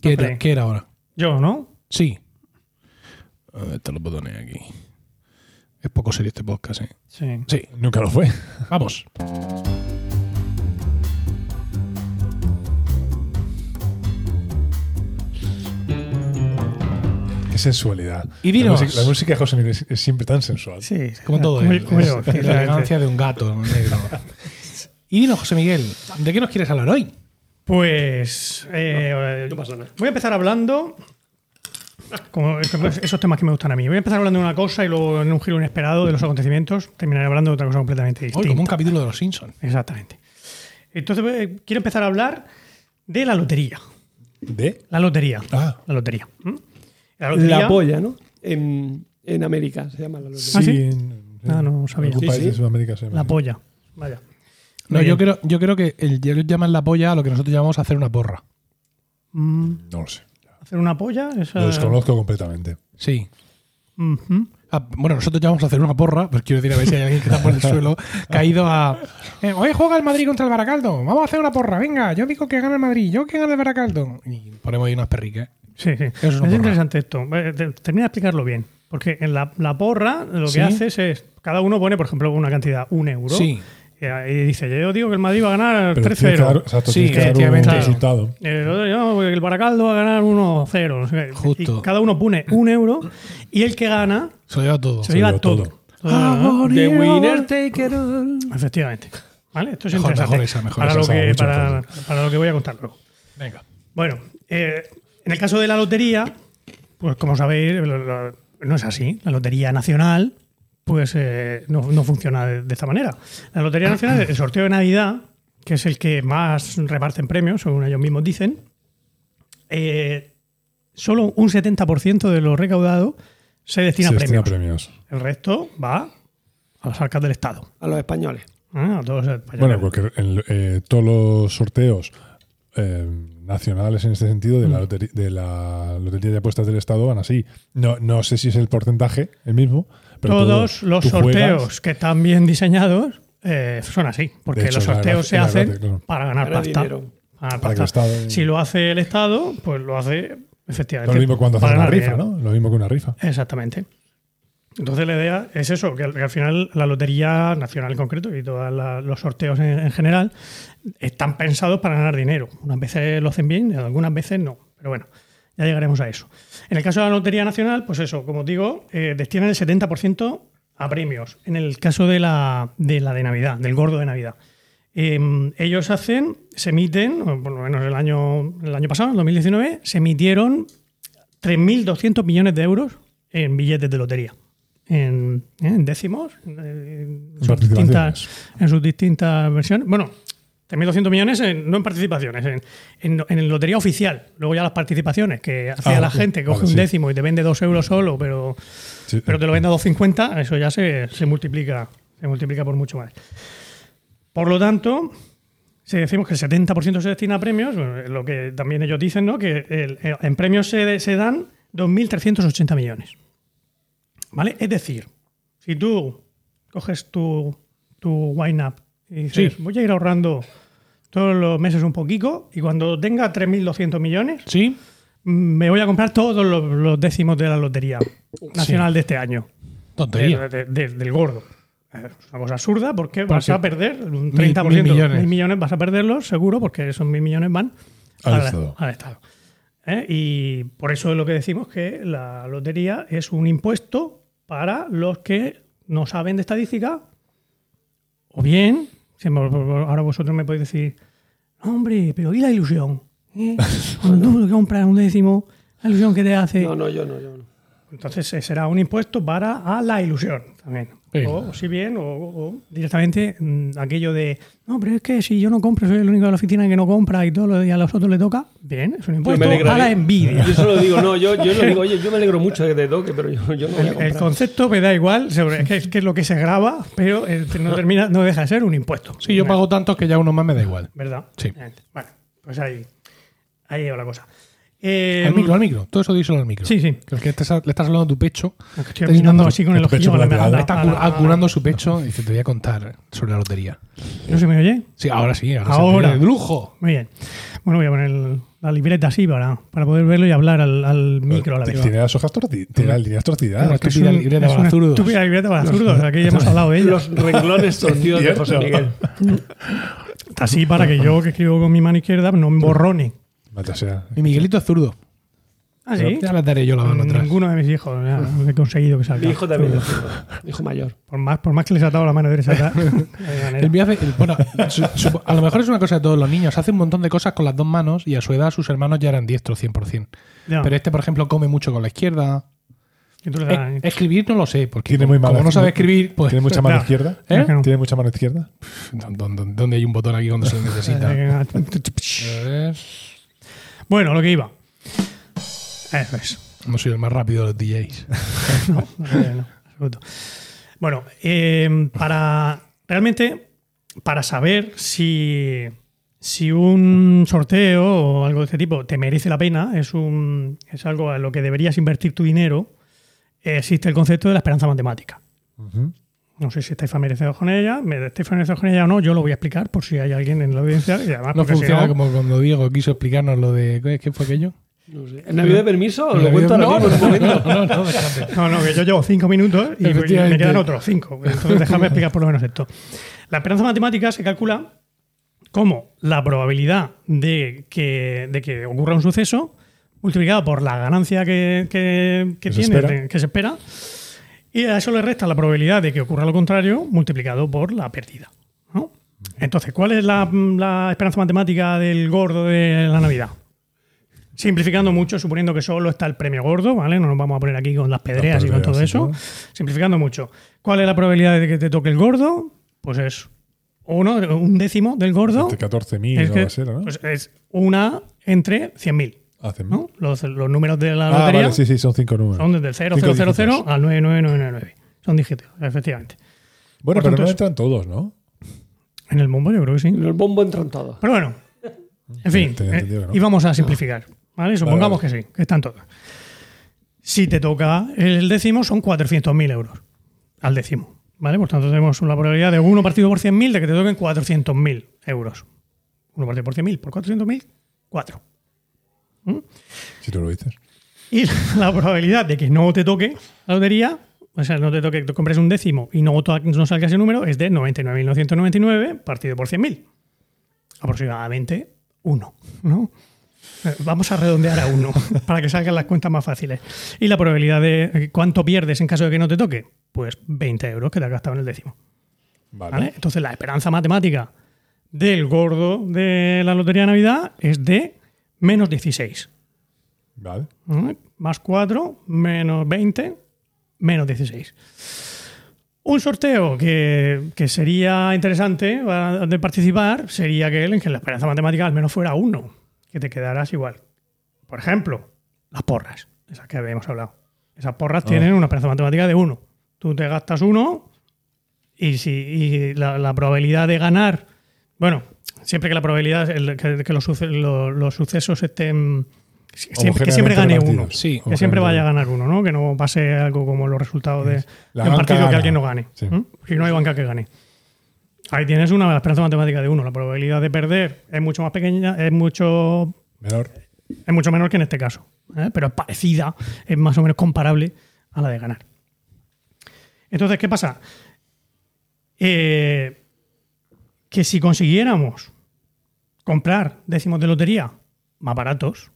¿Qué Hombre. era, qué era ahora? Yo, ¿no? Sí. A ver, te lo botones aquí. Es poco serio este podcast, ¿eh? Sí. Sí, Nunca lo fue. vamos. Qué sensualidad. Y dinos. La música, la música de José Miguel es, es siempre tan sensual. Sí. Como todo Como él. como es yo, sí, la claramente. elegancia de un gato negro. Y dinos, José Miguel, ¿de qué nos quieres hablar hoy? Pues. eh, No pasa nada. Voy a empezar hablando. Como esos temas que me gustan a mí. Voy a empezar hablando de una cosa y luego en un giro inesperado de los acontecimientos terminaré hablando de otra cosa completamente Hoy, distinta. como un capítulo de Los Simpsons. Exactamente. Entonces eh, quiero empezar a hablar de la lotería. ¿De? La lotería. Ah. La lotería. ¿Mm? La La lotería. polla, ¿no? En, en América se llama la lotería. ¿Ah, sí? en- en Ah, no sabía. algún Sí, país sí. de Sudamérica se llama La así. polla. Vaya. No, Muy yo bien. creo, yo creo que el, ellos llaman la polla a lo que nosotros llamamos hacer una porra. Mm, No lo sé. hacer una polla. Esa... Lo desconozco completamente. Sí. Ujú. Ah, bueno, nosotros llamamos a hacer una porra, pero quiero decir a ver si hay alguien que está por el suelo caído a. eh, hoy juega el Madrid contra el Baracaldo. Vamos a hacer una porra, venga. Yo digo que gana el Madrid, yo que gana el Baracaldo. Y ponemos ahí unas perricas. Sí, sí. es es una porra. interesante esto. Eh, te- Termina de explicarlo bien. Porque en la, la porra lo que Sí. haces es, cada uno pone, por ejemplo, una cantidad, un euro. Sí. Y ahí dice, yo digo que el Madrid va a ganar Pero tienes que dar, 3-0. exacto, Sí, tienes que dar un efectivamente. resultado. El, otro, "No, el Baracaldo va a ganar 1-0. no sé qué. Justo. Y cada uno pone un euro y el que gana Se lo lleva todo. se Se lleva lleva todo. todo. Ah, The bonito. winner take it all. Efectivamente. ¿Vale? Esto es Mejor, interesante. mejor esa, mejor para, esa, lo esa, que, mucho para, mejor para lo que voy a contar luego. Venga. Bueno, eh, en el caso de la lotería, pues como sabéis, lo- lo- no es así. La lotería nacional, pues eh, no, no funciona de, de esta manera. La lotería nacional, el sorteo de Navidad, que es el que más reparten premios, según ellos mismos dicen, eh, solo un 70% de lo recaudado se destina Se a premios. destina premios. El resto va a las arcas del Estado. A los españoles. Ah, a todos los españoles. Bueno, porque el- eh, todos los sorteos eh, nacionales en este sentido de Mm. la, lotería, de la Lotería de Apuestas del Estado van así. No, no sé si es el porcentaje el mismo, pero tú- todos los tú juegas- sorteos que están bien diseñados eh, son así, porque De hecho, los la sorteos gra- se la hacen gracia, claro. para ganar Ganar pasta. dinero. Ganar Para que el pasta. Estado- Si lo hace el Estado, pues lo hace No efectivamente. es lo mismo cuando haces para una ganar rifa, dinero. ¿no? Lo mismo que una rifa. Exactamente. Entonces la idea es eso, que al, que al final la Lotería Nacional en concreto y todos los sorteos en, en general están pensados para ganar dinero. Unas veces lo hacen bien, y algunas veces no, pero bueno, ya llegaremos a eso. En el caso de la Lotería Nacional, pues eso, como os digo, eh, destinan el 70% a premios. En el caso de la de, la de Navidad, del gordo de Navidad. Eh, ellos hacen, se emiten, o por lo menos el año, el año pasado, en 2019, se emitieron 3.200 millones de euros en billetes de lotería. En, ¿eh? en décimos, en, en sus participaciones. distintas, en sus distintas versiones. Bueno, 3.200 millones en- no en participaciones, en, en, en lotería oficial. Luego ya las participaciones que hacía Ah, la ok. gente, coge Vale, un sí. décimo y te vende dos euros solo, pero Sí. pero te lo vende a 2.50, eso ya se, se multiplica, se multiplica por mucho más. Por lo tanto, si decimos que el 70% se destina a premios, bueno, lo que también ellos dicen, ¿no? Que el- el- en premios se, se dan 2.380 millones. ¿Vale? Es decir, si tú coges tu, tu wind-up y dices, voy a ir ahorrando todos los meses un poquito y cuando tenga 3.200 millones, mm, Sí. me voy a comprar todos los, los décimos de la lotería nacional de este año. Tontería. De- de- de- del gordo. Es una cosa absurda porque, vas Porque a perder un 30%. mil millones. Mil millones vas a perderlos, seguro, porque esos mil millones van Al a la- Estado. al Estado. ¿Eh? Y por eso es lo que decimos que la lotería es un impuesto para los que no saben de estadística. O bien, si me- ahora vosotros me podéis decir, "No, hombre, pero ¿y la ilusión? ¿Eh? Cuando tú compras un décimo, la ilusión que te hace. No, no, yo no, yo no. Entonces eh, será un impuesto para a la ilusión también. Sí. O, si bien, o, o directamente mm, aquello de, no, pero es que si yo no compro, soy el único de la oficina que no compra y todos los días a los otros le toca. Bien, es un impuesto alegraré. a la envidia. Yo solo digo, no, yo, yo no digo, oye, yo me alegro mucho de que te toque, pero yo, yo no voy El, a el comprar. concepto me da igual, sobre, es, que, es que es lo que se graba, pero eh, no termina, no deja de ser un impuesto. Sí, yo pago tantos que ya uno más me da igual. ¿Verdad? Sí. Bueno, pues ahí, ahí lleva la cosa. Eh, Al micro, al micro. Todo eso díselo al micro. Sí, sí. Que el que estás- le estás hablando a tu pecho. Aunque Está Estoy mirando llenando así con el tu pecho ojillo. a la- con la a la- Está a cu- la- ah, curando su pecho y dice, te voy a contar sobre la lotería. ¿No ah. se me oye? Sí, ahora sí. Ahora. se Ahora. te oye de lujo. Muy bien. Bueno, voy a poner el- la libreta así para, para poder verlo y hablar al, al micro a la vez. Tiene las hojas torcidas. Tiene las líneas torcidas. Una estúpida un- libreta es para una zurdos. estúpida libreta para zurdos. Aquí ya hemos hablado de ella. Los renglones torcidos de José Cierto. Miguel. Así para que yo, que escribo con mi mano izquierda, no me borrone. Mata sea. Y Miguelito es zurdo. ¿Ah, Pero sí? Mm, Ya les daré yo la mano atrás. Ah. Ninguno de mis hijos ya, he conseguido que Mi salga. hijo también lo hizo. Mi hijo mayor. Por más, por más que les atado la mano derecha. ya, no hay manera. El mío hace- el- bueno, su- su- a lo mejor es una cosa de todos los niños. Hace un montón de cosas con las dos manos y a su edad sus hermanos ya eran diestros 100%. Ya. Pero este, por ejemplo, come mucho con la izquierda. Y tú le das- Eh, escribir no lo sé, porque Tiene como, muy mala- como no sabe escribir, pues... Tiene mucha mano Claro. izquierda. ¿Eh? No. Tiene mucha mano izquierda. ¿Dónde, dónde hay un botón aquí cuando se lo necesita? A ver, bueno, lo que iba. Eso es. No soy el más rápido de los DJs. Ah, No, no, no, no, absoluto. Bueno, eh, para realmente para saber si, si un sorteo o algo de este tipo te merece la pena, es un es algo a lo que deberías invertir tu dinero, eh, existe el concepto de la esperanza matemática. No sé si estáis familiarizados con ella, me estáis familiarizados con ella o no, yo lo voy a explicar por si hay alguien en la audiencia. Y además, No porque si funciona como cuando Diego quiso explicarnos lo de... ¿Qué- ¿Qué fue aquello? No sé. ¿En Navidad de permiso? La ¿Lo cuento vida- ahora mismo en un momento? no, no, no, no, déjate. No, no, que yo llevo cinco minutos y me Efectivamente. quedan otros cinco. Entonces, déjame explicar por lo menos esto. La esperanza matemática se calcula como la probabilidad de que, de que ocurra un suceso multiplicada por la ganancia que, que- que Que se tiene, de- espera. que se espera, y a eso le resta la probabilidad de que ocurra lo contrario multiplicado por la pérdida. ¿no? Entonces, ¿cuál es la, la esperanza matemática del gordo de la Navidad? Simplificando mucho, suponiendo que solo está el premio gordo, ¿vale? No nos vamos a poner aquí con las pedreas y con pedreas, todo sí, eso. ¿no? Simplificando mucho. ¿Cuál es la probabilidad de que te toque el gordo? Pues es uno, un décimo del gordo. Este 14.000 Pues Es, o que- algo así, ¿no? pues es una entre 100.000, Hace mil. ¿no? Los, los números de la Ah, lotería vale, sí, sí, son cinco números. son desde el Cinco 0000 dígitos. al 99999. Son dígitos, efectivamente. Bueno, pero por tanto, no es- entran todos, ¿no? En el bombo yo creo que sí. En el bombo entran todos. Pero bueno, en fin, Tenía entendido eh, que no. y vamos a simplificar, ¿vale? Supongamos que sí, que están todas. Si te toca el décimo, son 400.000 euros al décimo, ¿vale? Por tanto, tenemos una probabilidad de 1 partido por 100.000 de que te toquen 400.000 euros. 1 partido por 100.000 por 400.000, 4. Si tú lo dices. Y la probabilidad de que no te toque la lotería O sea, no te toque, te compres un décimo y no, to- no salga ese número, es de 99.999 partido por 100.000. Aproximadamente uno, ¿no? Eh, Vamos a redondear a uno para que salgan las cuentas más fáciles. Y la probabilidad de eh, cuánto pierdes en caso de que no te toque, pues 20 euros que te has gastado en el décimo. Vale. ¿vale? Entonces, la esperanza matemática del gordo de la lotería de Navidad es de menos 16. Vale. ¿Mm? Más 4, menos 20, menos 16. Un sorteo que, que sería interesante va, de participar sería que el- que la esperanza matemática al menos fuera uno, que te quedaras igual. Por ejemplo, las porras, esas que habíamos hablado. Esas porras Ah. tienen una esperanza matemática de uno. Tú te gastas uno y, si, y la, la probabilidad de ganar, bueno, siempre que la probabilidad, el- que, que los, suce- lo- los sucesos estén... si- Siempre, que siempre gane Homogéneamente uno. repartidos. Sí. Que Homogéneamente. siempre vaya a ganar uno, ¿no? Que no pase algo como los resultados de, La de banca un partido que gana. alguien no gane. Sí. ¿Mm? Y no hay banca que gane. Ahí tienes una esperanza matemática de uno. La probabilidad de perder es mucho más pequeña, es mucho, Menor. es mucho menor que en este caso. ¿eh? Pero es parecida, es más o menos comparable a la de ganar. Entonces, ¿qué pasa? Eh, que si consiguiéramos comprar décimos de lotería más baratos,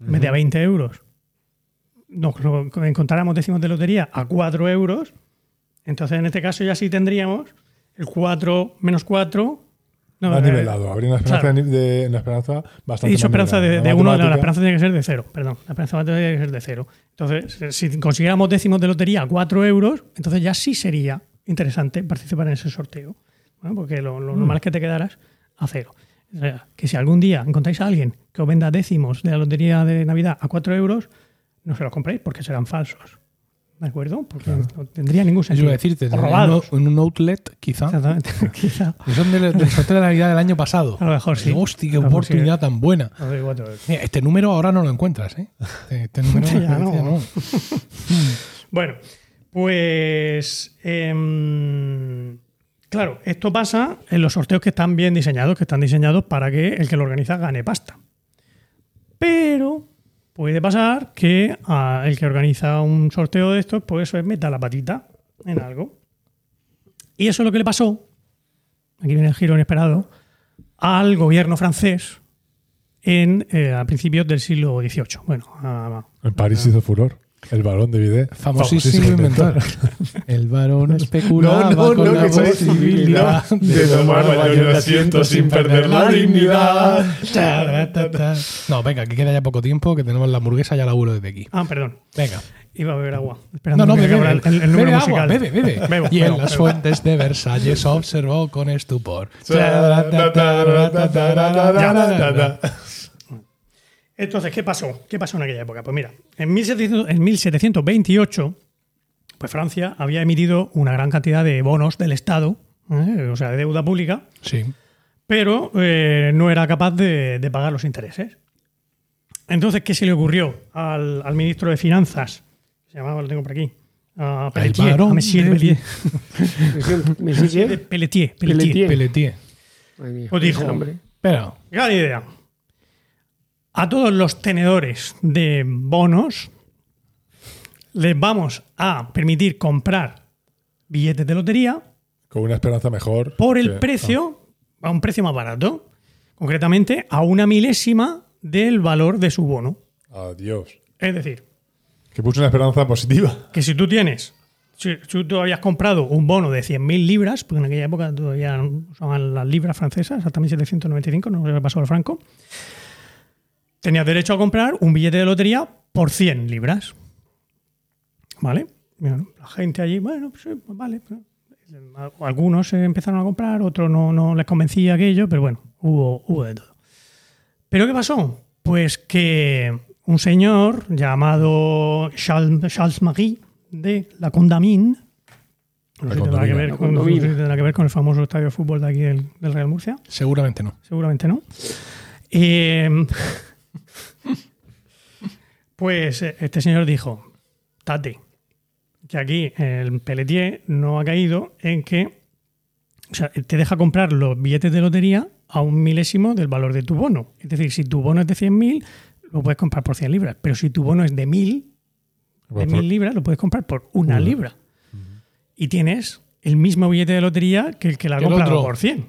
en vez de a 20 euros, nos lo- encontráramos décimos de lotería a 4 euros, entonces en este caso ya sí tendríamos el 4 menos 4. no, más eh, nivelado. Habría una esperanza, claro. de, una esperanza bastante. y dicho esperanza de, más nivelada. de uno, no, la matemática- esperanza tiene que ser de cero, perdón. La esperanza matemática tiene que ser de cero. Entonces, si consiguiéramos décimos de lotería a 4 euros, entonces ya sí sería interesante participar en ese sorteo. Bueno, porque lo, lo normal es que te quedaras a cero. O sea, que si algún día encontráis a alguien que os venda décimos de la lotería de Navidad a 4 euros, no se los compréis porque serán falsos. ¿De acuerdo? Porque no tendría ningún Yo sentido. iba a decirte, O en un- robados. en un outlet, quizá. Exactamente, quizá. Y son del, del sorteo de Navidad del año pasado. A lo mejor sí. Hostia, qué A lo mejor sí. ¿eh? oportunidad tan buena. Os doy cuatro euros. Mira, este número ahora no lo encuentras, ¿eh? Este, este número Ya no. este no. Bueno, pues em, claro, esto pasa en los sorteos que están bien diseñados, que están diseñados para que el que lo organiza gane pasta. Pero puede pasar que ah, el que organiza un sorteo de estos, pues eso es meta la patita en algo. Y eso es lo que le pasó, aquí viene el giro inesperado, al gobierno francés en, eh, a principios del siglo XVIII. Bueno, ah, a- En París hizo furor. El balón de Vide. Famosísimo inventor. El varón especulaba No, no, con no, la que soy posibilidad civilidad de tomar mayor asiento sin perder la dignidad. Ta, ta, ta. No, venga, que queda ya poco tiempo, que tenemos la hamburguesa y al abuelo desde aquí. ah, perdón. Venga. Iba a beber agua. No, Esperando no, que bebe, acabara bebe, el, el número Bebe agua, musical. bebe, bebe. Bebo, y bebo, en las bebo. fuentes de Versalles observó con estupor. Entonces, ¿qué pasó? ¿Qué pasó en aquella época? Pues mira, en, 1700 en 1728, pues Francia había emitido una gran cantidad de bonos del Estado, ¿eh? o sea, de deuda pública, Sí. pero eh, no era capaz de, de pagar los intereses. Entonces, ¿qué se le ocurrió al, al ministro de Finanzas? Se llamaba, lo tengo por aquí. A Pelletier, a varón Monsieur de- Pelletier. ¿Me sigue? Pelletier, Pelletier. Pelletier. Pelletier. Madre mía, Os Pues dijo, ese hombre. Pero, Gran idea. A todos los tenedores de bonos les vamos a permitir comprar billetes de lotería Con una esperanza mejor. por el que- precio, a un precio más barato, concretamente a una milésima del valor de su bono. Ah, Adiós. Es decir, Que puso una esperanza positiva. que si tú tienes, si si tú habías comprado un bono de 100.000 libras, porque en aquella época todavía usaban las libras francesas, hasta 1795, no se pasó al franco, tenías derecho a comprar un billete de lotería por 100 libras. ¿Vale? Bueno, la gente allí, bueno, pues, sí, pues vale. pues, Algunos eh, empezaron a comprar, otros no, no les convencía aquello, pero bueno, hubo, hubo de todo. ¿Pero qué pasó? Pues que un señor llamado Charles, Charles Marie de la Condamine, no sé si tendrá que Condamine. ver La con- no sé si Condamine. tendrá que ver con el famoso estadio de fútbol de aquí del, del Real Murcia, seguramente no. seguramente no. Eh, pues eh, este señor dijo, Tate, que aquí el Pelletier no ha caído en que o sea, te deja comprar los billetes de lotería a un milésimo del valor de tu bono. Es decir, si tu bono es de 100.000, lo puedes comprar por 100 libras, pero si tu bono es de 1.000, de Pues por- 1.000 libras, lo puedes comprar por una libra. y tienes el mismo billete de lotería que el que la ha El comprado otro. por 100.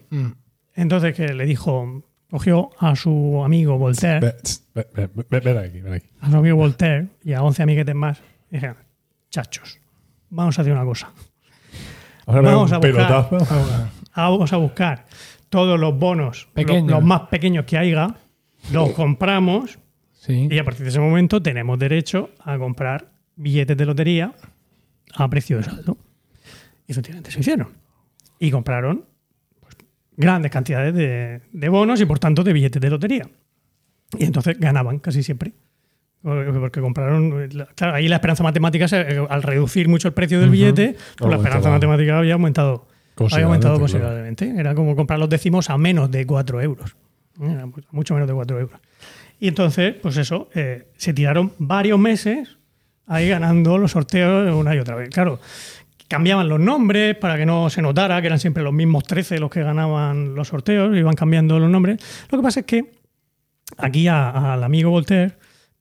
Entonces que le dijo, cogió a su amigo Voltaire, Ve- tss, ve- ve- ve- Ven, aquí, ven aquí. a su amigo Voltaire y a 11 amiguetes más, y dijeron, chachos, vamos a hacer una cosa. Ahora Vamos un a buscar. pelotazo. Ahora vamos a buscar todos los bonos, lo- Pequeños. los más pequeños que haya, los compramos Sí. y a partir de ese momento tenemos derecho a comprar billetes de lotería a precio de saldo. Y efectivamente se hicieron. Y compraron pues, grandes cantidades de, de bonos y por tanto de billetes de lotería. Y entonces ganaban casi siempre. Eh, Porque compraron. eh, la- Claro, ahí la esperanza matemática, se- eh, al reducir mucho el precio del billete, pues la Aumentaba. esperanza matemática había aumentado. Había aumentado Considerablemente, considerablemente. Era como comprar los décimos a menos de 4 euros. Era mu- mucho menos de 4 euros. Y entonces, pues eso, eh, se tiraron varios meses ahí ganando los sorteos una y otra vez. Claro, cambiaban los nombres para que no se notara que eran siempre los mismos 13 los que ganaban los sorteos, iban cambiando los nombres. Lo que pasa es que aquí a- al amigo Voltaire,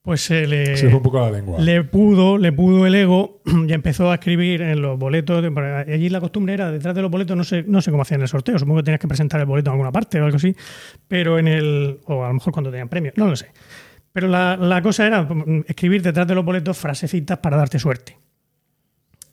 pues se le Se fue un poco la lengua. le pudo, le pudo el ego y empezó a escribir en los boletos. de- porque allí la costumbre era, detrás de los boletos, no sé, no sé cómo hacían el sorteo. Supongo que tenías que presentar el boleto en alguna parte o algo así. Pero en el. O a lo mejor cuando tenían premio, no lo sé. Pero la, la cosa era mm, escribir detrás de los boletos frasecitas para darte suerte.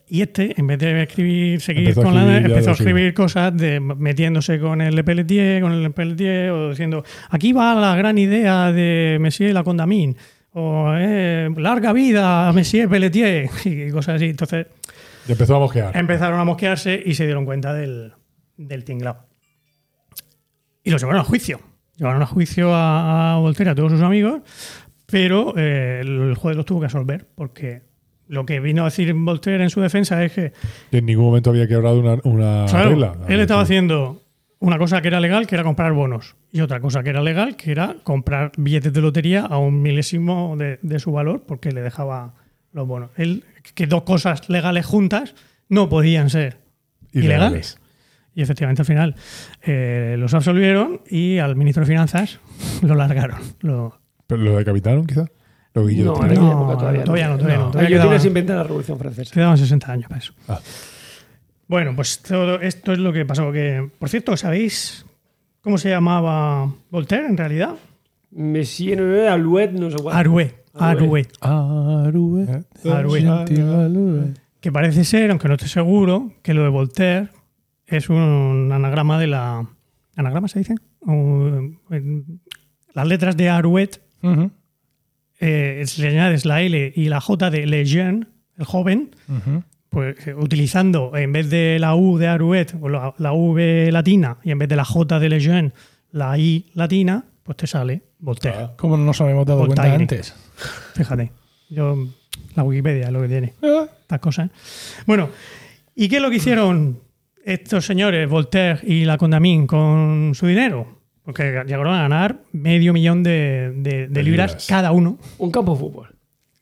Y este, en vez de escribir, seguir Empezó a con la. escribir ya Empezó a lo suyo. escribir cosas de metiéndose con el Pelletier, con el Pelletier, o diciendo: aquí va la gran idea de Messier la Condamine, o eh, larga vida a Messier Pelletier, y cosas así. Entonces Y empezó a mosquear. empezaron a mosquearse y se dieron cuenta del, del tinglao. Y los llevaron a juicio. Llevaron a juicio a, a Voltaire, a todos sus amigos, pero eh, el juez los tuvo que absolver porque lo que vino a decir Voltaire en su defensa es que Que en ningún momento había quebrado una, una Claro, regla. él estaba haciendo una cosa que era legal, que era comprar bonos, y otra cosa que era legal, que era comprar billetes de lotería a un milésimo de, de su valor porque le dejaba los bonos. Él, que dos cosas legales juntas no podían ser ilegales. Ilegales. Y efectivamente al final eh, los absolvieron y al ministro de Finanzas lo largaron. Lo, ¿Pero lo decapitaron, quizá? Lo No, guillotinaron. en aquella No, época todavía. todavía no, todavía no, todavía La guillotina quedaba- se inventa en la Revolución Francesa. Quedaban 60 años para eso. Ah. Bueno, pues todo esto es lo que pasó. Que, por cierto, ¿sabéis cómo se llamaba Voltaire en realidad? Messier no era Luet, no sé cuál. Arouet. Arouet. Ah, Arue, Arue. Que parece ser, aunque no estoy seguro, que lo de Voltaire es un anagrama de la. ¿Anagrama se dice? O, eh, las letras de Arouet Ujú, eh, si le añades la L y la J de Le Jeune, el joven, ujú. Pues eh, utilizando en vez de la U de Arouet o la, la V latina y en vez de la J de Lejeune la I latina, pues te sale Voltaire. ¿Cómo no nos habíamos dado cuenta Voltaire. antes? Fíjate. Yo, la Wikipedia es lo que tiene. Ah, Estas cosas. ¿eh? Bueno, ¿y qué es lo que hicieron estos señores, Voltaire y la Condamine, con su dinero? Porque llegaron a ganar medio millón de, de- de De libras, libras. cada uno Un campo de fútbol.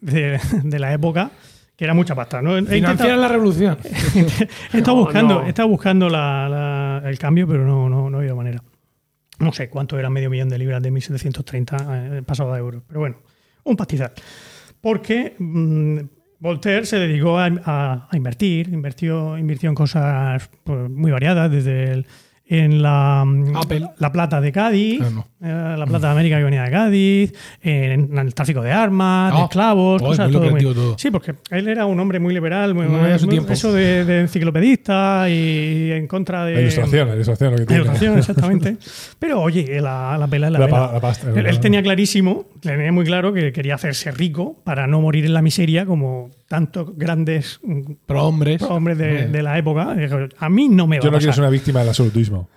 de, de la época, que era mucha pasta. ¿no? He intentado- Financiar la revolución. Está No, buscando, no. está buscando la- la- el cambio, pero no, no, no había manera. No sé cuánto era medio millón de libras de 1730 eh, pasado a euros, pero bueno, un pastizal. Porque mm, Voltaire se dedicó a, a- a invertir, invirtió, invirtió en cosas pues, muy variadas, desde el- en la, mm, Apple. la plata de Cádiz, Ah, no. eh, la plata de América que venía de Cádiz, en, en el tráfico de armas, de Ah, esclavos, oh, cosas muy todo muy- lucrativo todo. Sí, porque él era un hombre muy liberal, muy, No era su muy- tiempo. eso de, de enciclopedista y en contra de. La ilustración, la ilustración, lo que La tiene. ilustración, exactamente. Pero oye, la, la pela es la, La pela. pa- la pasta, él, la- él tenía clarísimo, tenía muy claro que quería hacerse rico para no morir en la miseria como tantos grandes mm, Pero hombres. hombres de, Hombre. de la época. Dijo, A mí no me va Yo a no pasar. quiero ser una víctima del absolutismo.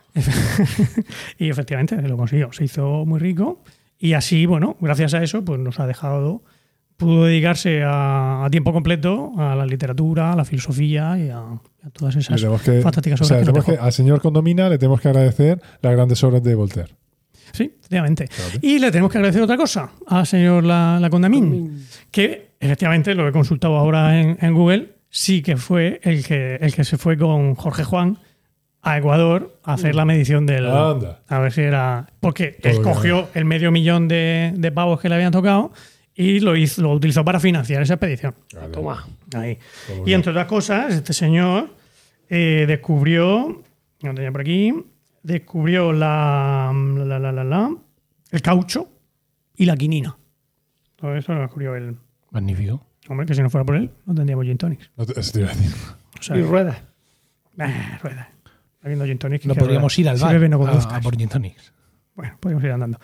Y efectivamente lo consiguió. Se hizo muy rico. Y así, bueno, gracias a eso, pues nos ha dejado. Pudo dedicarse a, a tiempo completo a la literatura, a la filosofía y a, a todas Le esas tenemos que, fantásticas o obras sea, que nos tenemos que- dejó. al señor Condomina le tenemos que agradecer las grandes obras de Voltaire. Sí, efectivamente. Y le tenemos que agradecer otra cosa al señor La, la Condamine, que efectivamente lo he consultado ahora en, en Google, sí que fue el que, el que se fue con Jorge Juan a Ecuador a hacer la medición del, Anda. A ver si era. Porque Todo escogió el medio millón de, de pavos que le habían tocado y lo, hizo, lo utilizó para financiar esa expedición. Vale. Toma. Ahí. Todo Y bien. entre otras cosas, este señor eh, descubrió, lo tenía por aquí, descubrió la, la, la, la, la, el caucho y la quinina. Todo eso lo descubrió él. Magnífico. Hombre, que si no fuera por él, no tendríamos gin tonics. No te- eso te iba a decir. O sea, Y ruedas. Ah, rueda. Habiendo gin tonics. No que podríamos rueda. ir al bar Si bebes, no a- conduzcas. a, por gin tonics. Bueno, podríamos ir andando.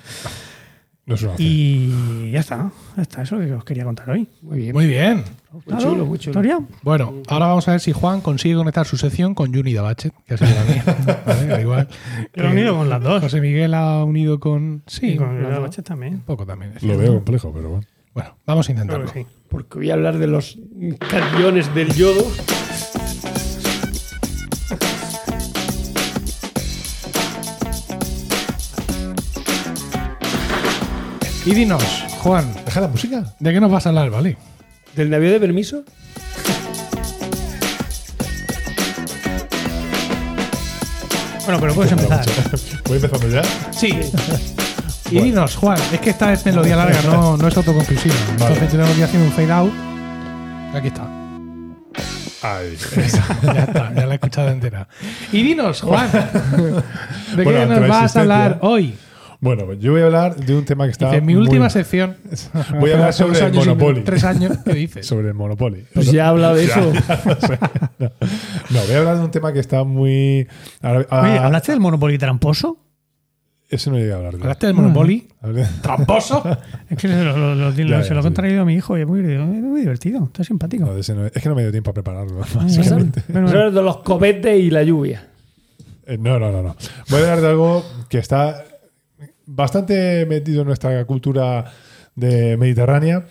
No es una opción. Y ya está. Ya está eso que os quería contar hoy. Muy bien. Muy bien. Muy chulo, muy chulo. Bueno, ahora vamos a ver si Juan consigue conectar su sección con Juni Dabachet, que ha sido la mía. Vale, da igual. Yo lo he unido con las dos. José Miguel ha unido con. Eh, Sí, y con las la dos. baches también. Un poco también. es Lo cierto. veo complejo, pero bueno. Bueno, vamos a Creo que intentarlo. sí. Porque voy a hablar de los cationes del yodo. Y dinos, Juan, Deja la música. ¿de qué nos vas a hablar, vale? ¿Del navío de permiso? Bueno, pero puedes empezar. Voy empezando ya. Sí. Y dinos, Juan, es que esta es melodía larga, no, no es autoconclusiva. Entonces tenemos que hacer un fade out. Aquí está. Ahí. Ya está, ya la he escuchado entera. Y dinos, Juan, ¿de Bueno, qué ante nos la vas a existencia. hablar hoy? Bueno, pues yo voy a hablar de un tema que está. Dice, mi muy- última sección. Voy a hablar Hace dos sobre el años y medio, Monopoly. Tres años, ¿qué dices? Sobre el Monopoly. Pues ya he hablado de eso. No, voy a hablar de un tema que está muy. ahora- ah, Oye, ¿hablaste del Monopoly tramposo? Eso no llegué a hablar de. ¿Hablaste del Monopoly? Hablé- ¿Tramposo? Es que se lo, lo- lo- Ya, se ya, lo he sí. Ah, contraído a mi hijo y es muy, es muy divertido. Está simpático. no, de ese no- es que no me dio tiempo a Ah, prepararlo. Básicamente. Bueno, bueno. Son de los copetes y la lluvia. Eh, No, no, no, no. Voy a hablar de algo que está bastante metido en nuestra cultura de mediterránea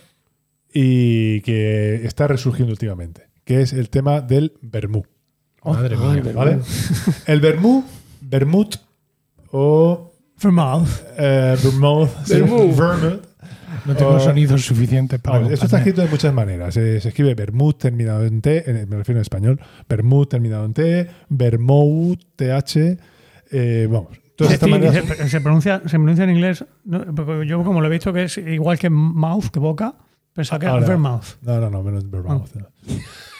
y que está resurgiendo últimamente, que es el tema del vermú. Oh. Ah, Madre mía. ¿Vale? El vermú, vermut o Fermat. eh, vermouth, sí, Vermú. vermouth. No tengo Oh. sonidos suficientes para. Vamos, esto está acompañar. escrito de muchas maneras. Eh, se escribe vermut terminado en T, en- me refiero en español, vermut terminado en T, vermouth, TH, eh, vamos. Todas estas maneras se, se pronuncia, se pronuncia en inglés. no, porque yo, como lo he visto, que es igual que mouth, que boca, pensaba que era Ahora. vermouth. No, no, no, menos Vermouth. no.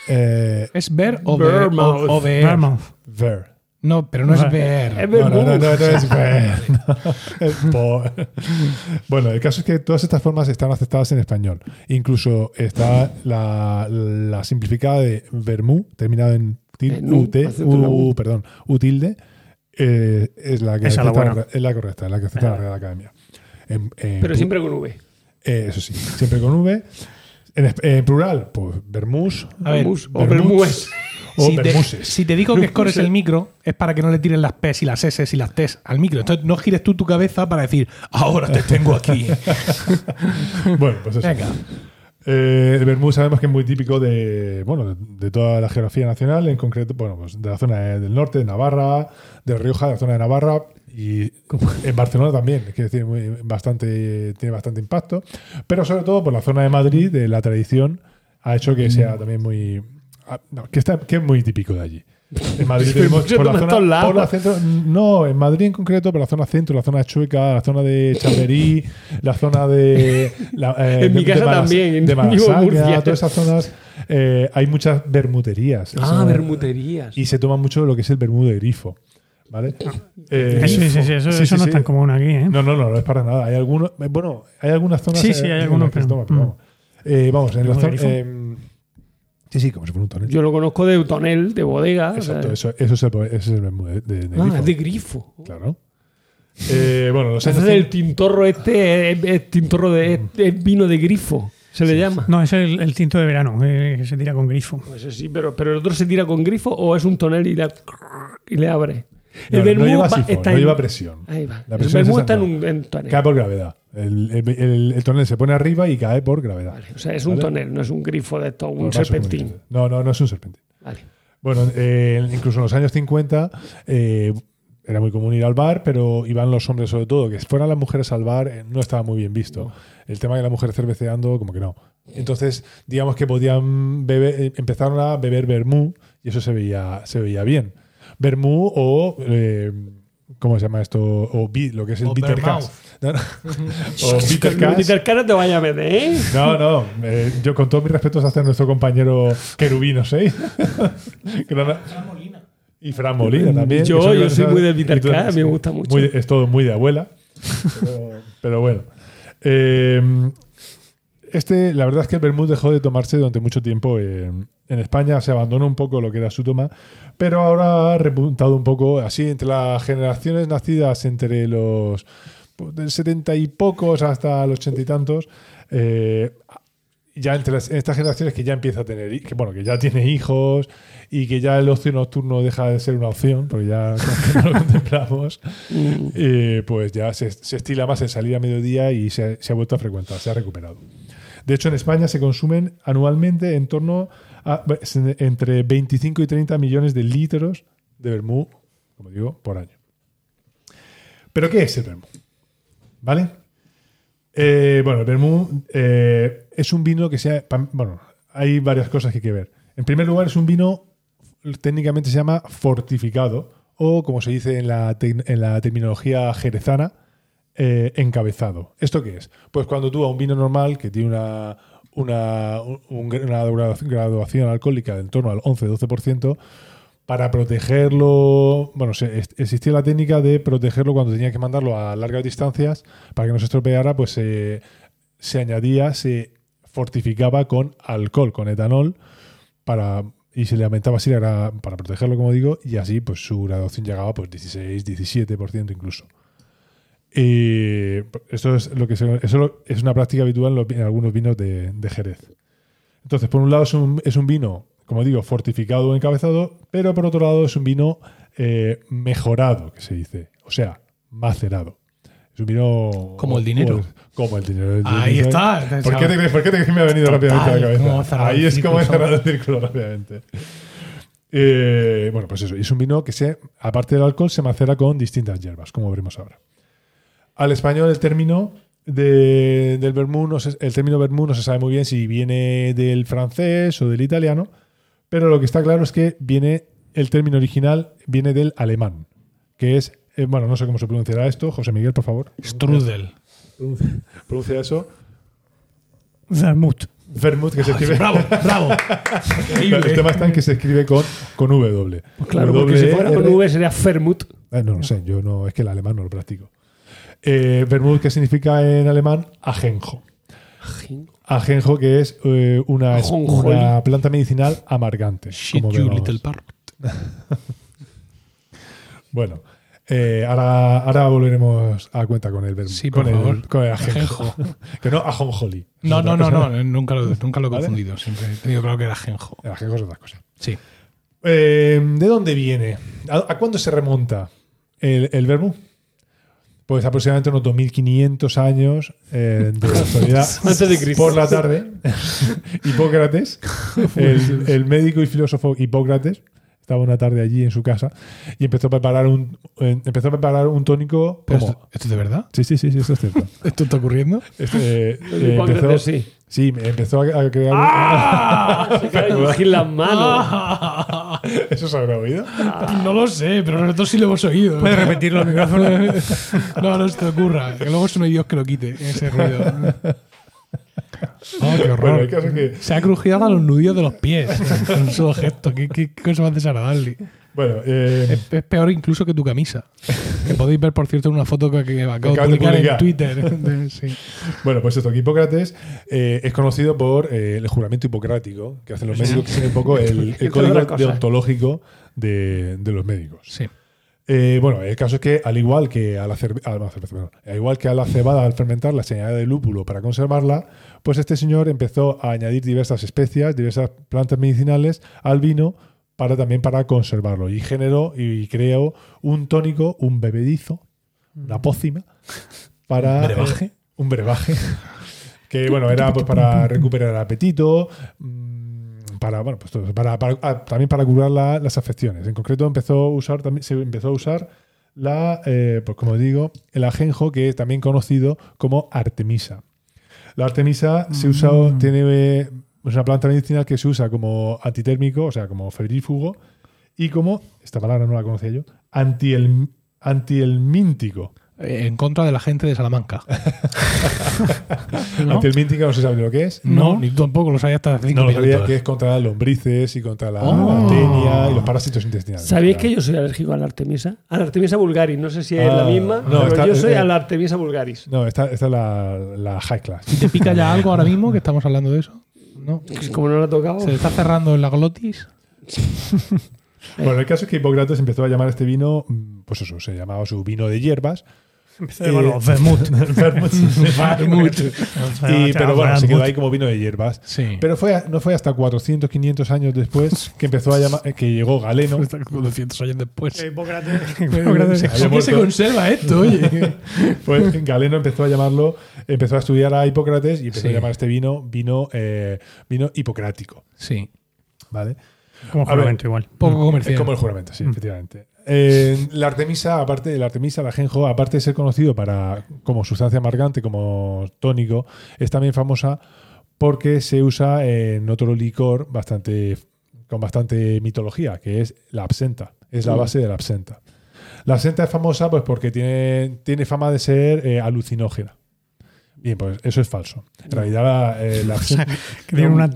Eh, ¿Es ver o ver? Vermouth. o- o ver? Vermouth. ver. No, pero no es Es ver. No, no, no, no, vermú. no es ver. no, es por. Bueno, el caso es que todas estas formas están aceptadas en español. Incluso está la, la simplificada de vermú, terminado en til- En U, ut, acento en la U. u, perdón, u tilde, eh, es la que Esa la acepta la buena. re- es la correcta, es la que acepta la Real Academia. En- en Pero pu- siempre con V. eh, eso sí, siempre con V. En, es- en plural, pues vermús. A ver, Vermús o vermuts vermúes. O si te, vermuses. si te digo que escores el micro, es para que no le tiren las P's y las S's y las T's al micro. Entonces no gires tú tu cabeza para decir, ahora te tengo aquí. Bueno, pues eso. Venga. Eh, el vermú sabemos que es muy típico de, bueno, de, de toda la geografía nacional, en concreto, bueno, pues de la zona de- del norte, de Navarra, de Rioja, de la zona de Navarra y en Barcelona también, es decir, muy- bastante, tiene bastante impacto, pero sobre todo por la zona de Madrid, de la tradición, ha hecho que sea también muy... ah, no, que, está, que es muy típico de allí. En Madrid tenemos mucho por la por zona, todos lados. por la centro, no, en Madrid en concreto, por la zona centro, la zona chueca, la zona de Chamberí, la zona de... la, eh, En mi de- de casa Maras- también, en- de vivo en Malasaña, Murcia. todas esas zonas, eh, hay muchas bermuterías. Ah, Eso- vermuterías. Y se toma mucho lo que es el bermudo de grifo. ¿Vale? Ah. Eh, sí, sí, sí, eso, sí, eso sí, no sí. es tan común aquí, ¿eh? No, no, no, no es para nada. Hay algunos, bueno, hay algunas zonas. Sí, eh, sí, hay en las algunos, que se toma, pero- pero mm. vamos. Eh, vamos, en la ¿Bermudo zona. em, de sí, sí, como si fuera un tonel. Yo lo conozco de tonel, de bodega. o Exacto, sea- eso, eso es el, ese es el bermudo de, de- de Ah, grifo. es de grifo. Claro. Eh, bueno, los años Entonces el tintorro este es, es tintorro de es, es vino de grifo, se le llama. No, es el, el tinto de verano, eh, que se tira con grifo. Pues sí, pero, pero el otro se tira con grifo o es un tonel y, la- y le abre. No, no vermú lleva va- sifón, no en- Ah, lleva presión. Ahí va. La El presión vermú es está en esa, un en tonel. Cae por gravedad. El, el, el- el tonel se pone arriba y cae por gravedad. Vale, O sea, es un ¿Vale? tonel, no es un grifo de esto, Por un vaso serpentín. comunicante. No, no, no es un serpentín. Vale. Bueno, eh, incluso en los años 50 eh, era muy común ir al bar, pero iban los hombres sobre todo. Que fueran las mujeres al bar eh, no estaba muy bien visto. El tema de las mujeres cerveceando, como que no. Entonces, digamos que podían beber, eh, empezaron a beber vermú y eso se veía, se veía bien. Vermú o... eh, ¿Cómo se llama esto? O bi- lo que es el O bitter cash. vermouth. No, no. o bitter Pero cash. Peter Cara te vaya a meter, ¿eh? No, no. eh, yo con todos mis respetos hacia nuestro compañero querubino 6. que no, no- Y Fran Molina también. Yo- que son yo cosas- soy muy del Vital y tú- K, me gusta mucho. muy de- es todo muy de abuela. pero, pero bueno. Eh, este, la verdad es que el vermut dejó de tomarse durante mucho tiempo. eh, en España se abandonó un poco lo que era su toma, pero ahora ha repuntado un poco. Así, entre las generaciones nacidas entre los pues, del 70 y pocos hasta los 80 y tantos, eh, ya entre las- estas generaciones que ya empieza a tener, hi- que bueno, que ya tiene hijos y que ya el ocio nocturno deja de ser una opción, porque ya no lo contemplamos, eh, pues ya se, se estila más el salir a mediodía y se, se ha vuelto a frecuentar, se ha recuperado. De hecho, en España se consumen anualmente en torno a entre 25 y 30 millones de litros de vermú, como digo, por año. ¿Pero qué es el vermú? ¿Vale? Eh, bueno, el vermú eh, es un vino que sea. pa- Bueno, hay varias cosas que hay que ver. En primer lugar, es un vino técnicamente se llama fortificado o, como se dice en la, tec- en la terminología jerezana, eh, encabezado. ¿Esto qué es? Pues cuando tú a un vino normal que tiene una, una, un- una gradu- graduación alcohólica de en torno al 11-12%, para protegerlo, bueno, se- es- existía la técnica de protegerlo cuando tenía que mandarlo a largas distancias para que no se estropeara, pues se- se añadía, se fortificaba con alcohol, con etanol, para y se le aumentaba así la gra- para protegerlo, como digo, y así pues su graduación llegaba pues 16, 17% incluso. Y esto es lo que se- eso lo- es una práctica habitual en, los vi- en algunos vinos de, de Jerez. Entonces, por un lado es un, es un vino, como digo, fortificado o encabezado, pero por otro lado es un vino eh, mejorado, que se dice, o sea, macerado. Es un vino... Como el dinero. Como el dinero. Ahí está. ¿Por qué, te crees, por qué te crees que me ha venido rápidamente a la Total, cómo ha cabeza? cerrado Ahí el es como he círculo. cerrado el círculo rápidamente. Eh, bueno, pues eso. y Es un vino que, se, aparte del alcohol, se macera con distintas hierbas, como veremos ahora. Al español, el término de- del vermú no se- el término vermú no se sabe muy bien si viene del francés o del italiano, pero lo que está claro es que viene el término original viene del alemán, que es, eh, bueno, no sé cómo se pronunciará esto. José Miguel, por favor, Strudel. pronuncia eso. Vermouth. Vermouth, que se escribe. Bravo, bravo. Claro, Este el tema está en que se escribe con, con W. Pues Claro, porque si fuera con WR. V sería Fermut. Eh, no, no sé, yo no, es que el alemán no lo practico. Eh, Vermouth, que significa en alemán ajenjo. Ajenjo, que es eh, una, Ajonjolí. una planta medicinal amargante. Shit, como you vemos. little parrot. Bueno, eh, ahora, ahora volveremos a cuenta con el vermouth. Sí, con por el, favor. Con el ajenjo. que no, ajonjolí. No, no, no, no, nunca lo, nunca lo he ¿Vale? confundido. Siempre he tenido claro que era genjo. El ajenjo es otra cosa. Sí. Eh, ¿De dónde viene? ¿A, a cuándo se remonta el, el vermú? Pues aproximadamente unos 2500 años eh, de la actualidad. Antes de Cristo. Por la tarde, Hipócrates, el, el médico y filósofo Hipócrates, estaba una tarde allí en su casa y empezó a preparar un, eh, empezó a preparar un tónico. Pero como- ¿Esto, ¿Esto es de verdad? Sí, sí, sí, sí, esto es cierto. ¿Esto está ocurriendo? Este, eh, El Hipócrates, empezó- sí. Sí, empezó a a crear. un- ¡Ah! Se cae en las Ah. manos. ¿Eso se habrá oído? no lo sé, pero nosotros sí lo hemos oído. Puedes repetirlo al micrófono. No, no se te ocurra. Que luego son Dios que lo quite, ese ruido. Oh, qué Bueno, el horror. caso es que. Se ha crujido hasta los nudillos de los pies con un solo gesto. Qué, qué cosa más desagradable. Bueno, eh, Es, es peor incluso que tu camisa. Que podéis ver, por cierto, en una foto que, que acabo de Acabas de publicar en publicar. Twitter. De- sí. Bueno, pues esto, que Hipócrates eh, es conocido por eh, el juramento hipocrático que hacen los médicos, que es un poco el, el código otras cosas. deontológico de, de los médicos. sí. Eh, bueno, el caso es que al igual que a la, cerve- a la cerveza, perdón, al igual que a la cebada al fermentar la señal de lúpulo para conservarla, pues este señor empezó a añadir diversas especias, diversas plantas medicinales al vino para también para conservarlo y generó y creó un tónico, un bebedizo, una pócima para ¿Brebaje? eh, un brebaje que bueno era pues para recuperar el apetito. mm, Para, bueno, pues todo, para, para- ah, también para curar la- las afecciones. En concreto empezó a usar, también, se empezó a usar la, eh, pues como digo, el ajenjo, que es también conocido como artemisa. La artemisa se usa, tiene, eh, es una planta medicinal que se usa como antitérmico, o sea, como febrífugo, y como, esta palabra no la conocía yo, antiel, antielmíntico. eh, en contra de la gente de Salamanca. ¿No? Ante el Mintica no se sabe lo que es. No, ni tampoco lo sabía hasta hace cinco No, lo sabía minutos. que es contra las lombrices y contra la Oh. artemia y los parásitos intestinales. ¿Sabéis que yo soy alérgico a la Artemisa? A la Artemisa vulgaris, no sé si es Ah, la misma, no, pero está- yo soy eh, a la Artemisa vulgaris. No, esta, esta es la, la high class. ¿Te pica ya algo ahora mismo que estamos hablando de eso? ¿No? Como no la he tocado, ¿Se le está cerrando en la glotis? Bueno, el caso es que Hipócrates empezó a llamar a este vino, mm, pues eso, se llamaba su vino de hierbas. Empecé de malo, vermut. Eh. Vermouth. Y- pero bueno, se quedó ahí como vino de hierbas. Sí. Pero fue, a- no fue hasta 400, 500 años después que empezó a llamar, eh, que llegó Galeno. Está como 200 años después. Hipócrates. se había ¿Por qué se muerto. conserva esto, oye? Pues Galeno empezó a llamarlo, empezó a estudiar a Hipócrates y empezó Sí. a llamar a este vino vino, eh, vino hipocrático. Sí. ¿Vale? Como A ver. juramento igual. Poco comercial. Es como el juramento, sí, efectivamente. Eh, la artemisa, aparte de la artemisa, el ajenjo, aparte de ser conocido para, como sustancia amargante, como tónico, es también famosa porque se usa en otro licor bastante, con bastante mitología, que es la absenta. Es la base de la absenta. La absenta es famosa pues, porque tiene, tiene fama de ser eh, alucinógena. Bien, pues eso es falso. En realidad, la, eh, la absenta. Que tiene una,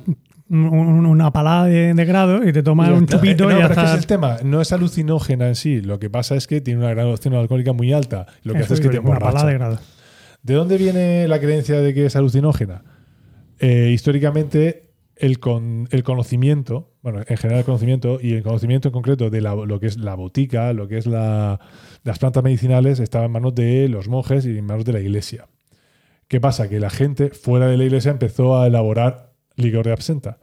un- una palada de, de grado y te tomas un chupito Eh, no, y ya pero es que está. es el tema. No es alucinógena en sí. Lo que pasa es que tiene una graduación alcohólica muy alta. Lo que Eso hace es que te digo yo, Una palada emborracha. de De... grado. dónde viene la creencia de que es alucinógena? Eh, históricamente, el, con- el conocimiento, bueno, en general el conocimiento, y el conocimiento en concreto de la- lo que es la botica, lo que es la- las plantas medicinales, estaba en manos de los monjes y en manos de la iglesia. ¿Qué pasa? Que la gente fuera de la iglesia empezó a elaborar licor de absenta,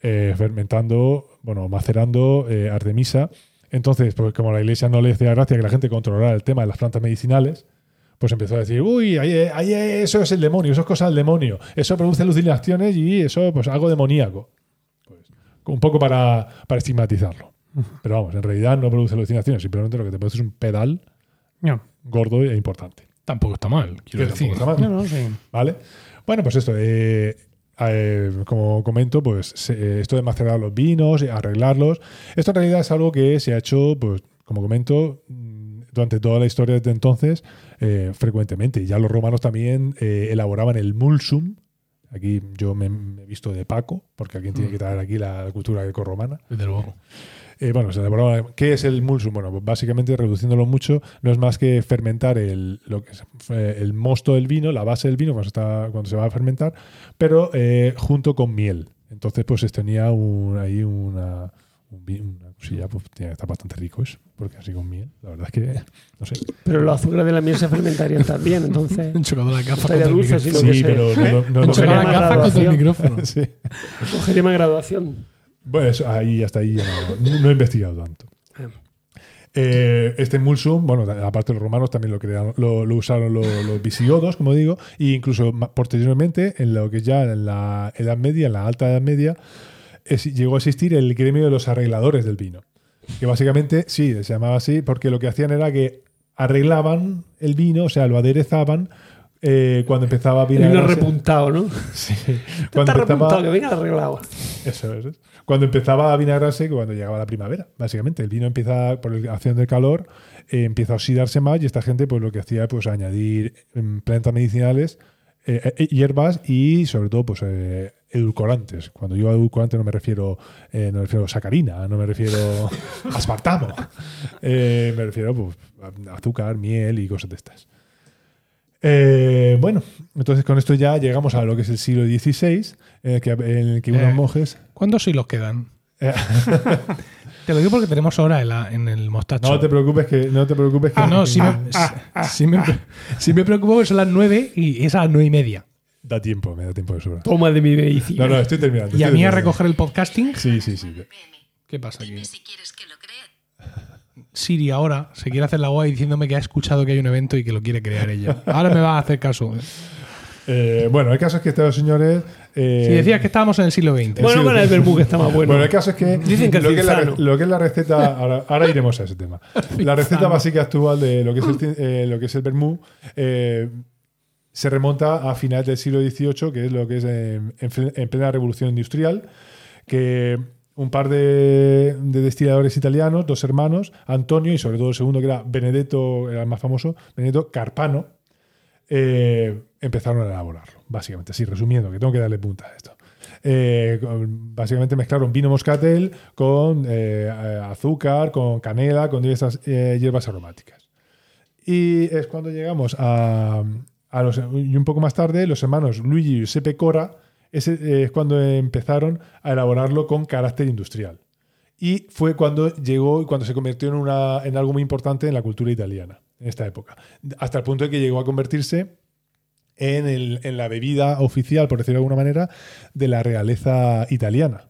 eh, fermentando, bueno, macerando eh, artemisa. Entonces, pues como la iglesia no le hacía gracia que la gente controlara el tema de las plantas medicinales, pues empezó a decir, uy, ahí, ahí, eso es el demonio, eso es cosa del demonio, eso produce alucinaciones y eso, pues algo demoníaco. Pues, un poco para, para estigmatizarlo. Pero vamos, en realidad no produce alucinaciones, simplemente lo que te produce es un pedal No, gordo e importante. Tampoco está mal, quiero Que decir. tampoco está mal. no, no, sí. ¿Vale? Bueno, pues esto, eh, eh, como comento, pues se- eh, esto de macerar los vinos, eh, arreglarlos, esto en realidad es algo que se ha hecho, pues como comento, mm, durante toda la historia desde entonces, eh, frecuentemente. Ya los romanos también eh, elaboraban el mulsum. Aquí yo me me he visto de Paco, porque alguien tiene que traer aquí la cultura grecorromana. Desde luego. Eh, bueno, se elaboraba- ¿Qué es el mulsum? Bueno, pues básicamente, reduciéndolo mucho, no es más que fermentar el, lo que es, eh, el mosto del vino, la base del vino cuando, está, cuando se va a fermentar, pero eh, junto con miel. Entonces, pues tenía un- ahí una, un vi- una cosilla, pues tenía que estar bastante rico eso, porque así con miel, la verdad es que, no sé. pero los azúcares de la miel se fermentarían también, entonces Han chocado la gafa estaría contra el dulce, micrófono. sino que Sí, se pero no, no- no Han lo chocado la Cogería gafa más contra el graduación. micrófono. Sí. cogería más graduación. Bueno, eso, ahí hasta ahí ya no, no he investigado tanto. Eh, este mulsum, bueno, ta- aparte los romanos también lo crearon, lo, lo usaron lo- los visigodos, como digo, e incluso ma- posteriormente, en lo que ya en la Edad Media, en la Alta Edad Media, es- llegó a existir el gremio de los arregladores del vino. Que básicamente, sí, se llamaba así, porque lo que hacían era que arreglaban el vino, o sea, lo aderezaban eh, cuando empezaba a El vino vinagrarse. repuntado, ¿no? Sí, Está cuando empezaba, repuntado, que venga arreglado. eso es. Cuando empezaba a vinagrarse, cuando llegaba la primavera, básicamente. El vino empieza, por la acción del calor, eh, empieza a oxidarse más y esta gente pues lo que hacía pues añadir mm, plantas medicinales, eh, eh, hierbas y sobre todo pues eh, edulcorantes. Cuando yo a edulcorante no me refiero, eh, no me refiero a sacarina, no me refiero a aspartamo. Eh, me refiero pues, a azúcar, miel y cosas de estas. Eh, bueno, entonces con esto ya llegamos a lo que es el siglo XVI, en el que, en el que unos Eh, monjes ¿Cuántos hilos quedan? eh, Te lo digo porque tenemos hora en, la- en el mostacho. no te preocupes que no te preocupes que Ah, no, sí me, ah. sí me, sí me preocupo que son las nueve y es a las nueve y media. da tiempo, me da tiempo de sobra. Toma de mi medicina. No, no, estoy terminando. Y a estoy mí a terminando. recoger el podcasting. Sí, sí, sí. ¿Qué pasa aquí? Si quieres que lo crea, Siri ahora se quiere hacer la guay diciéndome que ha escuchado que hay un evento y que lo quiere crear ella. Ahora me va a hacer caso. Eh, bueno, el caso es que estos señores eh, Si decías que estábamos en el siglo XX. Bueno, sí, con sí. el vermú que está más bueno. Bueno, el caso es que, Dicen que el lo, que es la, cinzano. re- lo que es la receta, ahora, ahora iremos a ese tema. La receta básica actual de lo que es el, cin- eh, lo que es el vermú eh, se remonta a finales del siglo XVIII, que es lo que es eh, en, fle- en plena revolución industrial, que un par de, de destiladores italianos, dos hermanos, Antonio y sobre todo el segundo que era Benedetto, era el más famoso, Benedetto Carpano, eh, empezaron a elaborarlo, básicamente. Así resumiendo, que tengo que darle punta a esto. Eh, con- básicamente mezclaron vino moscatel con eh, a- azúcar, con canela, con diversas eh, hierbas aromáticas. Y es cuando llegamos a, a los, y un poco más tarde, los hermanos Luigi y Giuseppe Cora, ese, eh, es cuando empezaron a elaborarlo con carácter industrial. Y fue cuando llegó y cuando se convirtió en, una, en algo muy importante en la cultura italiana, en esta época. Hasta el punto de que llegó a convertirse en, el- en la bebida oficial, por decirlo de alguna manera, de la realeza italiana.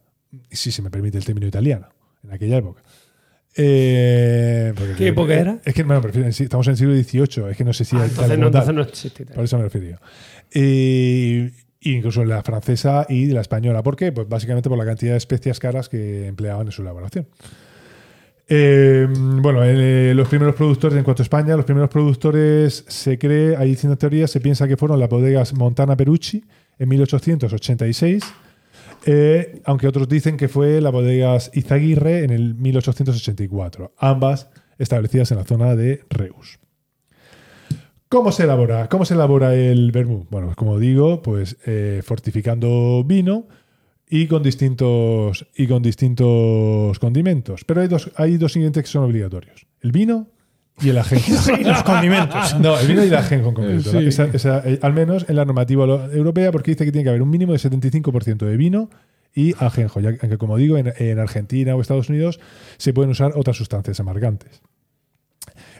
Si se me permite el término italiano, en aquella época. Eh, porque- ¿Qué época era? Es que bueno, prefiero- sí, estamos en el siglo XVIII, es que no sé si Ah, hay entonces, tal no, como tal. entonces no existe. Italia. Por eso me refería. Eh, incluso la francesa y la española. ¿Por qué? Pues básicamente por la cantidad de especias caras que empleaban en su elaboración. Eh, bueno, eh, los primeros productores en cuanto a España, los primeros productores se cree, hay distintas teorías, se piensa que fueron las bodegas Montana Perucci en 1886, eh, aunque otros dicen que fue las bodegas Izaguirre en el 1884, ambas establecidas en la zona de Reus. ¿Cómo se elabora? ¿Cómo se elabora el vermú? Bueno, pues como digo, pues eh, fortificando vino y con distintos y con distintos condimentos. Pero hay dos, hay dos ingredientes que son obligatorios: el vino y el ajenjo. Los condimentos. No, el vino y el ajenjo en concreto. Sí. Esa- esa- eh, al menos en la normativa lo- europea, porque dice que tiene que haber un mínimo de 75% de vino y ajenjo, ya que, como digo, en, en Argentina o Estados Unidos se pueden usar otras sustancias amargantes.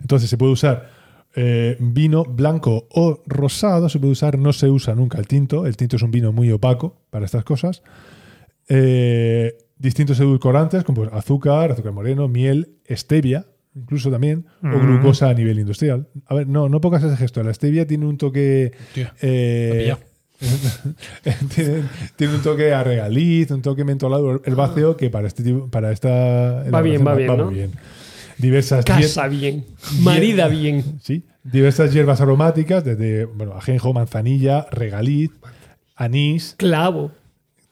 Entonces se puede usar eh, vino blanco o rosado, se puede usar, no se usa nunca el tinto, el tinto es un vino muy opaco para estas cosas. Eh, distintos edulcorantes como pues, azúcar, azúcar moreno, miel, stevia, incluso también, o Mm. glucosa a nivel industrial. A ver, no, no pongas ese gesto, la stevia tiene un toque... Hostia, eh, pillado. tiene, tiene un toque a regaliz, un toque mentolado herbáceo que para este tipo- para esta Va bien, elaboración va bien, ¿no? muy bien. Diversas diet- Casa bien, marida bien. Sí, diversas hierbas aromáticas, desde bueno, ajenjo, manzanilla, regaliz, anís, Clavo.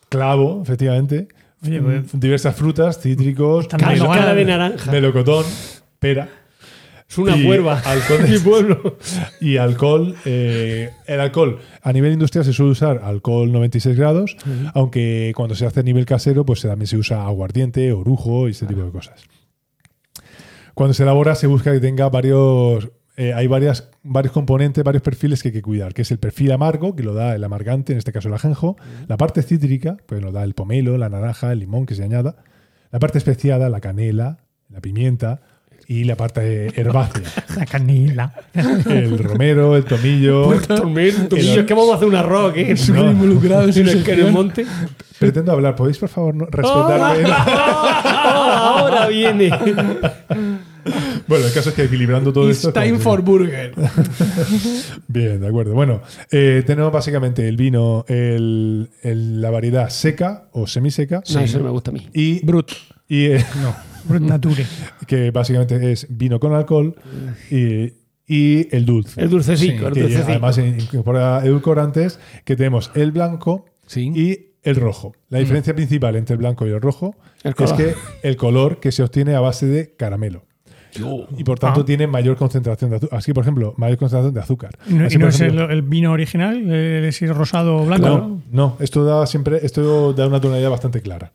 clavo, efectivamente, Oye, pues- mm, diversas frutas, cítricos, Están melo- dando ganas. Cáscara de naranja. melocotón, pera. Es una y cuerva. alcohol- Mi pueblo. Y alcohol, eh, el alcohol a nivel industrial se suele usar alcohol 96 grados, aunque cuando se hace a nivel casero, pues se- también se usa aguardiente, orujo y este tipo de cosas. Cuando se elabora se busca que tenga varios, eh, hay varias, varios componentes, varios perfiles que hay que cuidar, que es el perfil amargo, que lo da el amargante, en este caso el ajenjo, la parte cítrica, pues lo da el pomelo, la naranja, el limón que se añada, la parte especiada, la canela, la pimienta y la parte herbácea, La canela. el romero, el tomillo, Tomillo, tomillo, es que vamos a hacer un arroz, ¿eh? Súper involucrado en su En el que en el sección. monte. Pretendo hablar, ¿podéis por favor no- respetarme? Ah. ahora viene. bueno, el caso es que equilibrando todo It's esto. time como- for burger. Bien, de acuerdo. Bueno, eh, tenemos básicamente el vino, el- el- la variedad seca o semiseca. No, eso no me gusta a mí. Y. Brut. y, eh, Brut nature. que básicamente es vino con alcohol y, y el dulce. El dulcecito, el que dulcecito. además incorpora edulcorantes, que tenemos el blanco Sí. y el rojo. La diferencia principal entre el blanco y el rojo El es color. que el color que se obtiene a base de caramelo. Y por tanto Ah. tiene mayor concentración de azúcar. Así, por ejemplo, mayor concentración de azúcar. ¿Y no, Así, y no por es el, ejemplo- el vino original? eh, ¿Es el rosado o blanco? no, no, esto da siempre, esto da una tonalidad bastante clara.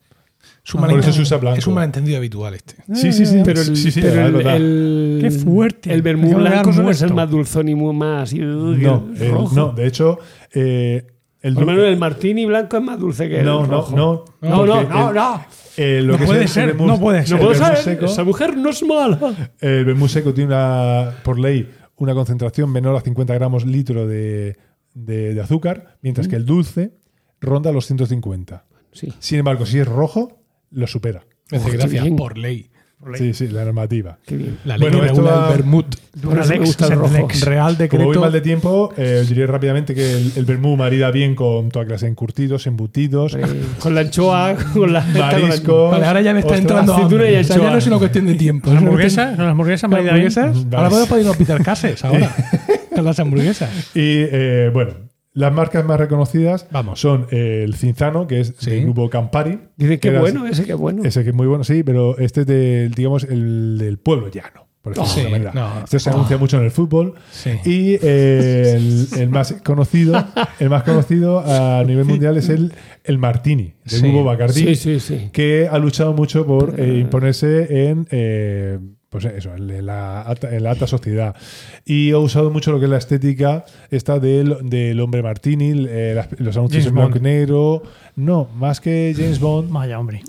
Es un Por eso malentendido- se usa blanco. Es un malentendido habitual este. Sí, sí, sí. Pero el, sí, sí, pero es el- verdad. el- Qué fuerte. El vermú Acabo de blanco dar suele muerto. ser más dulzón y muy más. y- no, el- rojo. no, de hecho, eh, el Por dul- lo menos el martini blanco es más dulce que el no, no, rojo. no, No, no, porque no, el- no. eh, lo No que puede se- ser, el vermú- no puede ser. No el puedo vermú saber, seco- esa mujer no es mala. Eh, El vermú seco tiene una, por ley una concentración menor a 50 gramos litro de, de- de azúcar, mientras que el dulce ronda los 150. Sí. Sin embargo, si es rojo, lo supera. Me hace Qué gracia bien. por ley. Sí, sí, la normativa. Qué bien. La ley Bueno, que esto regula va- el vermut. Por eso me Lex, gusta el Sed rojo. Lex. Real Como voy mal decreto. de tiempo, eh, os diré rápidamente que el, el vermú marida bien con toda clase de encurtidos, embutidos, Eh, Con la anchoa, con la mariscos. Vale, ahora ya me está ostras, entrando aceituna hambre. y O sea, ya anchoa. no es una cuestión de tiempo. ¿Las es una cuestión- hamburguesas? ¿Las hamburguesas? ¿Las María Belén? hamburguesas? Vale. Ahora podemos pedirnos pizarcases ahora. Con las hamburguesas. Y eh, bueno, Las marcas más reconocidas Vamos. son eh, el Cinzano, que es Sí. del grupo Campari. Dice que Era- bueno, ese que bueno. Ese que es muy bueno, sí, pero este es del, digamos, el del pueblo llano. Por decirlo de Sí, alguna manera. no. Este se anuncia mucho en el fútbol. Sí. Y eh, el, el más conocido, el más conocido a nivel mundial es el, el Martini, del Sí. grupo Bacardi Sí, sí, sí. que ha luchado mucho por eh, imponerse en eh, pues eso, en la, alta, en la alta sociedad. Y ha usado mucho lo que es la estética esta del, del hombre martini, eh, las- los anuncios James en blanco y Bond. negro. No, más que James Bond, Vaya, hombre.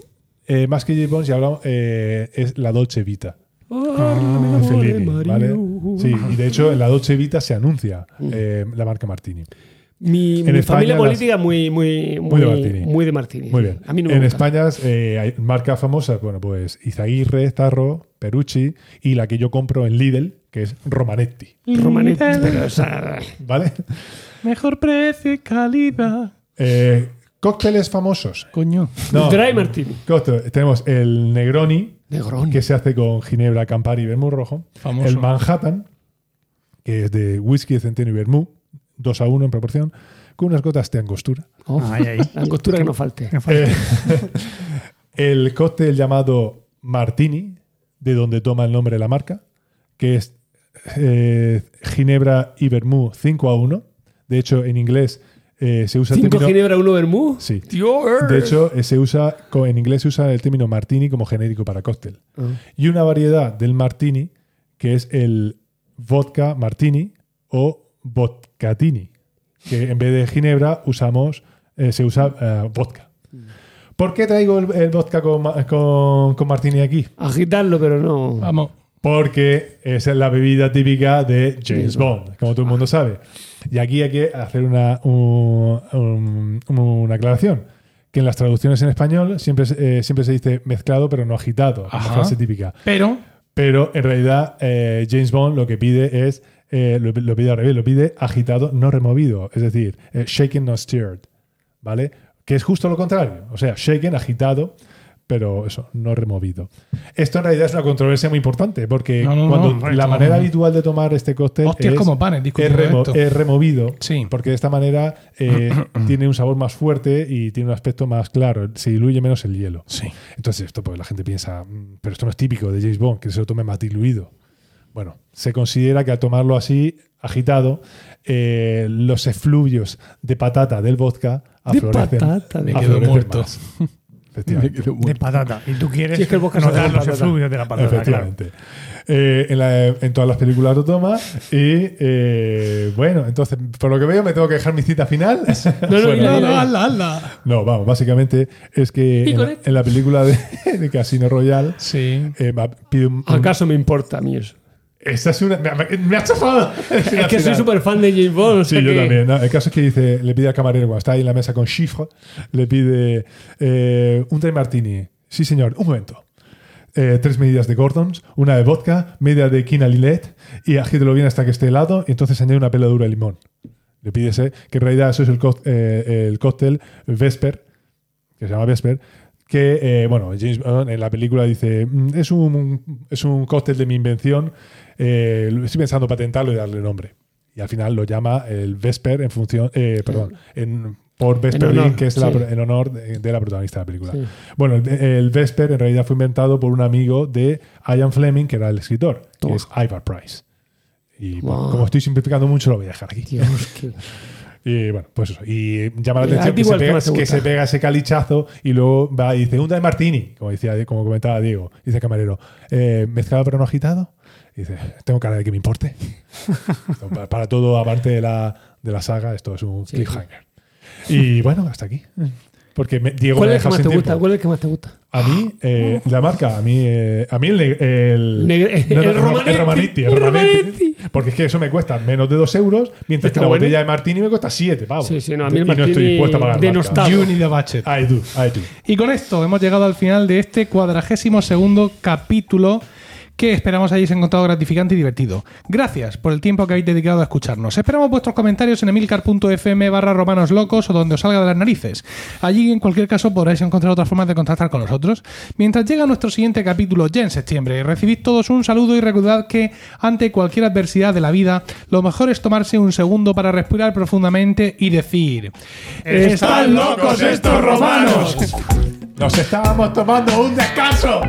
eh, más que James Bond, si hablamos, eh, es la Dolce Vita. Háblame, de Ah, Fellini, Mario. ¿vale? Sí, y de hecho en la Dolce Vita se anuncia Mm. eh, la marca Martini. Mi, En mi España familia las- política muy, muy, Muy muy, de Martini. muy de Martini. Muy bien. A mí no me en gusta. España eh, hay marcas famosas, bueno, pues Izaguirre, Tarro, Perucci y la que yo compro en Lidl, que es Romanetti, Mm. Romanetti, pero esa- ¿vale? Mejor precio y calidad. Eh, cócteles famosos. Coño. No, Dry Martini. cóctel- Tenemos el Negroni, Negroni. que se hace con Ginebra, Campari y Vermú Rojo. Famoso. El Manhattan, que es de whisky, de centeno y Vermú, 2 a 1 en proporción, con unas gotas de angostura. Eh, Oh, Ay, ay. la angostura que no falte. Me falta. El cóctel llamado Martini, de donde toma el nombre de la marca, que es eh, Ginebra y Vermú 5 a 1. De hecho, en inglés eh, se usa el Cinco término. Ginebra, uno Bermú. Sí. Dios. De hecho, eh, se usa, co- en inglés se usa el término martini como genérico para cóctel. Ah. Y una variedad del martini, que es el vodka martini o vodkatini, que en vez de ginebra usamos, eh, se usa eh, vodka. ¿Por qué traigo el, el vodka con, ma- con- con martini aquí? Agitarlo, pero Ah, no. Vamos. Porque es la bebida típica de James Bond, como todo el mundo sabe. Y aquí hay que hacer una, un- un- una aclaración. Que en las traducciones en español siempre, se- eh, siempre se dice mezclado pero no agitado, la Ajá. frase típica. Pero Pero en realidad eh, James Bond lo que pide es, eh, lo, lo pide al revés, lo pide agitado, no removido. Es decir, eh, shaken, not stirred. ¿Vale? Que es justo lo contrario. O sea, shaken, agitado, pero eso, no removido. Esto en realidad es una controversia muy importante porque No, no, cuando no, hombre, la no, manera no. habitual de tomar este cóctel Hostias es, como panes, es, discutiendo remo- esto. es removido. Sí. Porque de esta manera eh, tiene un sabor más fuerte y tiene un aspecto más claro. Se diluye menos el hielo. Sí. Entonces, esto pues la gente piensa, "Mm, pero esto no es típico de James Bond, que se lo tome más diluido. Bueno, se considera que al tomarlo así, agitado, eh, los efluvios de patata del vodka aflorecen. patata, me quedo aflorecen muerto. más. Efectivamente. De patata. Y tú quieres Si es que el bosque se notar da los patata. efluvios de la patata, claro. Efectivamente. Eh, en, la- en todas las películas lo toma. Y eh, bueno, entonces, por lo que veo, me tengo que dejar mi cita final. No, Bueno, no, no, No, no, no, hazla, hazla. no, vamos, básicamente es que en la, Piconet. en la película de, de Casino Royale Sí. eh, va- pide un- un- ¿Acaso me importa a mí eso? Esta es una. Me, me- me ha chafado. Es que soy súper fan de James Bond. o sea Sí, yo que- también. ¿no? El caso es que dice, le pide al camarero cuando está ahí en la mesa con Chifre, le pide eh, un tres martini. Sí, señor, un momento. Eh, tres medidas de Gordons, una de vodka, media de quina lilet y agítelo bien hasta que esté helado y entonces añade una peladura de limón. Le pide ese, que en realidad eso es el, cóc- eh, el cóctel Vesper, que se llama Vesper, que, eh, bueno, James Bond en la película dice, "Mm, es un, es un cóctel de mi invención, eh, lo- estoy pensando patentarlo y darle nombre. Y al final lo llama el Vesper en función, eh, perdón, en, por Vesper En honor, Lynn, que es la, sí. en honor de, de la protagonista de la película. Bueno, el, el Vesper en realidad fue inventado por un amigo de Ian Fleming, que era el escritor, que Toma. es Ivar Price. Y bueno, Wow. como estoy simplificando mucho, lo voy a dejar aquí. Dios, qué- Y bueno, pues eso. Y llama la Y a atención ti que se, igual que pega, más te que gusta. se pega ese calichazo y luego va y dice, un de martini, como, decía, como comentaba Diego. Dice el camarero, "Eh, mezclado pero no agitado. Y dice, tengo cara de que me importe. Esto para, para todo, aparte de la, de la saga, esto es un cliffhanger. Y bueno, hasta aquí. Porque me- Diego ¿Cuál me es deja el que más sin te tiempo. gusta? ¿Cuál es el que más te gusta? A mí, eh, la marca, a mí, eh, a mí el, neg- el, Negre- no, no, el no, Romanetti, Romanetti, el el Romanetti. Romanetti. Porque es que eso me cuesta menos de 2 euros, mientras que Está la bueno. botella de Martini me cuesta 7 pavos. Sí, sí, no, a mí el Y estoy Martini dispuesto a pagar denostado. You need a budget. marca. I do, I do. Y con esto hemos llegado al final de este cuadragésimo segundo capítulo que esperamos hayáis encontrado gratificante y divertido. Gracias por el tiempo que habéis dedicado a escucharnos. Esperamos vuestros comentarios en emilcar.fm barra romanoslocos o donde os salga de las narices. Allí, en cualquier caso, podréis encontrar otras formas de contactar con nosotros. Mientras llega nuestro siguiente capítulo ya en septiembre, recibid todos un saludo y recordad que ante cualquier adversidad de la vida, lo mejor es tomarse un segundo para respirar profundamente y decir... ¡Están locos estos romanos! Nos estábamos tomando un descanso.